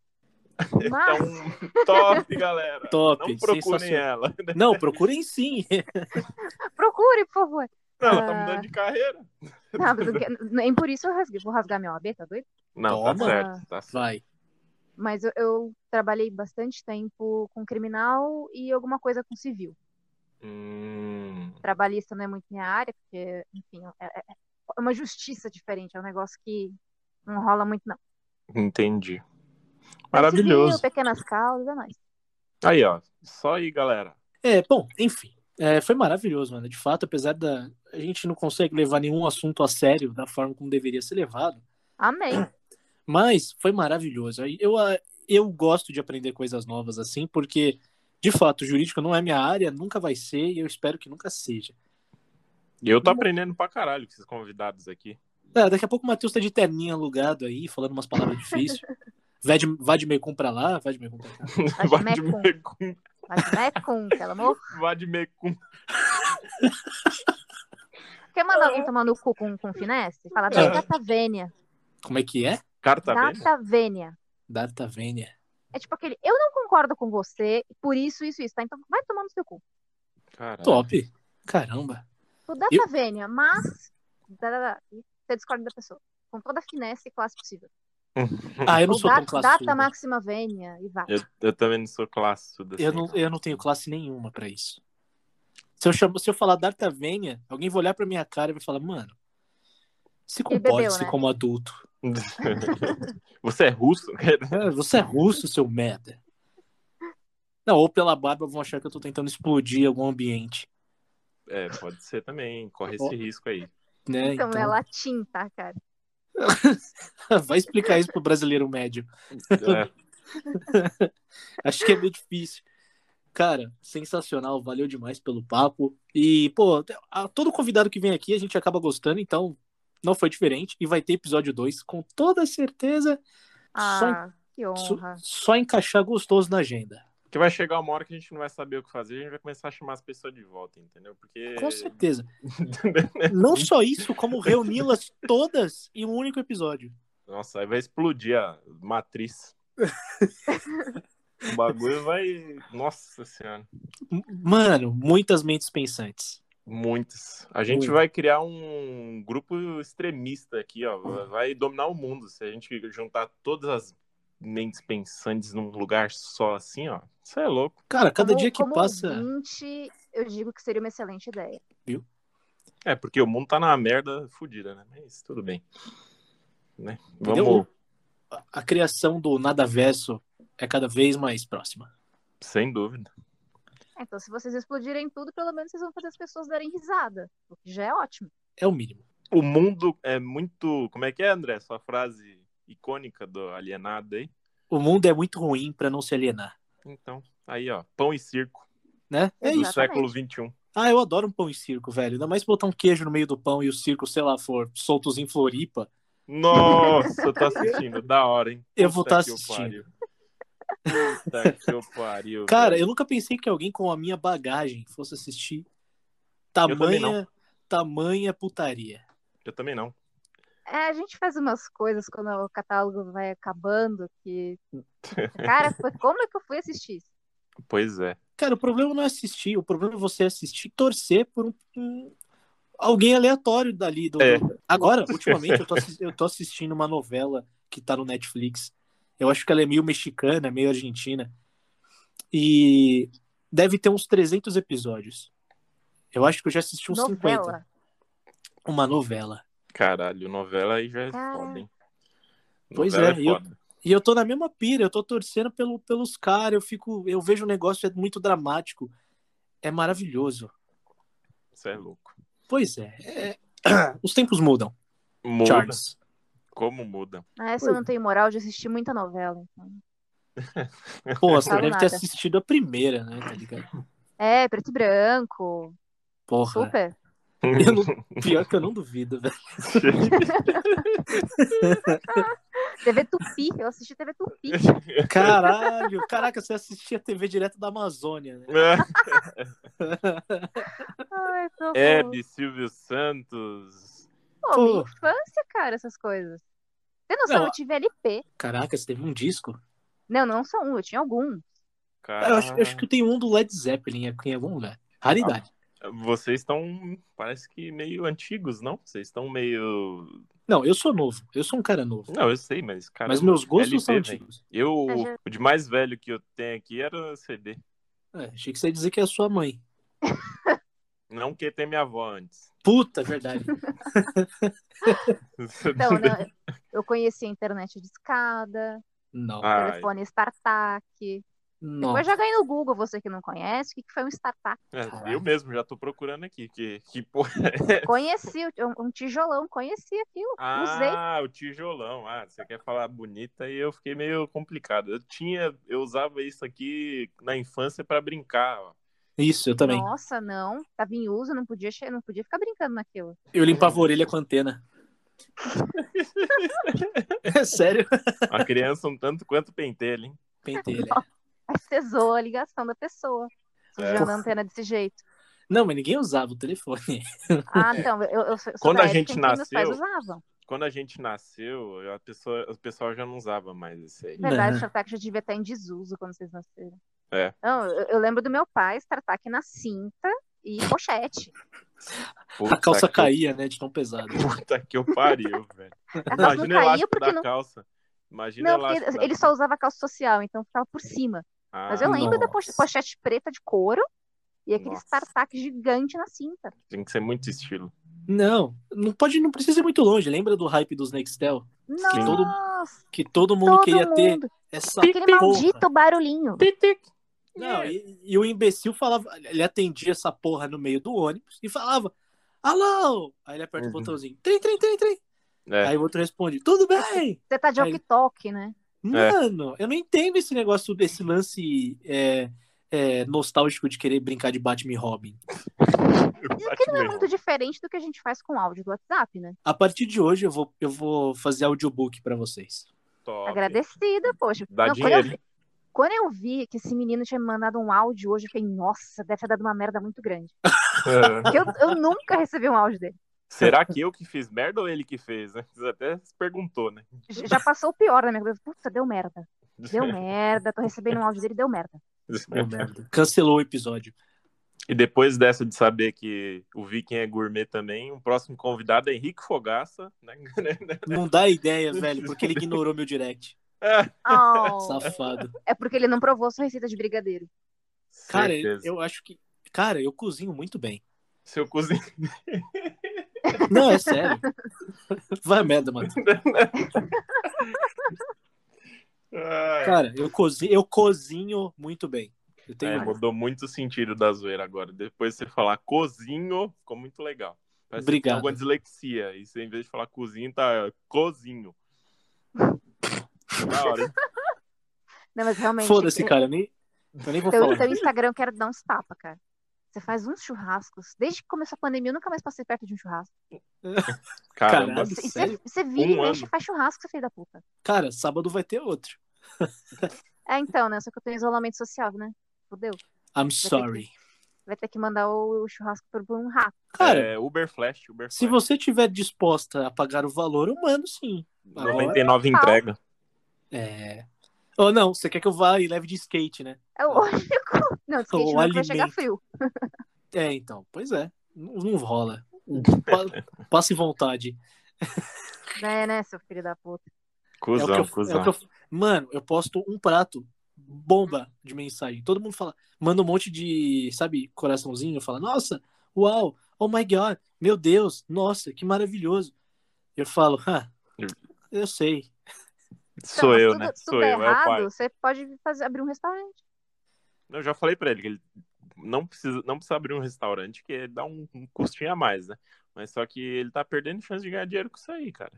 Speaker 4: Mas...
Speaker 3: Então, top, galera.
Speaker 2: Top,
Speaker 3: Não procurem
Speaker 2: sensacional.
Speaker 3: ela.
Speaker 2: Não, procurem sim.
Speaker 4: Ah, Procure, por favor.
Speaker 3: Não, ela
Speaker 4: Ah.
Speaker 3: tá mudando de carreira.
Speaker 4: Não, mas eu quero- nem por isso eu rasguei. Vou rasgar meu AB, tá doido?
Speaker 3: Não,
Speaker 2: Toma.
Speaker 3: tá certo. Tá certo.
Speaker 2: Vai.
Speaker 4: Mas eu, eu trabalhei bastante tempo com criminal e alguma coisa com civil.
Speaker 3: Hum,
Speaker 4: Trabalhista não é muito minha área, porque, enfim, é, é- é uma justiça diferente. É um negócio que não rola muito, não.
Speaker 3: entendi.
Speaker 4: Mas
Speaker 3: Maravilhoso.
Speaker 4: Civil, pequenas causas, é nóis.
Speaker 3: Aí, ó. Só aí, galera.
Speaker 2: É, bom, enfim. É, foi maravilhoso, mano. De fato, apesar da. A gente não consegue levar nenhum assunto a sério da forma como deveria ser levado.
Speaker 4: Amém.
Speaker 2: Mas foi maravilhoso. Aí Eu, ah, eu gosto de aprender coisas novas assim, porque, de fato, jurídico não é minha área, nunca vai ser, e eu espero que nunca seja.
Speaker 3: E eu tô
Speaker 4: Hum.
Speaker 3: aprendendo pra caralho com esses convidados aqui.
Speaker 2: Ah, daqui a pouco o Matheus tá de terninho alugado aí, falando umas palavras difíceis. Vai de, vai de meio com pra lá, vai de meio com pra cá.
Speaker 3: Vai de
Speaker 4: Mecum.
Speaker 3: Mecum.
Speaker 4: Mas não é com, pelo amor.
Speaker 3: Vai de Mecum.
Speaker 4: Quer mandar alguém tomar no cu com, com finesse? Fala da data vênia.
Speaker 2: Como é que é?
Speaker 3: Cara, É. tá vendo?
Speaker 4: Data vênia.
Speaker 2: Data vênia.
Speaker 4: É tipo aquele, eu não concordo com você, por isso, isso, isso, tá? Então vai tomar no seu cu.
Speaker 3: Caralho.
Speaker 2: Top. Caramba.
Speaker 4: Tu dá
Speaker 2: Eu-
Speaker 4: tua vênia, mas dá, dá, dá, e você discorda da pessoa. Com toda a finesse e classe possível.
Speaker 2: Ah, eu não
Speaker 4: Ou
Speaker 2: sou tão
Speaker 4: data, data
Speaker 2: classudo.
Speaker 4: máxima vênia e vai.
Speaker 3: Eu, eu também não sou clássico.
Speaker 2: Eu não, eu não tenho classe nenhuma pra isso. Se eu, chamo, se eu falar data vênia, alguém vai olhar pra minha cara e vai falar, mano, se comporte se
Speaker 4: né?"
Speaker 2: como adulto.
Speaker 3: Você é russo?
Speaker 2: É, Você é russo, seu merda. Não, ou pela barba vão achar que eu tô tentando explodir algum ambiente,
Speaker 3: É, pode ser também. Corre esse risco aí.
Speaker 2: né?
Speaker 4: Então,
Speaker 2: Então,
Speaker 4: é latim, tá, cara?
Speaker 2: vai explicar isso pro brasileiro médio.
Speaker 3: É,
Speaker 2: Acho que é meio difícil. Cara, sensacional, valeu demais pelo papo. E, pô, a- todo convidado que vem aqui a gente acaba gostando, então não foi diferente. E vai ter episódio 2, com toda certeza,
Speaker 4: Ah, que
Speaker 2: só,
Speaker 4: honra.
Speaker 2: só encaixar gostoso na agenda.
Speaker 3: que vai chegar uma hora que a gente não vai saber o que fazer, a gente vai começar a chamar as pessoas de volta, entendeu? Porque.
Speaker 2: Com certeza. Não só isso, como reuni-las todas em um único episódio.
Speaker 3: Nossa, aí vai explodir a matriz. O bagulho vai. Nossa senhora.
Speaker 2: Mano, muitas mentes pensantes.
Speaker 3: Muitas. A gente
Speaker 2: Muito.
Speaker 3: vai criar um grupo extremista aqui, ó. Vai dominar o mundo. Se a gente juntar todas as mentes pensantes num lugar só assim, ó. Isso é louco.
Speaker 2: Cara, cada
Speaker 4: Como-
Speaker 2: dia que
Speaker 4: como um-
Speaker 2: passa.
Speaker 4: ouvinte, eu digo que seria uma excelente ideia.
Speaker 3: É, porque o mundo tá na merda fodida, né? Mas tudo bem. Né?
Speaker 2: Entendeu?
Speaker 3: Vamos,
Speaker 2: a- A criação do nada verso é cada vez mais próxima.
Speaker 3: sem dúvida.
Speaker 4: Então, se vocês explodirem tudo, pelo menos vocês vão fazer as pessoas darem risada. O que já é ótimo.
Speaker 2: É o mínimo.
Speaker 3: O mundo é muito. Como é que é, André? Sua frase icônica do alienado aí?
Speaker 2: O mundo é muito ruim pra não se alienar,
Speaker 3: Então, aí, ó. Pão e circo
Speaker 2: né? É
Speaker 3: do
Speaker 2: isso.
Speaker 3: século
Speaker 4: Exatamente.
Speaker 3: XXI.
Speaker 2: Ah, eu adoro um pão e circo, velho. Ainda mais botar um queijo no meio do pão e o circo, sei lá, for soltos em Floripa.
Speaker 3: Nossa, eu tô assistindo. Da hora, hein?
Speaker 2: Eu vou
Speaker 3: Puta
Speaker 2: tá
Speaker 3: que eu
Speaker 2: assistindo.
Speaker 3: pariu. Puta que eu pariu.
Speaker 2: Cara,
Speaker 3: velho.
Speaker 2: eu nunca pensei que alguém com a minha bagagem fosse assistir
Speaker 3: também
Speaker 2: tamanha,
Speaker 3: não.
Speaker 2: tamanha putaria.
Speaker 3: eu também não.
Speaker 4: É, a gente faz umas coisas quando o catálogo vai acabando que. Cara, foi como é que eu fui assistir isso?
Speaker 3: Pois é.
Speaker 2: Cara, o problema não é assistir, o problema é você assistir e torcer por um, um- alguém aleatório dali. do-
Speaker 3: É.
Speaker 2: do- Agora, ultimamente, eu tô, assis- eu tô assistindo uma novela que tá no Netflix. Eu acho que ela é meio mexicana, meio argentina. E deve ter uns 300 episódios. Eu acho que eu já assisti uns 50.
Speaker 4: Novela.
Speaker 2: Uma novela.
Speaker 3: Caralho, novela aí já é
Speaker 4: Cara.
Speaker 3: foda, hein?
Speaker 2: Pois
Speaker 3: Novela
Speaker 2: é, e eu-
Speaker 3: foda.
Speaker 2: E eu tô na mesma pira, eu tô torcendo pelo, pelos caras, eu fico, eu vejo o negócio, é muito dramático. É maravilhoso.
Speaker 3: Isso é louco.
Speaker 2: Pois é. é- Os tempos mudam,
Speaker 3: Muda.
Speaker 2: Charles.
Speaker 3: Como muda.
Speaker 4: Ah, essa eu
Speaker 2: Pois
Speaker 4: não tenho moral de assistir muita novela. Então.
Speaker 2: Pô, você
Speaker 4: Falo
Speaker 2: deve ter
Speaker 4: nada.
Speaker 2: assistido a primeira, né, tá ligado?
Speaker 4: É, preto e branco.
Speaker 2: Porra.
Speaker 4: Super.
Speaker 2: Eu não- Pior que eu não duvido, velho.
Speaker 4: TV Tupi. Eu assisti TV Tupi.
Speaker 2: Caralho, caraca, você assistia TV direto da Amazônia, né?
Speaker 4: Ai, tô...
Speaker 3: Hebe, Silvio Santos.
Speaker 4: Pô, minha
Speaker 2: Pô.
Speaker 4: infância, cara, essas coisas. Você noção,
Speaker 2: Não,
Speaker 4: eu tive LP.
Speaker 2: Caraca, você teve um disco?
Speaker 4: Não, não só um, eu tinha algum.
Speaker 3: Cara,
Speaker 2: Ah, Eu acho, eu acho que tem um do Led Zeppelin aqui em algum lugar. Raridade.
Speaker 3: Vocês estão, parece que meio antigos, não? Vocês estão meio.
Speaker 2: Não, eu sou novo, eu sou um cara novo.
Speaker 3: Não, eu sei, mas, cara.
Speaker 2: Mas meus gostos
Speaker 3: LP,
Speaker 2: são
Speaker 3: velho.
Speaker 2: antigos.
Speaker 3: Eu,
Speaker 4: É, já-
Speaker 3: o de mais velho que eu tenho aqui era CD.
Speaker 2: É, achei que você ia dizer que é a sua mãe.
Speaker 3: Não que tem minha avó antes.
Speaker 2: Puta, verdade.
Speaker 4: Então, né, eu conheci a internet de escada,
Speaker 2: Não.
Speaker 3: Ai.
Speaker 4: telefone StarTAC.
Speaker 2: não.
Speaker 4: Depois já ganhei no Google, você que não conhece, o que, que foi um StarTAC.
Speaker 3: É,
Speaker 2: Caralho.
Speaker 3: eu mesmo já tô procurando aqui. Que, que porra é essa?
Speaker 4: Conheci, um, um tijolão, conheci aquilo, usei.
Speaker 3: Ah, o tijolão. Ah, você quer falar bonita e eu fiquei meio complicado. Eu tinha, eu usava isso aqui na infância pra brincar. Ó.
Speaker 2: Isso, eu também.
Speaker 4: Nossa, não, tava em uso, não podia, che- não podia ficar brincando naquilo.
Speaker 2: Eu limpava a orelha com a antena. é sério?
Speaker 3: A criança um tanto quanto pentelho, hein?
Speaker 2: Pentelha.
Speaker 4: Aí cesou a ligação da pessoa,
Speaker 3: É.
Speaker 4: sujando a antena desse jeito.
Speaker 2: Não, mas ninguém usava o telefone.
Speaker 4: Ah, então, eu, eu sou sou
Speaker 3: Quando
Speaker 4: da
Speaker 3: a
Speaker 4: época
Speaker 3: gente
Speaker 4: em que meus pais
Speaker 3: nasceu-
Speaker 4: usavam.
Speaker 3: Quando a gente nasceu, a pessoa, o pessoal já não usava mais isso aí.
Speaker 4: Na É verdade,
Speaker 2: Não.
Speaker 4: StarTAC já devia estar em desuso quando vocês nasceram.
Speaker 3: É.
Speaker 4: Não, eu, eu lembro do meu pai, StarTAC na cinta e pochete.
Speaker 2: a calça
Speaker 3: que eu-
Speaker 2: caía, né? De tão pesado.
Speaker 3: Puta que eu pariu, velho.
Speaker 4: A calça não
Speaker 3: Imagina o
Speaker 4: caía
Speaker 3: elástico
Speaker 4: porque
Speaker 3: da
Speaker 4: não.
Speaker 3: calça. Imagina o
Speaker 4: Não, porque
Speaker 3: elástico da
Speaker 4: ele só usava calça social, então ficava por cima.
Speaker 3: Ah,
Speaker 4: Mas eu lembro da poche-
Speaker 2: nossa.
Speaker 4: pochete preta de couro e aquele
Speaker 3: Nossa.
Speaker 4: StarTAC gigante na cinta.
Speaker 3: Tem que ser muito estilo.
Speaker 2: Não, não pode, não precisa ir muito longe. Lembra do hype dos Nextel?
Speaker 4: Nossa,
Speaker 2: todo Que todo mundo
Speaker 4: todo
Speaker 2: queria ter
Speaker 4: mundo.
Speaker 2: essa
Speaker 4: Aquele
Speaker 2: porra.
Speaker 4: maldito barulhinho.
Speaker 2: Não, e, e o imbecil falava, ele atendia essa porra no meio do ônibus e falava: Alô! Aí ele aperta
Speaker 3: Uhum.
Speaker 2: o botãozinho, trim, trim, trim, trim.
Speaker 3: É.
Speaker 2: Aí o outro responde, tudo bem!
Speaker 4: Você tá de
Speaker 2: Aí-
Speaker 4: walkie-talkie, né?
Speaker 2: Mano, eu não entendo esse negócio, esse lance é, é, nostálgico de querer brincar de Batman e Robin.
Speaker 4: O que não é muito diferente do que a gente faz com áudio do WhatsApp, né?
Speaker 2: A partir de hoje eu vou, eu vou fazer audiobook pra vocês.
Speaker 3: Top.
Speaker 4: Agradecida, poxa.
Speaker 3: Dá
Speaker 4: Não, quando eu
Speaker 3: dinheiro, hein?
Speaker 4: Quando eu vi que esse menino tinha me mandado um áudio hoje, eu falei, nossa, deve ter dado uma merda muito grande.
Speaker 3: É.
Speaker 4: Porque eu, eu nunca recebi um áudio dele.
Speaker 3: Será que eu que fiz merda ou ele que fez, né? Você até se perguntou, né?
Speaker 4: J- Já passou o pior na minha cabeça. Puta, deu merda. Deu merda, tô recebendo um áudio dele, deu merda.
Speaker 2: Deu merda. Cancelou o episódio.
Speaker 3: E depois dessa de saber que o Viking é gourmet também, o próximo convidado é Henrique Fogaça. Né?
Speaker 2: Não dá ideia, velho, porque ele ignorou meu direct.
Speaker 3: É,
Speaker 4: Oh,
Speaker 2: Safado.
Speaker 4: é porque ele não provou sua receita de brigadeiro.
Speaker 2: Cara, eu,
Speaker 3: Certeza.
Speaker 2: eu acho que. Cara, eu cozinho muito bem.
Speaker 3: Seu cozinho.
Speaker 2: Não, é sério. Vai merda, mano.
Speaker 3: Ah,
Speaker 2: Cara, eu cozinho, eu cozinho muito bem. Eu tenho.
Speaker 3: é, mudou muito o sentido da zoeira agora. Depois você falar cozinho, ficou muito legal. Parece que
Speaker 2: Obrigado.
Speaker 3: tem alguma dislexia. E você, em vez de falar cozinho, tá cozinho. Da hora, hein?
Speaker 4: Não, mas realmente. né? Então,
Speaker 2: Foda-se, cara. Eu nem, eu nem vou
Speaker 4: Teu,
Speaker 2: falar.
Speaker 4: teu Instagram eu quero dar uns tapas, cara. Você faz uns churrascos. Desde que começou a pandemia, eu nunca mais passei perto de um churrasco.
Speaker 3: Caramba.
Speaker 2: Caralho.
Speaker 4: E Você,
Speaker 2: Sério?
Speaker 4: você vira e
Speaker 3: Um
Speaker 4: mexe
Speaker 3: ano.
Speaker 4: e faz churrasco, seu filho da puta.
Speaker 2: Cara, sábado vai ter outro.
Speaker 4: É, então, né? Só que eu tenho isolamento social, né? Fudeu.
Speaker 2: I'm sorry.
Speaker 4: Vai ter que mandar o, o churrasco por um rato.
Speaker 2: Cara,
Speaker 3: É, Uber Flash, Uber
Speaker 2: se
Speaker 3: Flash.
Speaker 2: você tiver disposta a pagar o valor, eu mando sim. Agora-
Speaker 3: 99 entrega.
Speaker 2: É. Ou não, você quer que eu vá e leve de skate, né?
Speaker 4: É o único. Não, de skate
Speaker 2: O
Speaker 4: não, que vai chegar
Speaker 2: alimento.
Speaker 4: frio.
Speaker 2: É, então. Pois é. Não, não rola. Pa- Passe vontade.
Speaker 4: Né, né, seu filho da puta.
Speaker 2: É o que
Speaker 3: Cusão,
Speaker 2: eu- é
Speaker 3: cuzão.
Speaker 2: o que eu- Mano, eu posto um prato bomba de mensagem. Todo mundo fala, manda um monte de, sabe, coraçãozinho, fala: "Nossa, uau, oh my god, meu Deus, nossa, que maravilhoso". Eu falo: "Ah, eu sei.
Speaker 4: Então,
Speaker 3: Sou
Speaker 4: mas
Speaker 3: eu,
Speaker 4: tudo,
Speaker 3: né?
Speaker 4: tudo
Speaker 3: Sou eu, é o
Speaker 4: errado,
Speaker 3: pai.
Speaker 4: você pode fazer, abrir um restaurante.
Speaker 3: Eu já falei pra ele que ele não precisa, não precisa abrir um restaurante, que dá um, um custinho a mais, né? Mas só que ele tá perdendo chance de ganhar dinheiro com isso aí, cara.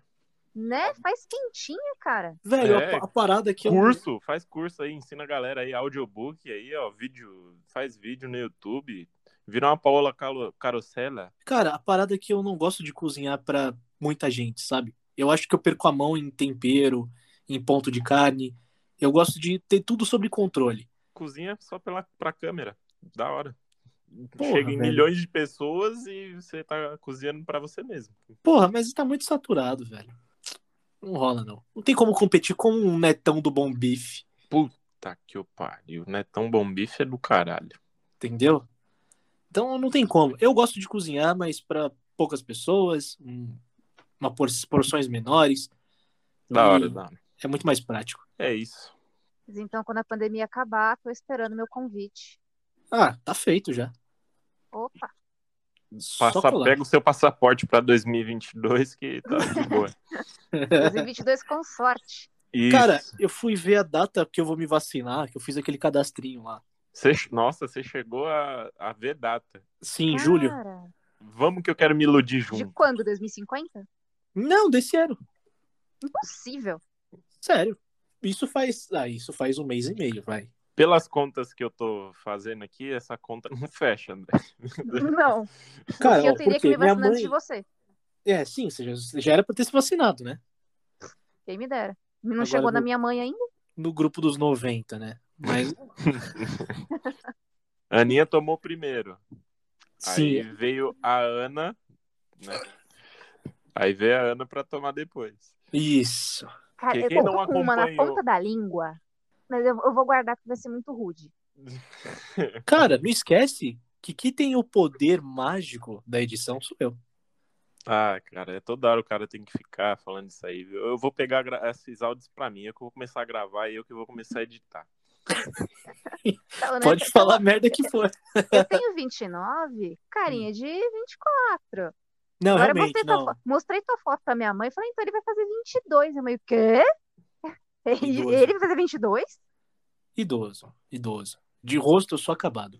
Speaker 4: Né? Faz quentinha, cara.
Speaker 2: Velho, a
Speaker 3: É.
Speaker 2: pa- a, parada aqui é um-
Speaker 3: Curso, faz curso aí, ensina a galera aí, audiobook aí, ó, vídeo, faz vídeo no YouTube. Vira uma Paola Calo, Carosella.
Speaker 2: Cara, a parada é que eu não gosto de cozinhar pra muita gente, sabe? Eu acho que eu perco a mão em tempero, em ponto de carne. Eu gosto de ter tudo sob controle.
Speaker 3: Cozinha só pela, pra câmera. Da hora.
Speaker 2: Porra,
Speaker 3: Chega em
Speaker 2: velho.
Speaker 3: milhões de pessoas e você tá cozinhando pra você mesmo.
Speaker 2: Porra, mas tá muito saturado, velho. Não rola, não. Não tem como competir com um netão do Bom Bife,
Speaker 3: Tá que o pariu, né? Tão bom bife é do caralho.
Speaker 2: entendeu? Então não tem como. Eu gosto de cozinhar, mas pra poucas pessoas, um- uma por- porções menores.
Speaker 3: Da
Speaker 2: E
Speaker 3: hora, da hora.
Speaker 2: É muito mais prático.
Speaker 3: É isso.
Speaker 4: Mas então, quando a pandemia acabar, tô esperando meu convite.
Speaker 2: Ah, tá feito já.
Speaker 4: Opa,
Speaker 2: Só
Speaker 3: Passa,
Speaker 2: colar.
Speaker 3: pega o seu passaporte pra 2022, que tá de boa.
Speaker 4: 2022 com sorte.
Speaker 3: Isso.
Speaker 2: Cara, eu fui ver a data que eu vou me vacinar, que eu fiz aquele cadastrinho lá.
Speaker 3: Você- nossa, você chegou a, a ver data.
Speaker 2: Sim,
Speaker 4: Ah.
Speaker 2: em julho.
Speaker 4: Cara,
Speaker 3: Vamos que eu quero me iludir
Speaker 4: de
Speaker 3: junto.
Speaker 4: quando? 2050?
Speaker 2: Não, desse ano.
Speaker 4: Impossível.
Speaker 2: Sério. Isso faz. Ah, isso faz um mês e meio, vai.
Speaker 3: Pelas contas que eu tô fazendo aqui, essa conta não fecha, André. Uhum.
Speaker 4: Não.
Speaker 2: Cara,
Speaker 4: Porque eu
Speaker 2: ó,
Speaker 4: teria
Speaker 2: por
Speaker 4: que me
Speaker 2: quê? Minha
Speaker 4: vacinar
Speaker 2: mãe.
Speaker 4: antes de você.
Speaker 2: É, sim, você já, você já era pra ter se vacinado, né?
Speaker 4: Quem me dera. Não
Speaker 2: Agora
Speaker 4: chegou
Speaker 2: eu
Speaker 4: na
Speaker 2: vou-
Speaker 4: minha mãe ainda?
Speaker 2: No grupo dos 90, né? Mas.
Speaker 3: Aninha tomou primeiro. Aí
Speaker 2: sim.
Speaker 3: veio a Ana, né? Aí veio a Ana pra tomar depois.
Speaker 2: Isso.
Speaker 4: Cara,
Speaker 3: Quem-
Speaker 4: eu
Speaker 3: quem
Speaker 4: tô
Speaker 3: não
Speaker 4: com uma na
Speaker 3: acompanhou?
Speaker 4: ponta da língua. Mas eu, eu vou guardar porque vai ser muito rude.
Speaker 2: Cara, não esquece que quem tem o poder mágico da edição sou eu.
Speaker 3: Ah, cara, é toda hora o cara tem que ficar falando isso aí. viu? Eu vou pegar gra- esses áudios pra mim, eu que vou começar a gravar e eu que vou começar a editar.
Speaker 4: Então, né,
Speaker 2: Pode falar a merda que for.
Speaker 4: Eu tenho 29,
Speaker 3: Hum.
Speaker 4: carinha de 24.
Speaker 2: Não,
Speaker 4: Agora tá eu
Speaker 2: realmente,
Speaker 4: mostrei,
Speaker 2: não.
Speaker 4: Tua foto, mostrei tua foto pra minha mãe e falei, então ele vai fazer 22. Eu meio, quê? Ele,
Speaker 2: Idoso.
Speaker 4: ele vai fazer 22?
Speaker 2: Idoso, idoso. De rosto eu sou acabado.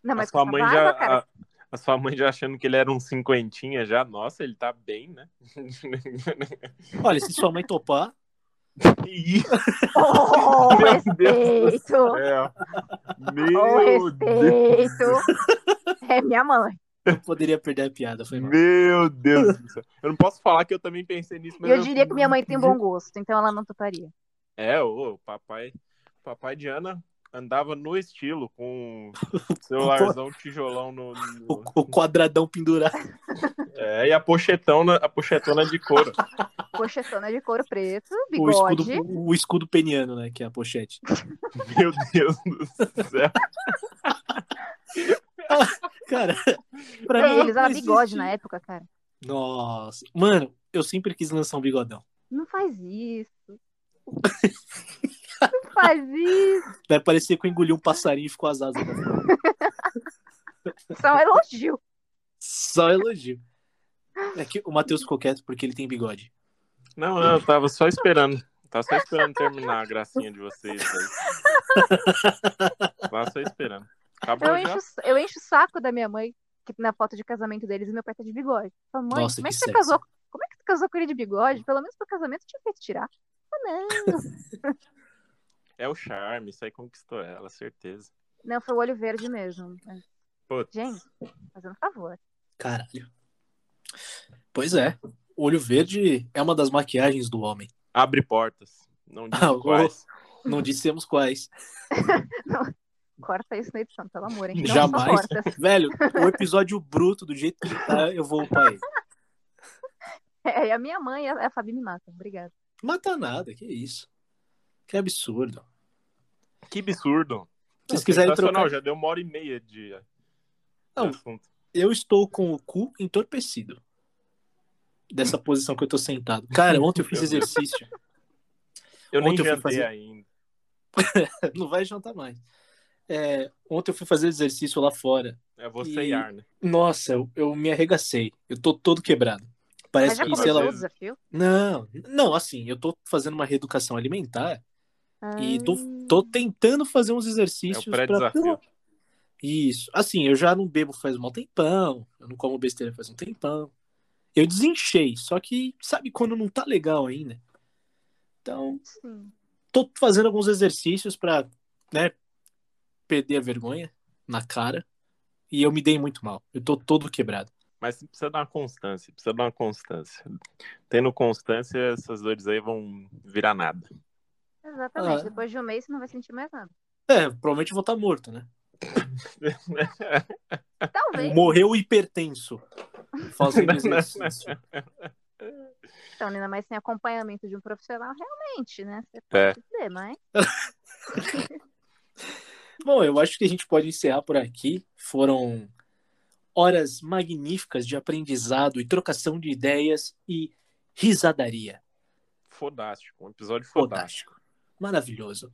Speaker 4: Não,
Speaker 3: A
Speaker 4: Tá, mas com
Speaker 3: sua
Speaker 4: essa
Speaker 3: mãe
Speaker 4: barba,
Speaker 3: já.
Speaker 4: cara.
Speaker 3: a- a sua mãe já achando que ele era um cinquentinha já. Nossa, ele tá bem, né?
Speaker 2: Olha, se sua mãe topar,
Speaker 3: Que isso,
Speaker 4: Oh,
Speaker 3: Meu Deus do
Speaker 4: respeito!
Speaker 3: céu.
Speaker 4: Oh,
Speaker 3: Meu Deus.
Speaker 4: respeito! É minha mãe.
Speaker 2: eu poderia perder a piada. Foi mal.
Speaker 3: Meu Deus do céu. Eu não posso falar que eu também pensei nisso, mas.
Speaker 4: E eu diria que minha mãe tem bom gosto, então ela não toparia.
Speaker 3: É, o papai. Papai de Ana. andava no estilo, com o celularzão tijolão no. no-
Speaker 2: O, o quadradão pendurado.
Speaker 3: É, e a pochetona, a pochetona de couro.
Speaker 4: Pochetona de couro preto,
Speaker 2: O escudo,
Speaker 4: bigode.
Speaker 2: o escudo peniano, né? Que é a pochete.
Speaker 3: Meu Deus do céu.
Speaker 2: Cara, pra mim.
Speaker 4: Ele
Speaker 2: não
Speaker 4: usava bigode
Speaker 2: existe-
Speaker 4: na época, cara.
Speaker 2: Nossa. Mano, eu sempre quis lançar um bigodão.
Speaker 4: Não faz isso. Não faz isso.
Speaker 2: Vai parecer que eu engoli um passarinho e ficou as asas. pra fora.
Speaker 4: Isso é um elogio.
Speaker 2: Só elogio. É que o Matheus ficou quieto porque ele tem bigode.
Speaker 3: Não, não, eu tava só esperando. Tava só esperando terminar a gracinha de vocês aí. Tava só esperando. Acabou
Speaker 2: é.
Speaker 4: Eu
Speaker 3: já?
Speaker 4: encho, eu encho o saco da minha mãe, que na foto de casamento deles, meu pai tá de bigode. Eu falo, mãe,
Speaker 2: Nossa,
Speaker 4: como é
Speaker 2: que
Speaker 4: que você
Speaker 2: sexy.
Speaker 4: casou? Como é que tu casou com ele de bigode? Pelo menos pro casamento eu tinha feito tirar. Ah, não.
Speaker 3: É o charme, isso aí conquistou ela, certeza.
Speaker 4: Não, foi o olho verde mesmo.
Speaker 3: Putz.
Speaker 4: Gente, fazendo favor.
Speaker 2: Caralho. Pois é. O olho verde é uma das maquiagens do homem.
Speaker 3: Abre portas. Não diz
Speaker 2: Ah, o-
Speaker 3: quais.
Speaker 2: Não dissemos quais.
Speaker 4: Corta isso na edição, pelo amor. A gente
Speaker 2: Jamais.
Speaker 4: não só corta.
Speaker 2: Velho, o episódio bruto, do jeito que tá, eu vou upar ele.
Speaker 4: É, a minha mãe e a a Fabi me matam. Obrigada.
Speaker 2: Mata nada, que isso. Que absurdo.
Speaker 3: Que absurdo.
Speaker 2: Se vocês quiserem
Speaker 3: Sensacional,
Speaker 2: trocar,
Speaker 3: já deu uma hora e meia de, de
Speaker 2: Não.
Speaker 3: assunto.
Speaker 2: eu estou com o cu entorpecido. Dessa posição que eu tô sentado. Cara, ontem eu fiz
Speaker 3: Meu Deus.
Speaker 2: exercício.
Speaker 3: Eu nem
Speaker 2: Ontem eu fui
Speaker 3: jantei
Speaker 2: fazer-
Speaker 3: ainda.
Speaker 2: Não vai jantar mais. É, ontem eu fui fazer exercício lá fora.
Speaker 3: É você
Speaker 2: E-
Speaker 3: ceiar, né?
Speaker 2: Nossa, eu, eu me arregacei. Eu tô todo quebrado. Parece
Speaker 3: é
Speaker 4: Mas é já
Speaker 2: que, sei
Speaker 4: começou
Speaker 2: lá,
Speaker 4: o desafio?
Speaker 2: Não, não, assim, eu tô fazendo uma reeducação alimentar e tô,
Speaker 4: Ah.
Speaker 2: tô tentando fazer uns
Speaker 3: É o
Speaker 2: exercícios pra.
Speaker 3: pré-desafio.
Speaker 2: Isso. Assim, eu já não bebo faz um tempão, eu não como besteira faz um tempão. Eu desinchei, só que sabe quando não tá legal ainda. Então,
Speaker 4: Sim.
Speaker 2: tô fazendo alguns exercícios pra, né, perder a vergonha na cara. E eu me dei muito mal. Eu tô todo quebrado.
Speaker 3: Mas precisa dar uma constância, precisa dar uma constância. Tendo constância, essas dores aí vão virar nada.
Speaker 4: Exatamente.
Speaker 2: Ah.
Speaker 4: Depois de um mês você não vai sentir mais nada.
Speaker 2: É, provavelmente eu vou estar morto, né?
Speaker 4: Talvez.
Speaker 2: Morreu hipertenso. Fazendo
Speaker 3: Não, não,
Speaker 2: exercício.
Speaker 4: Então, ainda mais sem acompanhamento de um profissional, realmente, né? Você
Speaker 3: É.
Speaker 4: pode dizer, mas
Speaker 2: Bom, eu acho que a gente pode encerrar por aqui. Foram horas magníficas de aprendizado e trocação de ideias e risadaria.
Speaker 3: Fodástico, um episódio fodástico.
Speaker 2: Fantástico. Maravilhoso.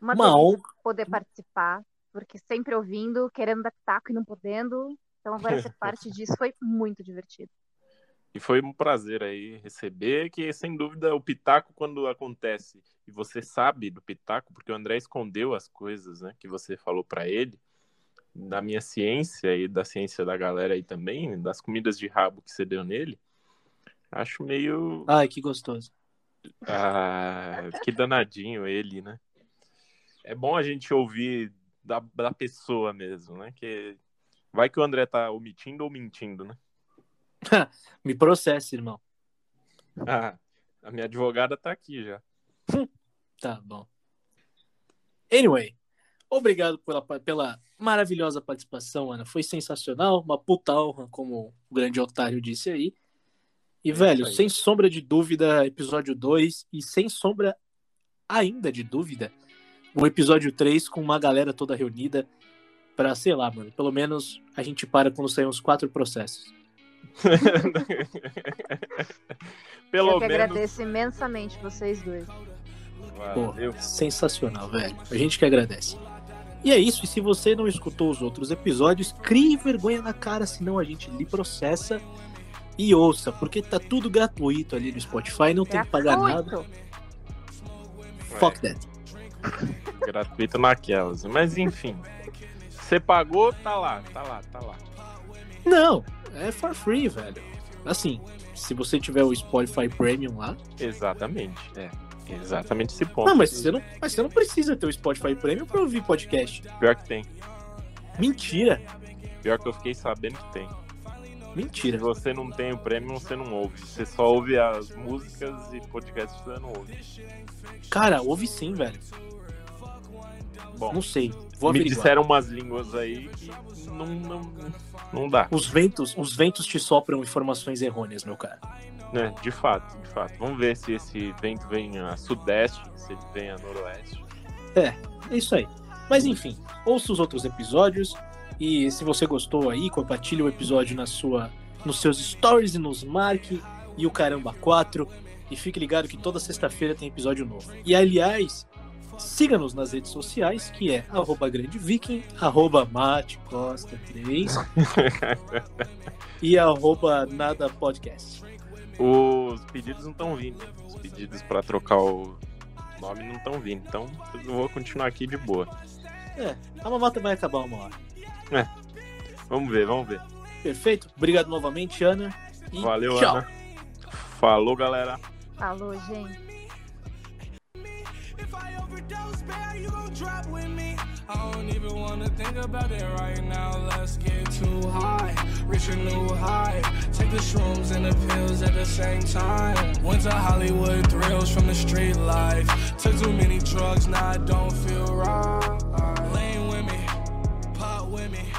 Speaker 4: uma,
Speaker 2: Uma
Speaker 4: delícia
Speaker 2: honra.
Speaker 4: poder participar, porque sempre ouvindo, querendo dar pitaco e não podendo. Então, agora ser parte disso foi muito divertido.
Speaker 3: E foi um prazer aí receber, que sem dúvida o Pitaco, quando acontece, e você sabe do Pitaco, porque o André escondeu as coisas né, que você falou pra ele, da minha ciência e da ciência da galera aí também, das comidas de rabo que você deu nele, acho meio.
Speaker 2: Ai, que gostoso.
Speaker 3: Ah, que danadinho ele, né? É bom a gente ouvir da, da pessoa mesmo, né? Que vai que o André tá omitindo ou mentindo, né?
Speaker 2: Me processa, irmão.
Speaker 3: Ah, a minha advogada tá aqui já.
Speaker 2: Tá bom. Anyway, obrigado pela, pela maravilhosa participação, Ana. Foi sensacional, uma puta honra, como o grande otário disse aí. E,
Speaker 3: É
Speaker 2: velho,
Speaker 3: isso aí.
Speaker 2: sem sombra de dúvida, episódio 2, e sem sombra ainda de dúvida, o episódio 3 com uma galera toda reunida pra, sei lá, mano, pelo menos a gente para quando saem os quatro processos.
Speaker 3: Pelo
Speaker 4: Eu que
Speaker 3: menos.
Speaker 4: agradeço imensamente vocês dois.
Speaker 2: Pô,
Speaker 3: Valeu.
Speaker 2: sensacional, velho. A gente que agradece. E é isso, e se você não escutou os outros episódios, crie vergonha na cara, senão a gente lhe processa e ouça, porque tá tudo gratuito ali no Spotify, não tem que pagar nada.
Speaker 4: Gratuito.
Speaker 2: Fuck that.
Speaker 3: É, gratuito naquelas. Mas enfim. Você pagou, tá lá, tá lá, tá lá.
Speaker 2: Não, é for free, velho. Assim, se você tiver o Spotify Premium lá.
Speaker 3: Exatamente. É. Exatamente esse ponto.
Speaker 2: Não, mas você não, mas você não precisa ter o Spotify Premium pra ouvir podcast.
Speaker 3: Pior que tem.
Speaker 2: Mentira,
Speaker 3: Pior que eu fiquei sabendo que tem. Se
Speaker 2: mentira.
Speaker 3: você não tem o prêmio, você não ouve. Você só ouve as músicas e podcasts, você não ouve.
Speaker 2: Cara, ouve sim, velho.
Speaker 3: Bom,
Speaker 2: Não sei. Vou
Speaker 3: me
Speaker 2: averiguar.
Speaker 3: disseram umas línguas aí que não, não, não dá.
Speaker 2: Os ventos, os ventos te sopram informações errôneas, meu cara.
Speaker 3: né? de fato, de fato. Vamos ver se esse vento vem a sudeste, se ele vem a noroeste.
Speaker 2: É isso aí. Mas enfim, ouça os outros episódios e se você gostou aí, compartilhe o episódio na sua, nos seus stories e nos marque e o caramba 4 e fique ligado que toda sexta-feira tem episódio novo. E aliás, siga-nos nas redes sociais que é arroba grande viking, arroba mate costa 3 e arroba nada podcast.
Speaker 3: Os pedidos não estão vindo. Os pedidos pra trocar o nome não estão vindo. Então eu vou continuar aqui de boa.
Speaker 2: A mamata vai acabar uma hora.
Speaker 3: Vamos ver, vamos ver.
Speaker 2: Perfeito? Obrigado novamente, Ana. E
Speaker 3: Valeu,
Speaker 2: tchau.
Speaker 3: Ana. Falou, galera.
Speaker 4: Falou, gente.
Speaker 5: If I overdose, man, you gon' drop with me. I don't even wanna think about it right now. Let's get too high, reach a new high. Take the shrooms and the pills at the same time. Went to Hollywood thrills from the street life. Took too many drugs, now I don't feel right. Lean with me, pot with me.